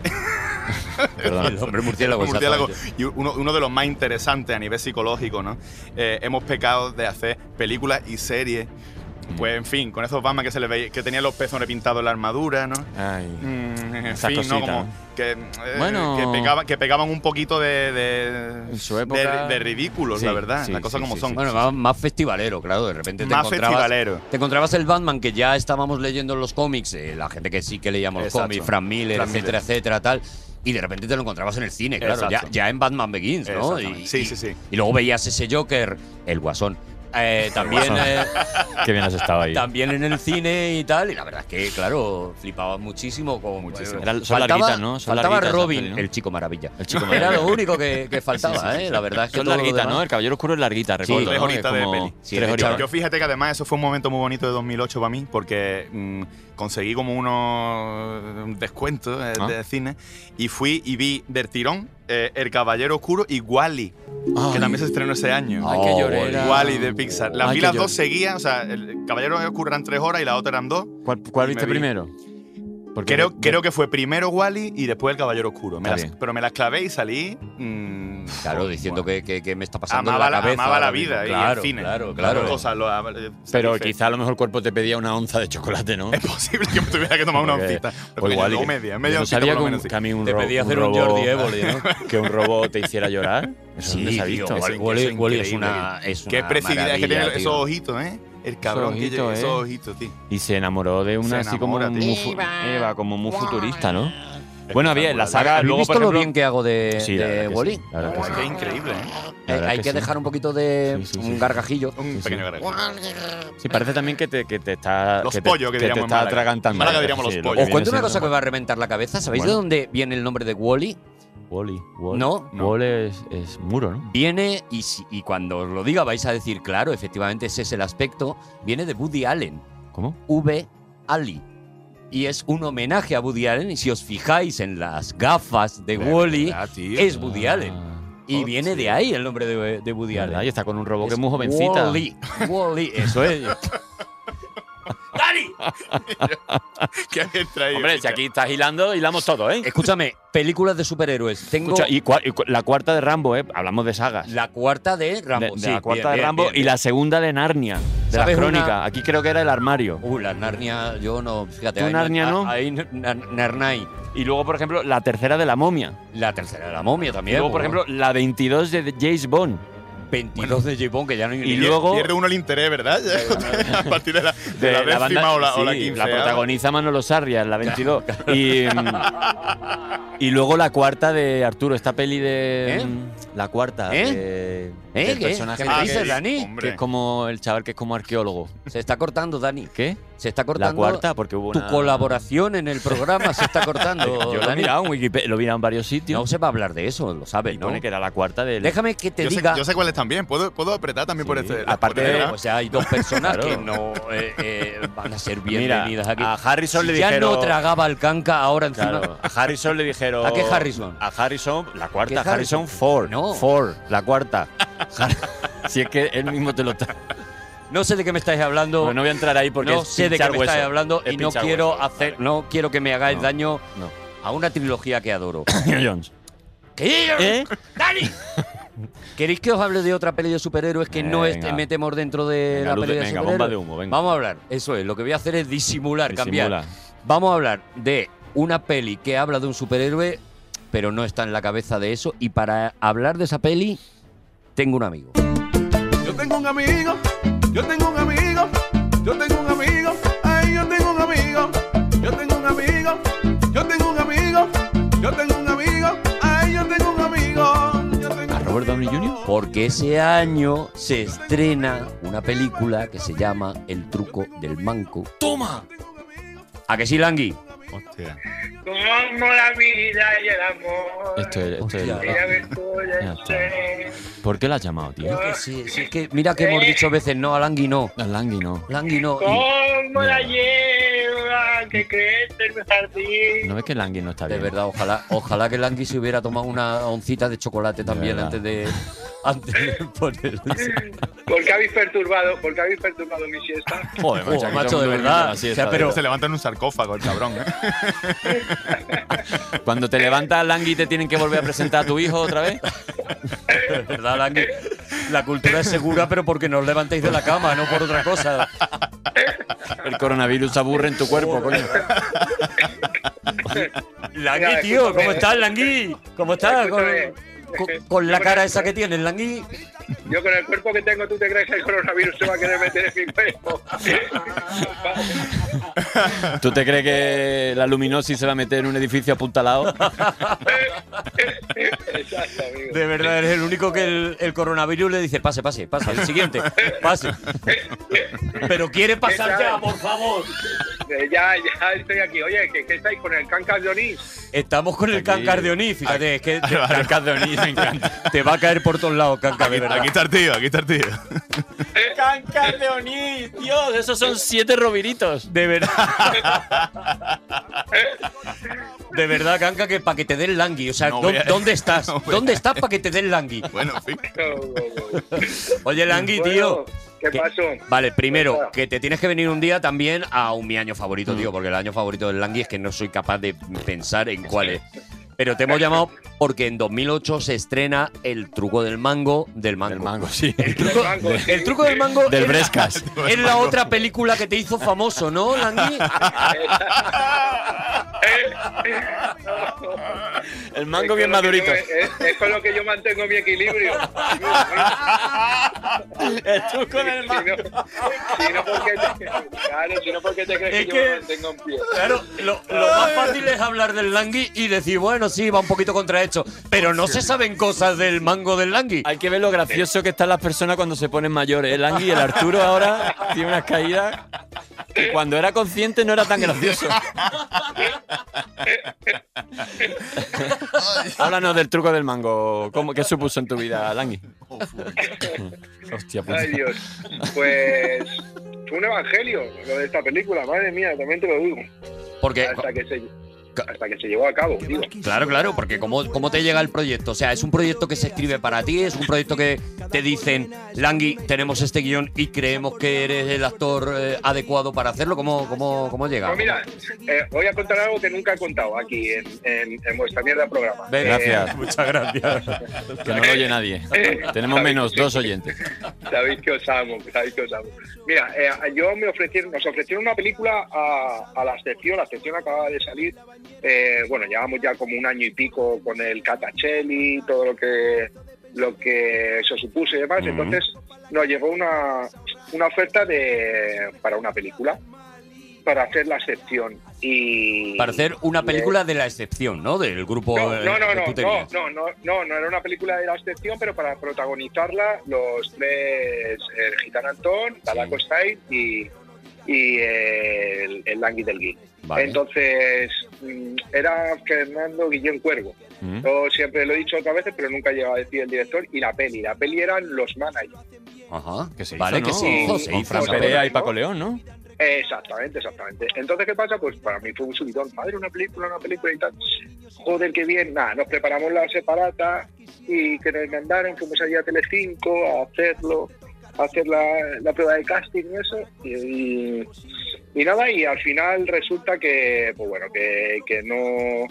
S4: Perdón, el hombre murciélago,
S2: El murciélago.
S4: exactamente.
S2: Y uno, uno de los más interesantes a nivel psicológico, ¿no? Eh, hemos pecado de hacer películas y series.
S5: Mm.
S2: Pues en fin, con esos Batman que se les veía, que tenían los pezones pintados en la armadura, ¿no?
S5: Ay.
S2: Mm, en
S5: Esa
S2: fin,
S5: cosita.
S2: ¿no? Como que, eh,
S5: Bueno.
S2: que, pegaban, que pegaban un poquito de, de-
S5: En su época-
S2: de- de ridículos,
S5: Sí,
S2: la verdad,
S5: sí,
S2: las cosas
S5: sí,
S2: como
S5: sí,
S2: son.
S5: sí,
S4: Bueno, más, más festivalero, claro, de repente te
S2: Más
S4: encontrabas,
S2: festivalero.
S4: Te encontrabas el Batman que ya estábamos leyendo en los cómics, eh, la gente que sí que leíamos los
S2: Exacto.
S4: cómics, Frank Miller,
S2: Frank
S4: etcétera,
S2: Miller.
S4: etcétera, tal. Y de repente te lo encontrabas en el cine, claro, ya,
S2: Exacto.
S4: ya en Batman Begins, ¿no?
S2: Exactamente.
S4: Y,
S2: Sí,
S4: y-
S2: sí, sí.
S4: y luego veías ese Joker, el Guasón. eh, también,
S5: Guasón. (laughs)
S4: eh,
S5: Qué bien has estado
S4: (laughs)
S5: ahí.
S4: también en el cine y tal, y la verdad es que, claro, flipabas muchísimo. Con,
S5: Era- son
S4: faltaba-
S5: larguitas, ¿no? Son
S4: faltaba
S5: larguitas esas
S4: Robin,
S5: pelis, ¿no?
S4: el chico maravilla.
S5: El
S4: (laughs)
S5: Chico
S4: Era
S5: Maravilla.
S4: lo único que, que faltaba,
S5: Sí, sí, sí,
S4: ¿eh?
S5: sí.
S4: La verdad es que
S5: Son
S4: todo lo
S5: larguitas,
S4: demás-
S5: ¿no? El Caballero Oscuro es larguita, recuerdo.
S2: Tres
S5: ¿no?
S2: horitas
S5: Es
S2: de
S5: como
S2: peli.
S5: tres horitas.
S2: Yo fíjate que además eso fue un momento muy bonito de 2008 para mí, porque mm, conseguí como unos descuentos eh,
S5: Ah.
S2: de cine y fui y vi del tirón eh, El Caballero Oscuro y Wally. Que también se estrenó ese año.
S5: Ay, qué llorera.
S2: Wally de Pixar. Las
S5: Ay,
S2: vi
S5: qué
S2: las
S5: llor-
S2: dos seguían, o sea, el Caballero Oscuro eran tres horas y la otra eran dos.
S5: ¿Cuál, cuál
S2: Y me
S5: viste
S2: vi.
S5: primero? Porque
S2: creo,
S5: de-
S2: creo que fue primero Wally y después El Caballero Oscuro. Me
S5: Está
S2: las-
S5: bien.
S2: pero me las clavé y salí. mm,
S4: Claro, diciendo que, que- que me está pasando
S2: amaba,
S4: en la
S2: la,
S4: cabeza.
S2: amaba la
S4: ahora mismo.
S2: vida y
S4: claro,
S2: el cine.
S4: Claro,
S2: Las
S4: claro.
S2: dos cosas, lo- eh,
S5: Pero
S2: satisfecho.
S5: quizá a lo mejor el cuerpo te pedía una onza de chocolate, ¿no?
S2: Es posible que me tuviera que tomar una
S5: Porque-
S2: oncita.
S5: o
S2: Porque
S5: igual
S2: yo
S5: y
S2: digo
S5: que-
S2: media,
S5: yo
S2: media
S5: no
S2: oncita
S5: sabía
S2: por
S5: que
S2: lo
S5: un-
S2: menos, sí.
S5: que a mí un
S4: Te
S5: ro-
S4: pedía
S5: un
S4: hacer un Jordi
S5: robot-
S4: Évole, ¿no?
S5: Que un robot te hiciera llorar. Eso
S4: Sí,
S5: dónde se ha
S4: tío,
S5: visto.
S4: es
S5: Eso-
S4: Wall-E-
S5: eso
S4: Wall-E es
S5: increíble.
S4: una- es
S2: Qué
S4: una
S2: expresividad que tienen
S4: maravilla,
S2: esos
S4: tío.
S2: ojitos, ¿eh? El cabrón que
S5: ojitos,
S2: lleva esos
S5: ¿eh?
S2: ojitos, tío.
S5: Y se enamoró de una
S2: Se
S5: así como
S2: enamora,
S5: muy,
S2: tío.
S5: fu- Eva, como muy futurista, ¿no? Bueno,
S2: que
S5: bien, la
S2: está muy
S5: saga
S4: ¿Habéis
S5: luego
S4: visto
S5: por ejemplo,
S4: lo bien que hago de,
S5: Sí, la
S4: de
S5: verdad que
S4: Wall-E?
S5: sí, la verdad que sí.
S2: Qué increíble, ¿eh?
S5: La verdad
S4: hay
S5: que
S4: que,
S5: sí.
S4: dejar un poquito de
S5: Sí, sí, sí.
S4: un gargajillo.
S2: Un pequeño gargajo.
S5: Sí, parece también que te, que te está.
S2: Los
S5: te-
S2: pollos que diríamos
S5: te
S2: en
S5: está
S2: Málaga.
S5: atragantando.
S2: En Málaga diríamos los pollos.
S4: Os cuento una cosa que me va a reventar la cabeza. ¿Sabéis
S5: Bueno.
S4: de dónde viene el nombre de Wally?
S5: Wally. Wall
S4: No.
S5: Wall es, es muro,
S4: (laughs)
S5: ¿no?
S4: Viene, y, si- y cuando os lo diga vais a decir, claro, efectivamente ese es el aspecto, viene de Woody Allen.
S5: ¿Cómo?
S4: V. Ali. Y es un homenaje a Woody Allen. Y si os fijáis en las gafas de Wally, es Woody Allen. Y viene de ahí el nombre de, de Woody
S5: ¿Verdad?
S4: Allen.
S5: Y está con un robot que
S4: Es
S5: es muy jovencita.
S4: Wall-E, Wall-E, eso
S5: (laughs)
S4: es.
S2: ¿Qué habéis traído?
S5: Hombre, si aquí estás hilando, hilamos todo, ¿eh?
S4: Escúchame, películas de superhéroes. Tengo
S5: Escucha, y, cua- y cu- la cuarta de Rambo, ¿eh? Hablamos de sagas.
S4: la cuarta de Rambo.
S5: De- de
S4: sí,
S5: la cuarta
S4: bien,
S5: de
S4: bien,
S5: Rambo
S4: bien,
S5: y la segunda de Narnia, de las
S4: ¿Sabes una-
S5: crónicas. Aquí creo que era el armario.
S4: bien. Uh, la Narnia, yo no. Fíjate,
S5: ¿Tú
S4: ahí
S5: Narnia
S4: a-
S5: no?
S4: Ahí Nar- Narnai.
S5: Y luego, por ejemplo, la tercera de la momia.
S4: La tercera de la momia
S5: Y
S4: también.
S5: luego, por
S4: bueno.
S5: ejemplo, la 22 de James Bond.
S4: 22 de J-Bone, que ya no hay ni-
S5: Y luego-
S2: Pierde uno el interés, ¿verdad? (laughs) Ya, a partir de la, de la décima o la, o la
S5: sí,
S2: quinceava.
S4: ¿eh?
S5: protagoniza Manolo Sarria, la 22. y, mm,
S4: (laughs)
S5: y luego la cuarta de Arturo, esta peli de.
S4: ¿Eh?
S5: mm, La cuarta.
S4: ¿Eh?
S5: De,
S4: ¿Eh?
S5: del
S4: ¿Qué?
S5: personaje
S4: ¿Qué me
S5: que-
S4: dices,
S5: que-
S4: Dani?
S5: Que
S2: Hombre,
S5: es como el chaval que es como arqueólogo.
S4: Se está cortando, Dani.
S5: ¿Qué?
S4: Se está
S5: La
S4: cortando.
S5: cuarta, porque hubo
S4: Tu
S5: una.
S4: colaboración en el programa se
S5: (laughs)
S4: está cortando,
S5: Yo lo he
S4: Dani.
S5: mirado en Wikipedia, lo he mirado en varios sitios.
S4: No se va a hablar de eso, lo sabes,
S5: y
S4: ¿no?
S5: pone que era la cuarta del.
S4: Déjame que te
S2: yo, sé,
S4: diga.
S2: yo sé cuáles también. Puedo, puedo apretar también por
S5: Sí,
S2: este.
S5: la parte de-
S2: ¿verdad?
S4: o sea, hay dos personas
S5: Claro.
S4: que no eh, eh, van a (laughs) ser
S5: Mira,
S4: bienvenidas aquí.
S5: a Harrison
S4: Si
S5: le
S4: ya
S5: dijeron-
S4: no tragaba el canca, ahora encima. (laughs)
S5: Claro, a Harrison le dijeron.
S4: ¿A qué Harrison?
S5: A Harrison, la cuarta,
S4: ¿Qué
S5: Harrison,
S4: Harrison?
S5: Ford.
S4: No.
S5: (laughs) Ford, la cuarta. Har- si es que él mismo te lo está.
S4: No sé de qué me estáis hablando.
S5: Bueno, no voy a entrar ahí porque
S4: No
S5: es
S4: sé de qué
S5: pinchar
S4: me
S5: hueso.
S4: estáis hablando
S5: Es
S4: y no
S5: pinchar
S4: quiero
S5: hueso,
S4: hacer, no quiero que me hagáis
S5: No,
S4: daño
S5: no.
S4: a una trilogía que
S5: (coughs)
S4: adoro.
S5: Jones. ¿Eh?
S4: ¿Qué?
S5: (laughs)
S4: ¡Dani! ¿Queréis que os hable de otra peli de superhéroes que no es
S5: Venga.
S4: metemos dentro de
S5: Venga,
S4: la
S5: luz de-
S4: peli de,
S5: venga,
S4: superhéroes?
S5: bomba de humo, venga.
S4: Vamos a hablar, eso es, lo que voy a hacer es disimular,
S5: Disimula.
S4: cambiar. Vamos a hablar de una peli que habla de un superhéroe, pero no está en la cabeza de eso. Y para hablar de esa peli, tengo un amigo.
S15: Yo tengo un amigo, yo tengo un amigo, yo tengo un amigo, ay, yo tengo un amigo, yo tengo un amigo, yo tengo un amigo, yo tengo un amigo, ay, yo tengo un amigo.
S4: ¿A Robert Downey Jr.? Porque ese año se estrena una película que se llama El truco del manco.
S15: ¡Toma!
S4: ¿A que sí, Langui?
S16: Hostia.
S17: Como la vida y el amor.
S5: Esto es. Esto es
S17: Mira que tú
S5: Ya ¿Por qué la has llamado, tío?
S4: Yo que sí, si es que mira que
S5: Eh.
S4: hemos dicho veces no, a Langui no.
S5: A Langui no.
S4: Langui no.
S17: Como la hierba que crece en mi jardín.
S5: No ves que Langui no está
S4: De verdad, ojalá, ojalá que Langui se hubiera tomado una oncita de chocolate también
S5: verdad.
S4: antes de, antes de poner.
S17: ¿Por qué habéis perturbado, por qué habéis perturbado mi siesta?
S4: Joder, macho, aquí todo el mundo durmiendo la siesta, tío.
S16: se levanta en un sarcófago el cabrón. ¿eh?
S5: (laughs) Cuando te levantas, Langui, te tienen que volver a presentar a tu hijo
S4: (laughs)
S5: otra vez.
S4: De verdad, Langui. La cultura es segura, Ah, pero porque nos levantéis de la cama, no por otra cosa.
S5: El coronavirus aburre en tu
S4: Oh.
S5: cuerpo, coño.
S4: Langui, tío, ¿cómo estás, Langui? ¿Cómo estás? Con,
S17: Escúchame.
S4: con- con la cara esa que tienes, Langui.
S17: Yo con el cuerpo que tengo, ¿tú te crees que el coronavirus se va a querer meter en mi cuerpo?
S5: ¿Tú te crees que la luminosis se va a meter en un edificio
S17: (laughs)
S5: apuntalado?
S17: Exacto, amigo.
S4: De verdad, eres el único que el, el coronavirus le dice, pase, pase, pase, el siguiente, pase. Pero quiere pasar ya, por favor.
S17: Eh, Ya, ya estoy aquí. Oye, ¿qué, qué estáis con el canca de Onís?
S4: Estamos con el cancar de Onís, fíjate, es que te,
S16: Álvaro.
S4: Cancar de Onís, me encanta. Te va a caer por todos lados, cancar, de
S16: Ah, Aquí,
S4: verdad.
S16: aquí está el tío, aquí está el tío.
S5: ¡Cancar de Onís! ¡Dios! Esos son siete robiritos.
S4: De verdad. De verdad, Canca, que para que te dé el langui. O sea,
S16: No
S4: ¿dó-
S16: voy a-
S4: ¿dónde
S16: (laughs)
S4: estás?
S16: no voy a-
S4: ¿Dónde estás para que te dé el langui?
S16: Bueno, en fin.
S4: Oye, Langui,
S17: Bueno,
S4: tío.
S17: ¿Qué
S4: que-
S17: pasó?
S4: Vale, primero, que te tienes que venir un día también a un mi año
S5: Mm.
S4: favorito, tío, porque el año favorito del Langui es que no soy capaz de pensar en cuál es. Pero te hemos llamado porque en 2008 se estrena el truco del mango del mango.
S5: mango, sí.
S4: El truco, el truco del mango
S5: Del
S4: es-
S5: Brescas.
S4: es la otra película que te hizo famoso,
S5: (laughs)
S4: ¿no, Langui?
S5: El
S17: Es
S5: mango
S17: con
S5: bien
S17: lo que
S5: madurito.
S17: yo- Es, es con lo que yo mantengo mi equilibrio.
S5: El truco del
S17: mango. Si no, porque te, claro, si no porque te crees
S4: Es
S17: que,
S4: que-
S17: yo me mantengo en pie.
S4: Claro, lo, lo más fácil es hablar del langui y decir, bueno, sí, va un poquito contrahecho, pero no se saben cosas del mango del langui.
S5: Hay que ver lo gracioso que están las personas cuando se ponen mayores. El Angui, el Arturo ahora tiene unas caídas que cuando era consciente no era tan gracioso. Háblanos del truco del mango. ¿Cómo, ¿Qué supuso en tu vida, Langui? Hostia puta.
S17: Ay, Dios. Pues fue un evangelio lo de esta película, madre mía, también te lo digo.
S4: Porque,
S17: Hasta que se, hasta que se llevó a cabo, digo.
S4: claro, claro, porque ¿cómo, ¿cómo te llega el proyecto? O sea, es un proyecto que se escribe para ti, es un proyecto que te dicen, langui, tenemos este guión y creemos que eres el actor eh, adecuado para hacerlo. ¿Cómo, cómo, cómo llega?
S17: Pues mira, eh, voy a contar algo que nunca he contado aquí en, en- en vuestra mierda programa.
S4: Ven,
S17: Eh,
S5: Gracias.
S4: Muchas gracias.
S5: Que no lo oye nadie. Tenemos menos dos oyentes.
S17: Sabéis que os amo, sabéis que os amo. Mira, eh, yo me ofrecieron, nos ofrecieron una película a, a la sección, la sección acaba de salir. eh, bueno, llevamos ya como un año y pico con el Catachelli, todo lo que lo que eso supuso y demás.
S4: Mm.
S5: Ujú.
S17: Entonces nos llegó una, una oferta de para una película, para hacer la sección. Y,
S4: Para hacer una
S17: y, eh,
S4: película de la excepción, ¿no? Del grupo
S17: no,
S4: eh,
S17: no, no,
S4: que
S17: no,
S4: tú
S17: no,
S4: tenías.
S17: no, no, no, no era una película de la excepción, pero para protagonizarla los tres, el gitano Antón, Talaco Style y, y el, el Langui del Gui.
S4: Vale.
S17: Entonces, mm, era Fernando Guillén Cuervo.
S5: Mm.
S17: Yo siempre lo he dicho otras veces, pero nunca he llegado a decir el director y la peli. La peli eran los managers.
S4: Ajá.
S5: Que se hizo,
S4: vale, que
S5: ¿no?
S4: se hizo, se
S5: Con
S4: hizo,
S5: Fran
S4: se
S5: Perea
S4: hizo.
S5: y Paco León, ¿no?
S17: Exactamente, exactamente. Entonces, ¿qué pasa? Pues para mí fue un subidón. Madre, una película, una película y tal. Joder, qué bien. Nada, nos preparamos la separata y que nos mandaron, fuimos allí a Telecinco a hacerlo. a hacer la, la prueba de casting y eso. Y, y nada, y al final resulta que, pues bueno, que, que no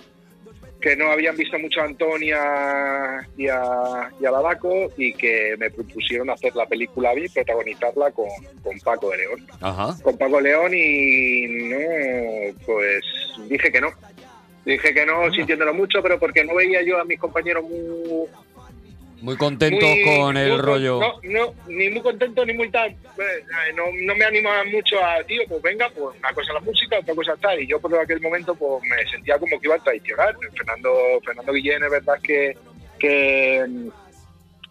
S17: que no habían visto mucho a Antonia y a, y a Lavaco y que me propusieron hacer la película a mí, protagonizarla con, con Paco de León.
S4: Ajá.
S17: Con Paco León y no, pues dije que no. Dije que no, sintiéndolo mucho, pero porque no veía yo a mis compañeros muy,
S4: Muy contentos
S17: muy-
S4: con el
S17: muy con-
S4: rollo.
S17: No, no, ni muy contento ni muy tal. eh, No, no me animaban mucho a, tío, pues venga, pues una cosa la música, otra cosa tal. Y yo por aquel momento pues me sentía como que iba a traicionar. Fernando, Fernando Guillén es verdad que, que mm,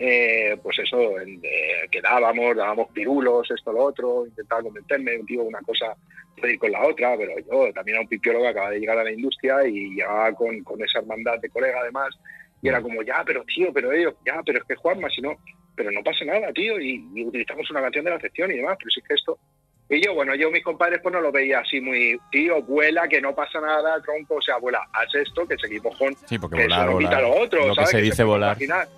S17: eh, pues eso, en- eh, quedábamos, dábamos pirulos, esto, lo otro, intentaba convencerme, un tío, una cosa, puede ir con la otra, pero yo también era un pipiólogo que acaba de llegar a la industria y llegaba con, con esa hermandad de colega además, y era como, ya, pero tío, pero ellos, ya, pero es que Juanma, si no, pero no pasa nada, tío, y, y utilizamos una canción de la sección y demás, pero si es que esto... Y yo, bueno, yo mis compadres pues no lo veía así muy, tío, vuela, que no pasa nada, tronco, o sea, vuela, haz esto, que seguimos mojón,
S5: Sí, porque
S17: que
S5: volar,
S17: eso no
S5: volar.
S17: quita lo otro,
S5: Lo que
S17: ¿sabes?
S5: se dice
S17: puede
S5: volar.
S17: imaginar.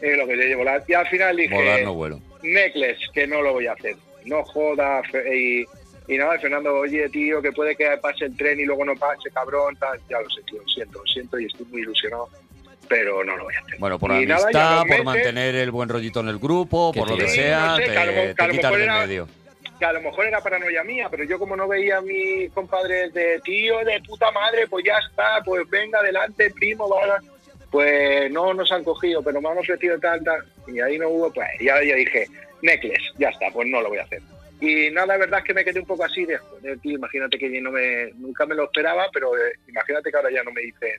S17: Eh, lo que se dice volar. Y al final dije,
S4: Volar no vuelo.
S17: Necklace, que no lo voy a hacer. No joda. Fe- Y, y nada, Fernando, oye, tío, que puede que pase el tren y luego no pase, cabrón. tal. Ya lo sé, tío, lo siento, lo siento y estoy muy ilusionado, pero no lo voy a hacer.
S4: Bueno, por
S17: Y nada,
S4: amistad,
S17: y a los
S4: por
S17: meses-
S4: mantener el buen rollito en el grupo, por lo
S17: te-
S4: que
S17: Sí,
S4: sea,
S17: no sé,
S4: te,
S17: que a lo mo- que a
S4: te
S17: lo
S4: quitas
S17: mejor
S4: del
S17: era-
S4: medio.
S17: que a lo mejor era paranoia mía, pero yo como no veía a mis compadres de tío, de puta madre, pues ya está, pues venga adelante, primo, va. Pues no nos han cogido, pero me han ofrecido tal, tal. Y ahí no hubo, pues ya, ya dije, necklace, ya está, pues no lo voy a hacer. Y nada, la verdad es que me quedé un poco así de, joder, tío, imagínate que no me, nunca me lo esperaba, pero eh, imagínate que ahora ya no me dicen,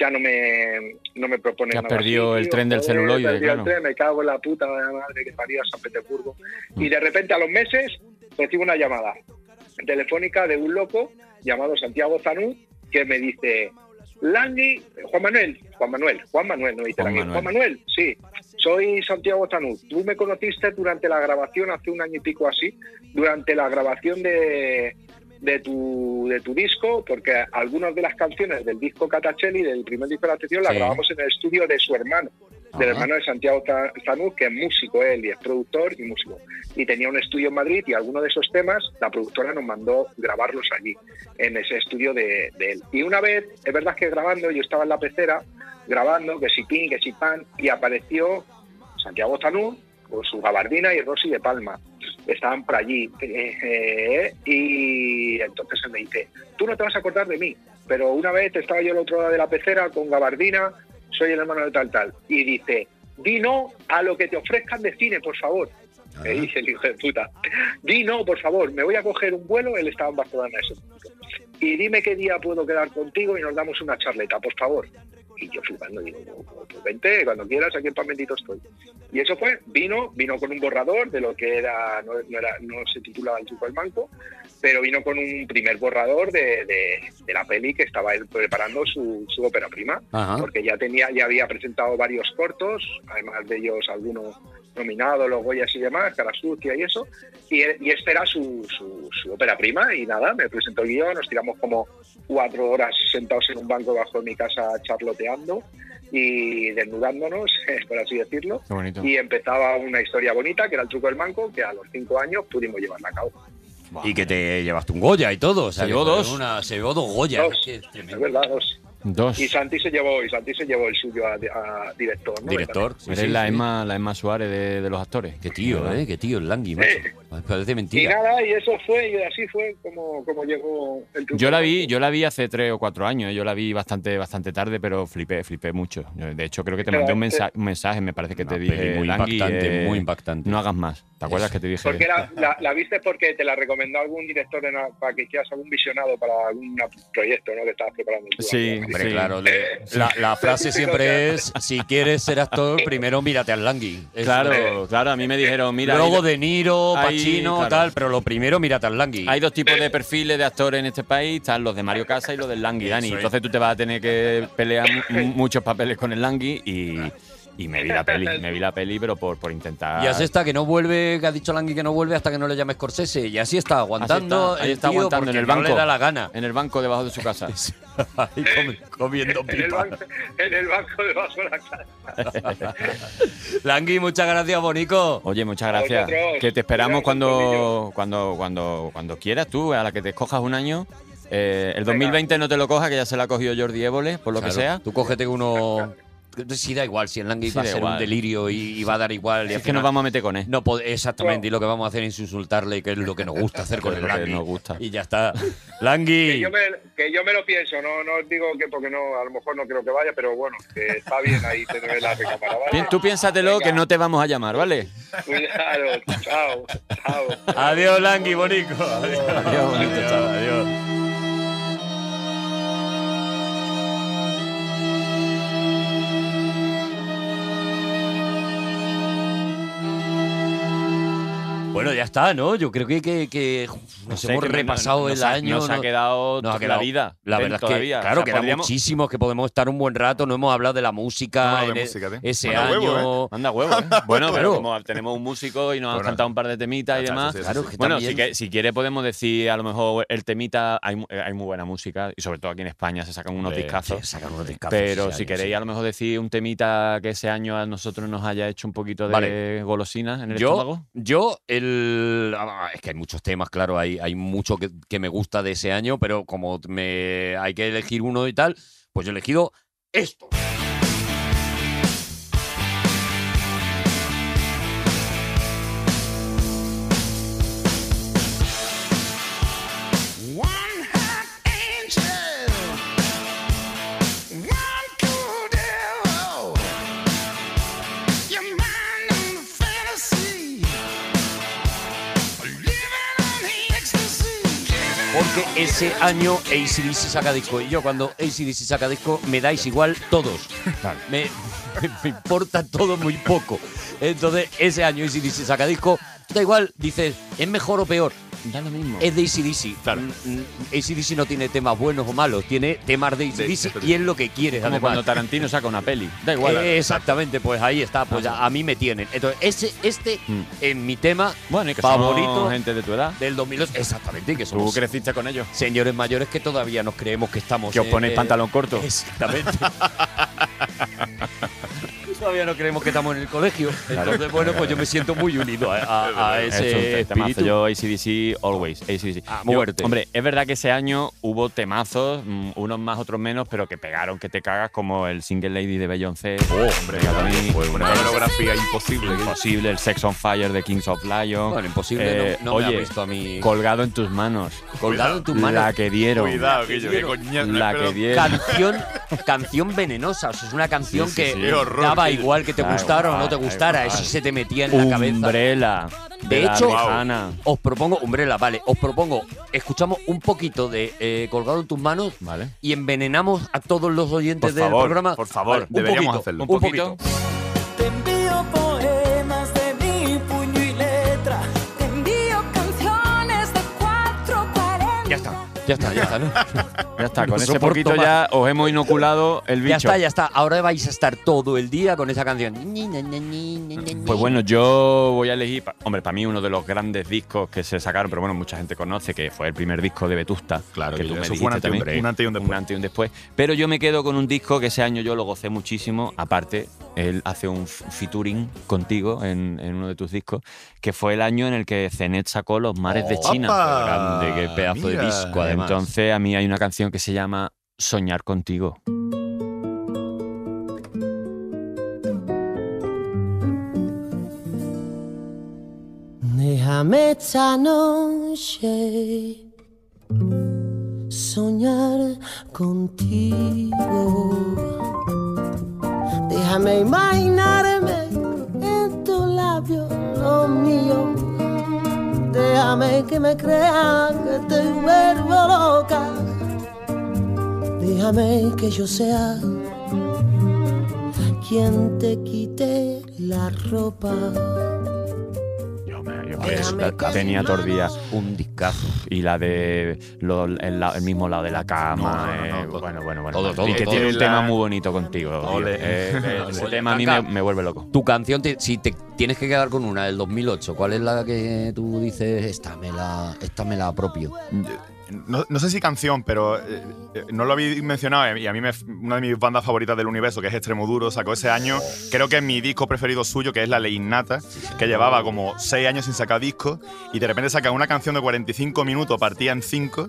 S17: ya no me, no me proponen
S5: Que has
S17: nada así,
S5: perdido el
S17: tío,
S5: tren del
S17: joder,
S5: celuloide,
S17: perdí el
S5: claro.
S17: tren, me cago en la puta madre que parió a San Petersburgo. Y de repente a los meses recibo una llamada telefónica de un loco llamado Santiago Zanú que me dice Landy, Juan Manuel, Juan Manuel, Juan Manuel, no dice
S5: Juan
S17: Landy,
S5: Manuel.
S17: Juan Manuel, sí, soy Santiago Zanú. Tú me conociste durante la grabación, hace un año y pico así, durante la grabación de, de tu, de tu disco, porque algunas de las canciones del disco Catacelli, del primer disco de la sección, las
S18: Sí.
S17: grabamos en el estudio de su hermano, (laughs) del hermano de Santiago Ta- Zanús, que es músico él y es productor y músico. Y tenía un estudio en Madrid y alguno de esos temas, la productora nos mandó grabarlos allí, en ese estudio de, de él. Y una vez, es verdad que grabando, yo estaba en la pecera, grabando, que si pin, que si pan, y apareció Santiago Zanú con su gabardina y Rosy de Palma estaban por allí. eh, eh, y entonces él me dice, tú no te vas a acordar de mí, pero una vez estaba yo al otro lado de la pecera con Gabardina, soy el hermano de tal tal. Y dice, di no a lo que te ofrezcan de cine, por favor. Me dice el hijo de puta, di no, por favor, me voy a coger un vuelo, él estaba en Barcelona en ese momento. Y dime qué día puedo quedar contigo y nos damos una charleta, por favor. Y yo flipando, digo, pues vente, cuando quieras, aquí en Pan Bendito estoy. Y eso fue, vino, vino con un borrador de lo que era, no, no era, no se titulaba El Chico del Banco, pero vino con un primer borrador de, de- de la peli que estaba él preparando su, su ópera prima,
S5: Ah.
S4: Ajá.
S17: porque ya tenía, ya había presentado varios cortos, además de ellos algunos nominados, los Goyas y demás, Cara Sucia y eso, y, y esta era su, su, su ópera prima, y nada, me presentó el guión, nos tiramos como cuatro horas sentados en un banco bajo mi casa charloteando y desnudándonos, (laughs) por así decirlo.
S5: Qué bonito.
S17: Y empezaba una historia bonita, que era el truco del manco, que a los cinco años pudimos llevarla a cabo.
S4: Y que te llevaste un Goya y todo. o sea,
S5: Se llevó
S4: que fue
S5: dos.
S4: una- se llevó dos Goya.
S17: Dos, es verdad, dos.
S5: Dos.
S17: Y Santi se llevó, y Santi se llevó el suyo a, a director, ¿no?
S5: Eres la, Emma, la Emma Suárez de, de los actores.
S4: Qué tío, ¿eh? Qué tío, el Langui, macho. Pues Parece
S17: Y
S4: mentira.
S17: nada, y eso fue, y así fue como, como llegó el truco.
S5: Yo la
S17: del
S5: vi, yo la vi hace tres o cuatro años, ¿eh? yo la vi bastante, bastante tarde, pero flipé, flipé mucho. Yo, De hecho, creo que te
S17: Pero
S5: mandé un,
S17: antes-
S5: mensa- un mensaje, me parece que te
S4: peli
S5: dije.
S4: muy
S5: Langui, eh,
S4: impactante, muy impactante.
S5: No hagas más. ¿Te acuerdas que te dije?
S17: Porque era- la, la viste porque te la recomendó algún director de na- para que hicieras algún visionado para algún proyecto ¿no? que estabas preparando. tú.
S5: Sí,
S4: Hombre,
S5: sí.
S4: claro. le- la, la frase siempre es: si quieres ser actor, primero mírate al Langui. Eso
S5: Claro,
S4: es.
S5: claro, a mí me dijeron, mira.
S4: Luego
S5: hay-
S4: De Niro,
S5: hay-
S4: Pacino,
S5: claro.
S4: tal, pero lo primero mírate al Langui.
S5: Hay dos tipos de perfiles de actores en este país, están los de Mario Casa y los del Langui, Dani.
S4: Eso es.
S5: Entonces tú te vas a tener que pelear mu- muchos papeles con el Langui y, y me vi la peli, me vi la peli, pero por, por intentar.
S4: Y así está, que no vuelve, que ha dicho Langui que no vuelve hasta que no le llame Scorsese. Y así está,
S5: Así está,
S4: aguantando.
S5: ahí
S4: el
S5: está
S4: tío
S5: aguantando
S4: porque
S5: en el
S4: no
S5: banco.
S4: le da la gana. (laughs)
S5: En el banco debajo de su casa.
S4: Ahí comi- comiendo
S17: en, el
S4: pipa.
S17: banco, en el banco debajo de la casa.
S4: (laughs) Langui, muchas gracias, Bonico.
S5: Oye, muchas
S4: A
S5: gracias.
S4: vosotros.
S5: Que te esperamos
S4: Cuidaos,
S5: cuando, cuando, cuando, cuando quieras tú, a la que te escojas un año. Eh, el 2020 no te lo cojas, que ya se la ha cogido Jordi Évole, por lo
S4: Claro,
S5: que sea.
S4: Tú cógete uno. Sí, da igual, si el Langui
S5: Sí,
S4: va a
S5: da
S4: ser un
S5: igual.
S4: delirio y, y va a dar igual.
S5: Si es que nos vamos a meter con él.
S4: No, pod- exactamente, y lo que vamos a hacer es insultarle, que es lo que nos gusta hacer con
S5: Es
S4: el
S5: lo que
S4: Langui.
S5: nos gusta.
S4: Y ya está.
S17: Que
S4: Langui.
S17: yo, me, que yo me lo pienso, no, no os digo que porque no, a lo mejor no creo que vaya, pero bueno, que está bien ahí tener la recámara. ¿vale?
S5: Pi- Tú piénsatelo que no te vamos a llamar, ¿vale?
S17: Cuidado, chao, chao.
S4: Adiós, Langui, Bonico. Adiós,
S5: bonito,
S4: chaval, adiós. Bueno, ya está, ¿no? Yo creo que, que- que nos
S5: sé,
S4: hemos
S5: que no-
S4: repasado
S5: no-
S4: el
S5: nos ha-
S4: año.
S5: nos ha quedado
S4: nos ha
S5: la
S4: quedado-
S5: vida ¿eh?
S4: La verdad es que,
S5: todavía.
S4: claro,
S5: O sea,
S4: queda
S5: podríamos-
S4: muchísimos que podemos estar un buen rato. No hemos hablado de la música.
S5: hablado de
S4: en e-
S5: música, tío.
S4: ese
S5: Manda
S4: año.
S5: huevo, ¿eh?
S4: (laughs)
S5: Manda huevo, ¿eh? Bueno, pero
S4: Claro.
S5: como tenemos un músico y nos han
S4: Bueno.
S5: cantado un par de temitas y
S4: Chacho,
S5: demás.
S4: sí, sí, Claro, sí. que
S5: Bueno,
S4: también-
S5: si, que- si quiere podemos decir a lo mejor el temita, hay, mu- eh, hay muy buena música y sobre todo aquí en España se sacan unos
S4: Hombre,
S5: discazos.
S4: sí, sacan unos discazos
S5: Pero
S4: ese
S5: si
S4: año,
S5: queréis
S4: sí.
S5: a lo mejor decir un temita que ese año a nosotros nos haya hecho un poquito de
S4: Vale.
S5: golosinas en el
S4: yo,
S5: estómago.
S4: Yo, el. ah, Es que hay muchos temas, claro, hay, hay mucho que, que me gusta de ese año, pero como me, hay que elegir uno y tal, pues yo he elegido esto.
S3: One hot angel, one cool devil. Your mind on fantasy, living on the ecstasy.
S4: Porque ese año ACDC saca disco. Y yo, cuando ACDC saca disco, me dais igual todos. Me, (laughs) me importa todo muy poco. Entonces, ese año ACDC saca disco, da igual, dices, ¿es mejor o peor?
S5: Da lo mismo.
S4: Es de ACDC. Mm, mm, ACDC no tiene temas buenos o malos, tiene temas de ACDC y es lo que quieres.
S5: Como
S4: además.
S5: cuando Tarantino saca una peli. Da igual. Ah,
S4: Eh, exactamente, pues ahí está, pues ya, a mí me tienen. Entonces, ese, este es mi tema
S5: Mm. Bueno, y que
S4: favorito
S5: somos gente de tu edad.
S4: del 2008. Exactamente, que
S5: Tú
S4: somos
S5: creciste con ellos.
S4: señores mayores que todavía nos creemos que estamos.
S5: Que os ponéis pantalón corto. (laughs)
S4: Exactamente. todavía no creemos que estamos en el colegio.
S5: Claro.
S4: Entonces, bueno, pues yo me siento muy unido a, a- a
S5: (laughs) Es un
S4: ese
S5: temazo.
S4: espíritu.
S5: Yo ACDC always, ACDC.
S4: Ah,
S5: Yo,
S4: muerte.
S5: hombre, es verdad que ese año hubo temazos, mm, unos más, otros menos, pero que pegaron que te cagas, como el Single Lady de Beyoncé.
S4: Oh,
S2: hombre, fue una coreografía imposible.
S5: Imposible, el Sex on Fire de Kings of Lion.
S4: ¿eh?
S5: Eh,
S4: Bueno, imposible, no- no me
S5: oye,
S4: ha visto a mí.
S5: Colgado en tus manos.
S4: Colgado en tus manos.
S5: La que dieron.
S2: Cuidado, Guillo, qué coñazo,
S5: La que
S2: perdón.
S5: dieron.
S4: Canción, canción venenosa. O sea, es una canción
S5: Sí, sí,
S4: que
S5: sí. Qué horror,
S4: daba
S5: Gil.
S4: igual que te
S5: Da
S4: gustara o
S5: igual,
S4: no te
S5: da
S4: gustara.
S5: igual.
S4: Eso se te metía en la cabeza.
S5: Umbrella.
S4: De
S5: la
S4: hecho,
S5: Rihanna.
S4: os propongo, Umbrella, vale, os propongo, escuchamos un poquito de eh, Colgado en tus manos
S5: Vale.
S4: y envenenamos a todos los oyentes
S5: Por
S4: del
S5: favor,
S4: programa.
S5: por favor,
S4: un
S5: deberíamos
S4: poquito,
S5: hacerlo.
S4: Un
S5: Un
S4: poquito.
S5: poquito.
S18: Te envío poemas de mi puño y letra. Te envío canciones de cuatro paredes.
S4: Ya está, ya está, ya está. ¿no?
S5: (laughs) Ya está,
S4: No
S5: con ese
S4: soporto
S5: poquito
S4: más.
S5: ya os hemos inoculado el bicho.
S4: Ya está, ya está. Ahora vais a estar todo el día con esa canción. Ni, ni, ni, ni, ni, ni, ni.
S5: Pues bueno, yo voy a elegir, pa- hombre, para mí uno de los grandes discos que se sacaron, pero bueno, mucha gente conoce que fue el primer disco de Vetusta, claro, que
S2: que
S5: tú me
S2: eso fue
S5: dijiste
S2: un antes y un-
S5: también,
S2: un antes y un después.
S5: y un después. Pero yo me quedo con un disco que ese año yo lo gocé muchísimo. Aparte, él hace un f- featuring contigo en, en uno de tus discos, que fue el año en el que Zenet sacó Los Mares de
S4: ¡Opa!
S5: China.
S4: Qué grande, qué pedazo de Mira. disco, además.
S5: Entonces, a mí hay una canción que se llama Soñar contigo.
S19: A mezza noche soñar contigo. Déjame imaginarme en tu labio lo mío. Déjame que me crea que te vuelvo loca. Déjame que yo sea quien te quite la ropa.
S5: Hombre,
S19: Déjame
S5: la-
S19: que
S5: tenía
S19: mi
S5: tordía
S4: un discazo
S5: y la de lo- el, la- el mismo lado de la cama eh, bueno bueno bueno
S4: Todo, todo,
S5: y que
S4: todo.
S5: tiene
S4: La-
S5: un tema muy bonito contigo tío.
S4: Ole.
S5: Eh,
S4: (laughs)
S5: eh, (laughs) ese
S4: Ole.
S5: tema a mí
S4: Caca.
S5: me, me vuelve loco
S4: Tu canción, te- si te tienes que quedar con una del 2008, ¿cuál es la que tú dices, esta me la, esta me la apropio?
S2: no, no sé si canción, pero eh, eh, no lo habéis mencionado y a mí me- una de mis bandas favoritas del universo, que es Extremoduro, sacó ese año, creo que mi disco preferido suyo, que es La Ley Innata, que llevaba como seis años sin sacar disco y de repente saca una canción de 45 minutos, partida en cinco,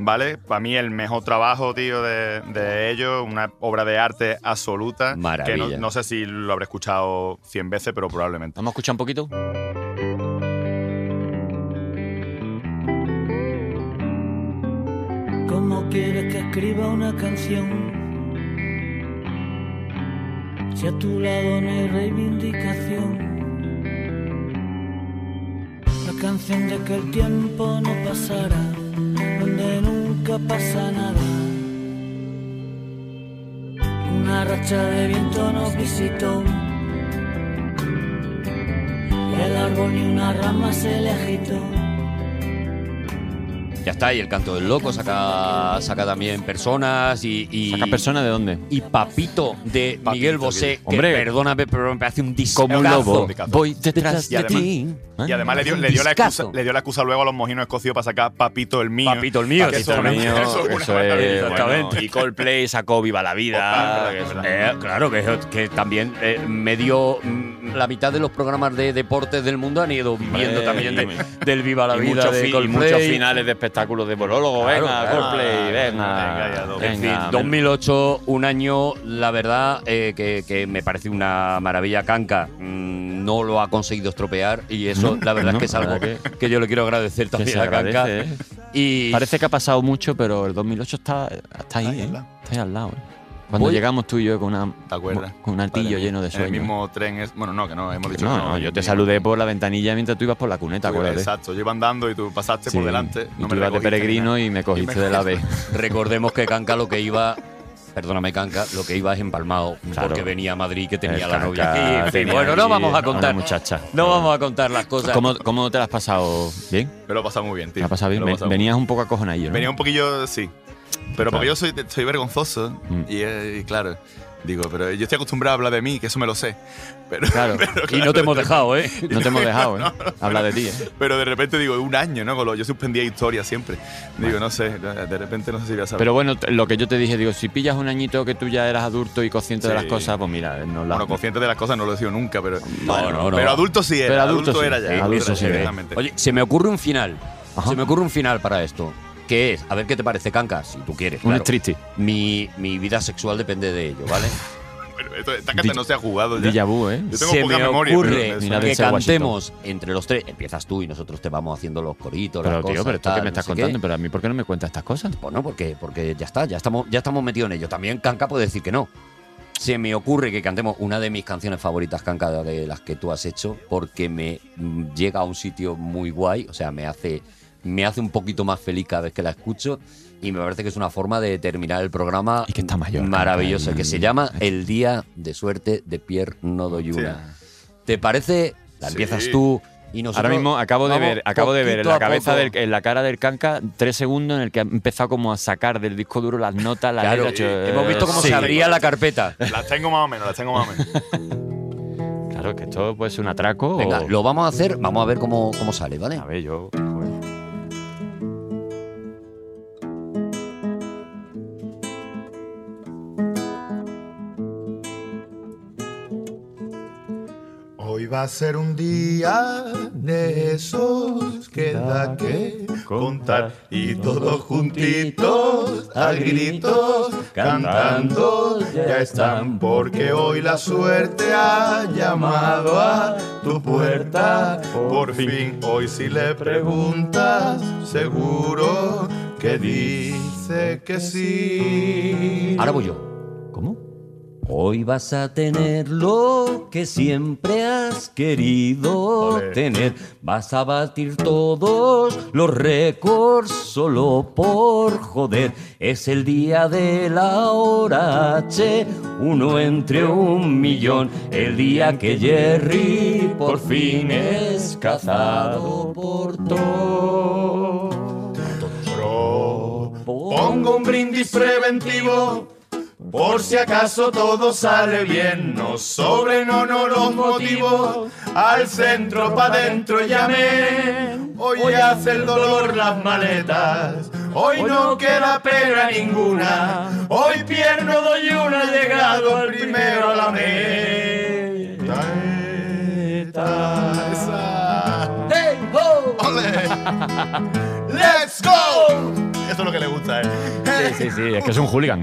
S2: ¿vale? Para mí el mejor trabajo, tío, de, de ellos, una obra de arte absoluta. Que
S5: Maravilla.
S2: no, no sé si lo habré escuchado 100 veces, pero probablemente.
S5: Vamos a escuchar un poquito.
S20: ¿Cómo quieres que escriba una canción? Si a tu lado no hay reivindicación. La canción de que el tiempo no pasará, donde nunca pasa nada. Una racha de viento nos visitó. Y al árbol ni una rama se le agitó.
S4: Ya está, y el canto del loco saca, saca también personas y, ¿Saca
S5: personas de dónde?
S4: Y Papito de Miguel Bosé, que
S5: Hombre.
S4: perdóname, pero me hace un disco.
S5: Como un lobo, voy detrás
S2: Y
S5: de
S2: además-
S5: ti.
S2: Y además le dio,
S5: Un
S2: le, dio la excusa,
S5: discazo.
S2: le dio la excusa luego a los mojinos escocidos para sacar Papito el mío. Papito el
S5: Mío, que eso, mío, que eso es, bueno, y Coldplay sacó Viva la Vida. que eso-
S4: Eh, claro, que, que también eh, medio mm, la mitad de los programas de deportes del mundo han ido viendo
S5: Hombre,
S4: también de-
S5: y-
S4: del Viva la
S5: y
S4: Vida
S5: muchos
S4: de
S5: fi- y
S4: Coldplay.
S5: muchos finales de espectáculos de monólogo.
S4: Claro,
S5: venga,
S4: claro.
S5: Coldplay, Ah, venga.
S4: En fin,
S5: venga,
S4: 2008, un año, la verdad, eh, que, que me parece una maravilla canca. Mm, No lo ha conseguido estropear y eso,
S5: No,
S4: la verdad es
S5: no,
S4: que es algo
S5: la verdad
S4: que, yo le quiero agradecer
S5: que
S4: también
S5: se
S4: a canca.
S5: agradece, ¿eh?
S4: Y
S5: Parece que ha pasado mucho, pero el 2008 está, está ahí, ¿eh? Está ahí al lado. ¿eh? Cuando
S2: Voy-
S5: llegamos tú y yo con, una,
S2: acuerdas?
S5: con un altillo lleno de
S2: En el
S5: sueños.
S2: mismo tren es. Bueno, no, que no, hemos dicho
S5: No,
S2: que
S5: no, yo te
S2: ni-
S5: saludé por la ventanilla mientras tú ibas por la cuneta, acuérdate.
S2: Exacto, yo iba andando y tú pasaste
S5: Sí,
S2: por delante.
S5: y tú ibas de
S2: recogiste ni
S5: peregrino
S2: nada.
S5: y me cogiste de la B.
S4: recordemos que canca lo que iba. Perdóname, Canca, lo que iba es empalmado
S5: Claro.
S4: porque venía a Madrid que tenía
S5: El
S4: la novia aquí.
S5: Kanka
S4: En fin,
S5: tenía
S4: bueno,
S5: ahí
S4: no vamos a
S5: una
S4: contar.
S5: muchacha.
S4: No vamos a contar las cosas.
S5: ¿Cómo, ¿Cómo te la has pasado? ¿Bien?
S2: Me lo he pasado muy bien,
S5: ¿Te
S2: tío.
S5: la has pasado bien?
S2: Me lo he pasado
S5: Venías un poco acojonadillo, ¿no?
S2: Venía un poquillo, sí. Pero porque
S5: Claro.
S2: yo soy, soy vergonzoso y, eh, y claro, digo, pero yo estoy acostumbrado a hablar de mí, que eso me lo sé. Pero,
S5: Claro.
S2: (laughs) pero
S4: Y no te hemos dejado, ¿eh?
S5: No te
S2: (laughs)
S5: hemos dejado, ¿eh? Habla de ti. ¿eh?
S2: Pero de repente digo, un año, ¿no? Con lo- Yo suspendía historia siempre. Digo, no sé, de repente no sé si voy a saber.
S5: Pero bueno, t- lo que yo te dije, digo, si pillas un añito que tú ya eras adulto y consciente de las
S2: Sí.
S5: cosas, pues mira, no la...
S2: Bueno, consciente de las cosas no lo he sido nunca, pero.
S4: No, no, no.
S2: Pero adulto sí era.
S4: Pero
S2: adulto,
S4: sí,
S2: era ya.
S4: adulto
S2: adulto era
S4: sí
S2: ya,
S4: era.
S2: directamente.
S4: Oye, se me ocurre un final. Se me ocurre un final para esto. Que es, a ver qué te parece, Canca, si tú quieres.
S5: Un
S4: claro.
S5: striptease.
S4: Mi, mi vida sexual depende de ello,
S5: (laughs)
S4: ¿ale?
S2: Pero esto, esta carta no se ha jugado ya.
S5: Déjà vu, ¿eh?
S2: Yo tengo
S4: se
S2: poca
S4: me
S2: memoria.
S4: ocurre
S2: pero-
S4: que cantemos entre los tres. Empiezas tú y nosotros te vamos haciendo los coritos,
S5: Pero
S4: las
S5: tío,
S4: cosas,
S5: pero esto que
S4: tal,
S5: me
S4: no
S5: estás
S4: sé qué.
S5: contando, pero a mí, ¿por qué no me cuentas estas cosas?
S4: Bueno, porque, porque ya está, ya estamos, ya estamos metidos en ello. También Canca puede decir que no. Se me ocurre que cantemos una de mis canciones favoritas, Canca, de las que tú has hecho, porque me mm, llega a un sitio muy guay, o sea, me hace, me hace un poquito más feliz cada vez que la escucho y me parece que es una forma de terminar el programa maravillosa, que se llama El Día de Suerte de Pierre Nodoyuna. ¿Te parece? La empiezas
S5: Sí.
S4: tú y nosotros...
S5: Ahora mismo acabo de
S4: vamos
S5: ver, acabo de ver en la
S4: poquito a
S5: cabeza,
S4: poco.
S5: del- en la cara del canca, tres segundos en el que ha empezado como a sacar del disco duro las notas, las
S4: Claro,
S5: letras, yo, eh,
S4: hemos visto cómo
S5: sí.
S4: se abría la carpeta.
S2: (laughs) Las tengo más o menos, las tengo más
S4: (laughs)
S2: o menos.
S5: Claro, que esto puede ser un atraco.
S4: Venga,
S5: o-
S4: lo vamos a hacer, vamos a ver cómo, cómo sale, ¿vale? A
S5: Oh. ver, yo.
S16: Hoy va a ser un día de esos que da que contar y todos juntitos a gritos cantando ya están porque hoy la suerte ha llamado a tu puerta por fin hoy si le preguntas seguro que dice que sí
S4: Ahora voy yo. ¿Cómo? Hoy vas a tener lo que siempre has querido tener. Vas a batir todos los récords solo por joder. Es el día de la hora H, uno entre un millón. El día que Jerry por fin es cazado por todos.
S16: Pongo un brindis preventivo por si acaso todo sale bien. No sobren o no los motivos. Al centro pa' dentro llame. Hoy hace el dolor las maletas.
S11: Hoy no queda pena ninguna. Hoy pierno doy una, llegado el primero a la meta. Esa. ¡Ole! ¡Let's go! Eso es lo que le gusta, ¿eh?
S21: Sí, sí, sí, es que es un hooligan.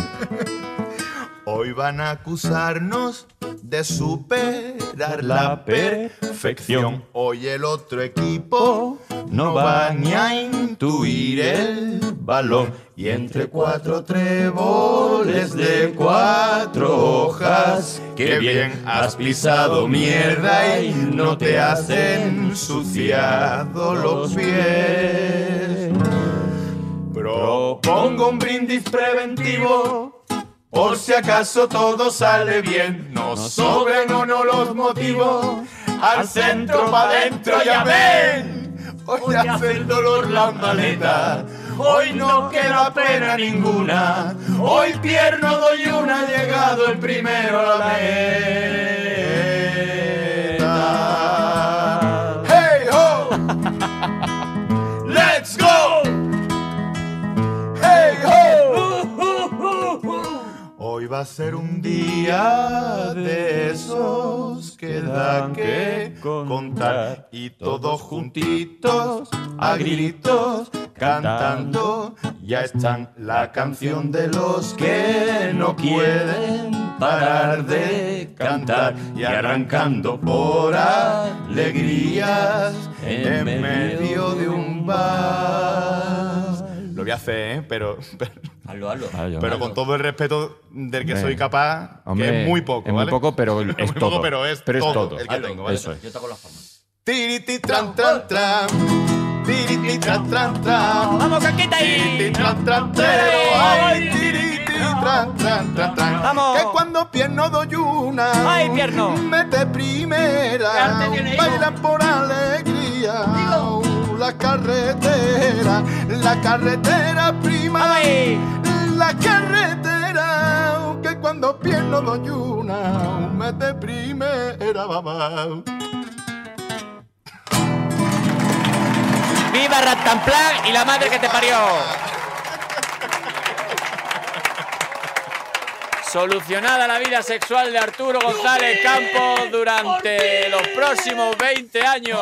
S11: Hoy van a acusarnos de superar la perfección. Hoy el otro equipo no va ni a intuir el balón. Y entre cuatro tréboles de cuatro hojas, que bien has pisado mierda y no te has ensuciado los pies. Propongo un brindis preventivo. Por si acaso todo sale bien, nos sobren o no los motivos, al centro pa' dentro ya ven. Hoy hace el dolor la maleta, hoy no queda pena ninguna, hoy pierno doy una, llegado el primero a la meta. ¡Hey ho! ¡Let's go! ¡Hey ho! Hoy va a ser un día de esos que da que contar y todos juntitos a gritos cantando ya están la canción de los que no pueden parar de cantar y arrancando por alegrías en medio de un bar.
S2: Lo voy a hacer, ¿eh? pero, pero,
S22: Hazlo, hazlo.
S2: pero con todo el respeto del que
S21: Hombre.
S2: soy capaz, que
S21: Hombre,
S2: es muy poco,
S21: es muy
S2: ¿vale?
S21: poco, pero
S2: (laughs) Es
S21: es
S2: muy
S21: todo.
S2: poco, pero es
S21: Pero es
S2: todo,
S21: todo.
S2: el que
S21: Hazlo,
S2: tengo, ¿vale?
S21: eso es.
S22: Yo toco las palmas.
S11: Tiriti tran tran tran. Tiriti tran tran tran.
S5: Vamos, Caquita ahí.
S11: Tiriti tran tran tero. Ay, tiriti tran tran tran tran.
S5: Vamos.
S11: Que cuando pierno doy una.
S5: Ay, pierno.
S11: Mete primera.
S5: Arte tiene hijo.
S11: Bailan por alegría. La carretera. La carretera prima. La carretera. Que cuando pierno doy una. Mete primera. Vamos.
S5: (laughs) ¡Viva Rattanplan y la madre que te parió! Solucionada la vida sexual de Arturo González Campos durante los próximos 20 años.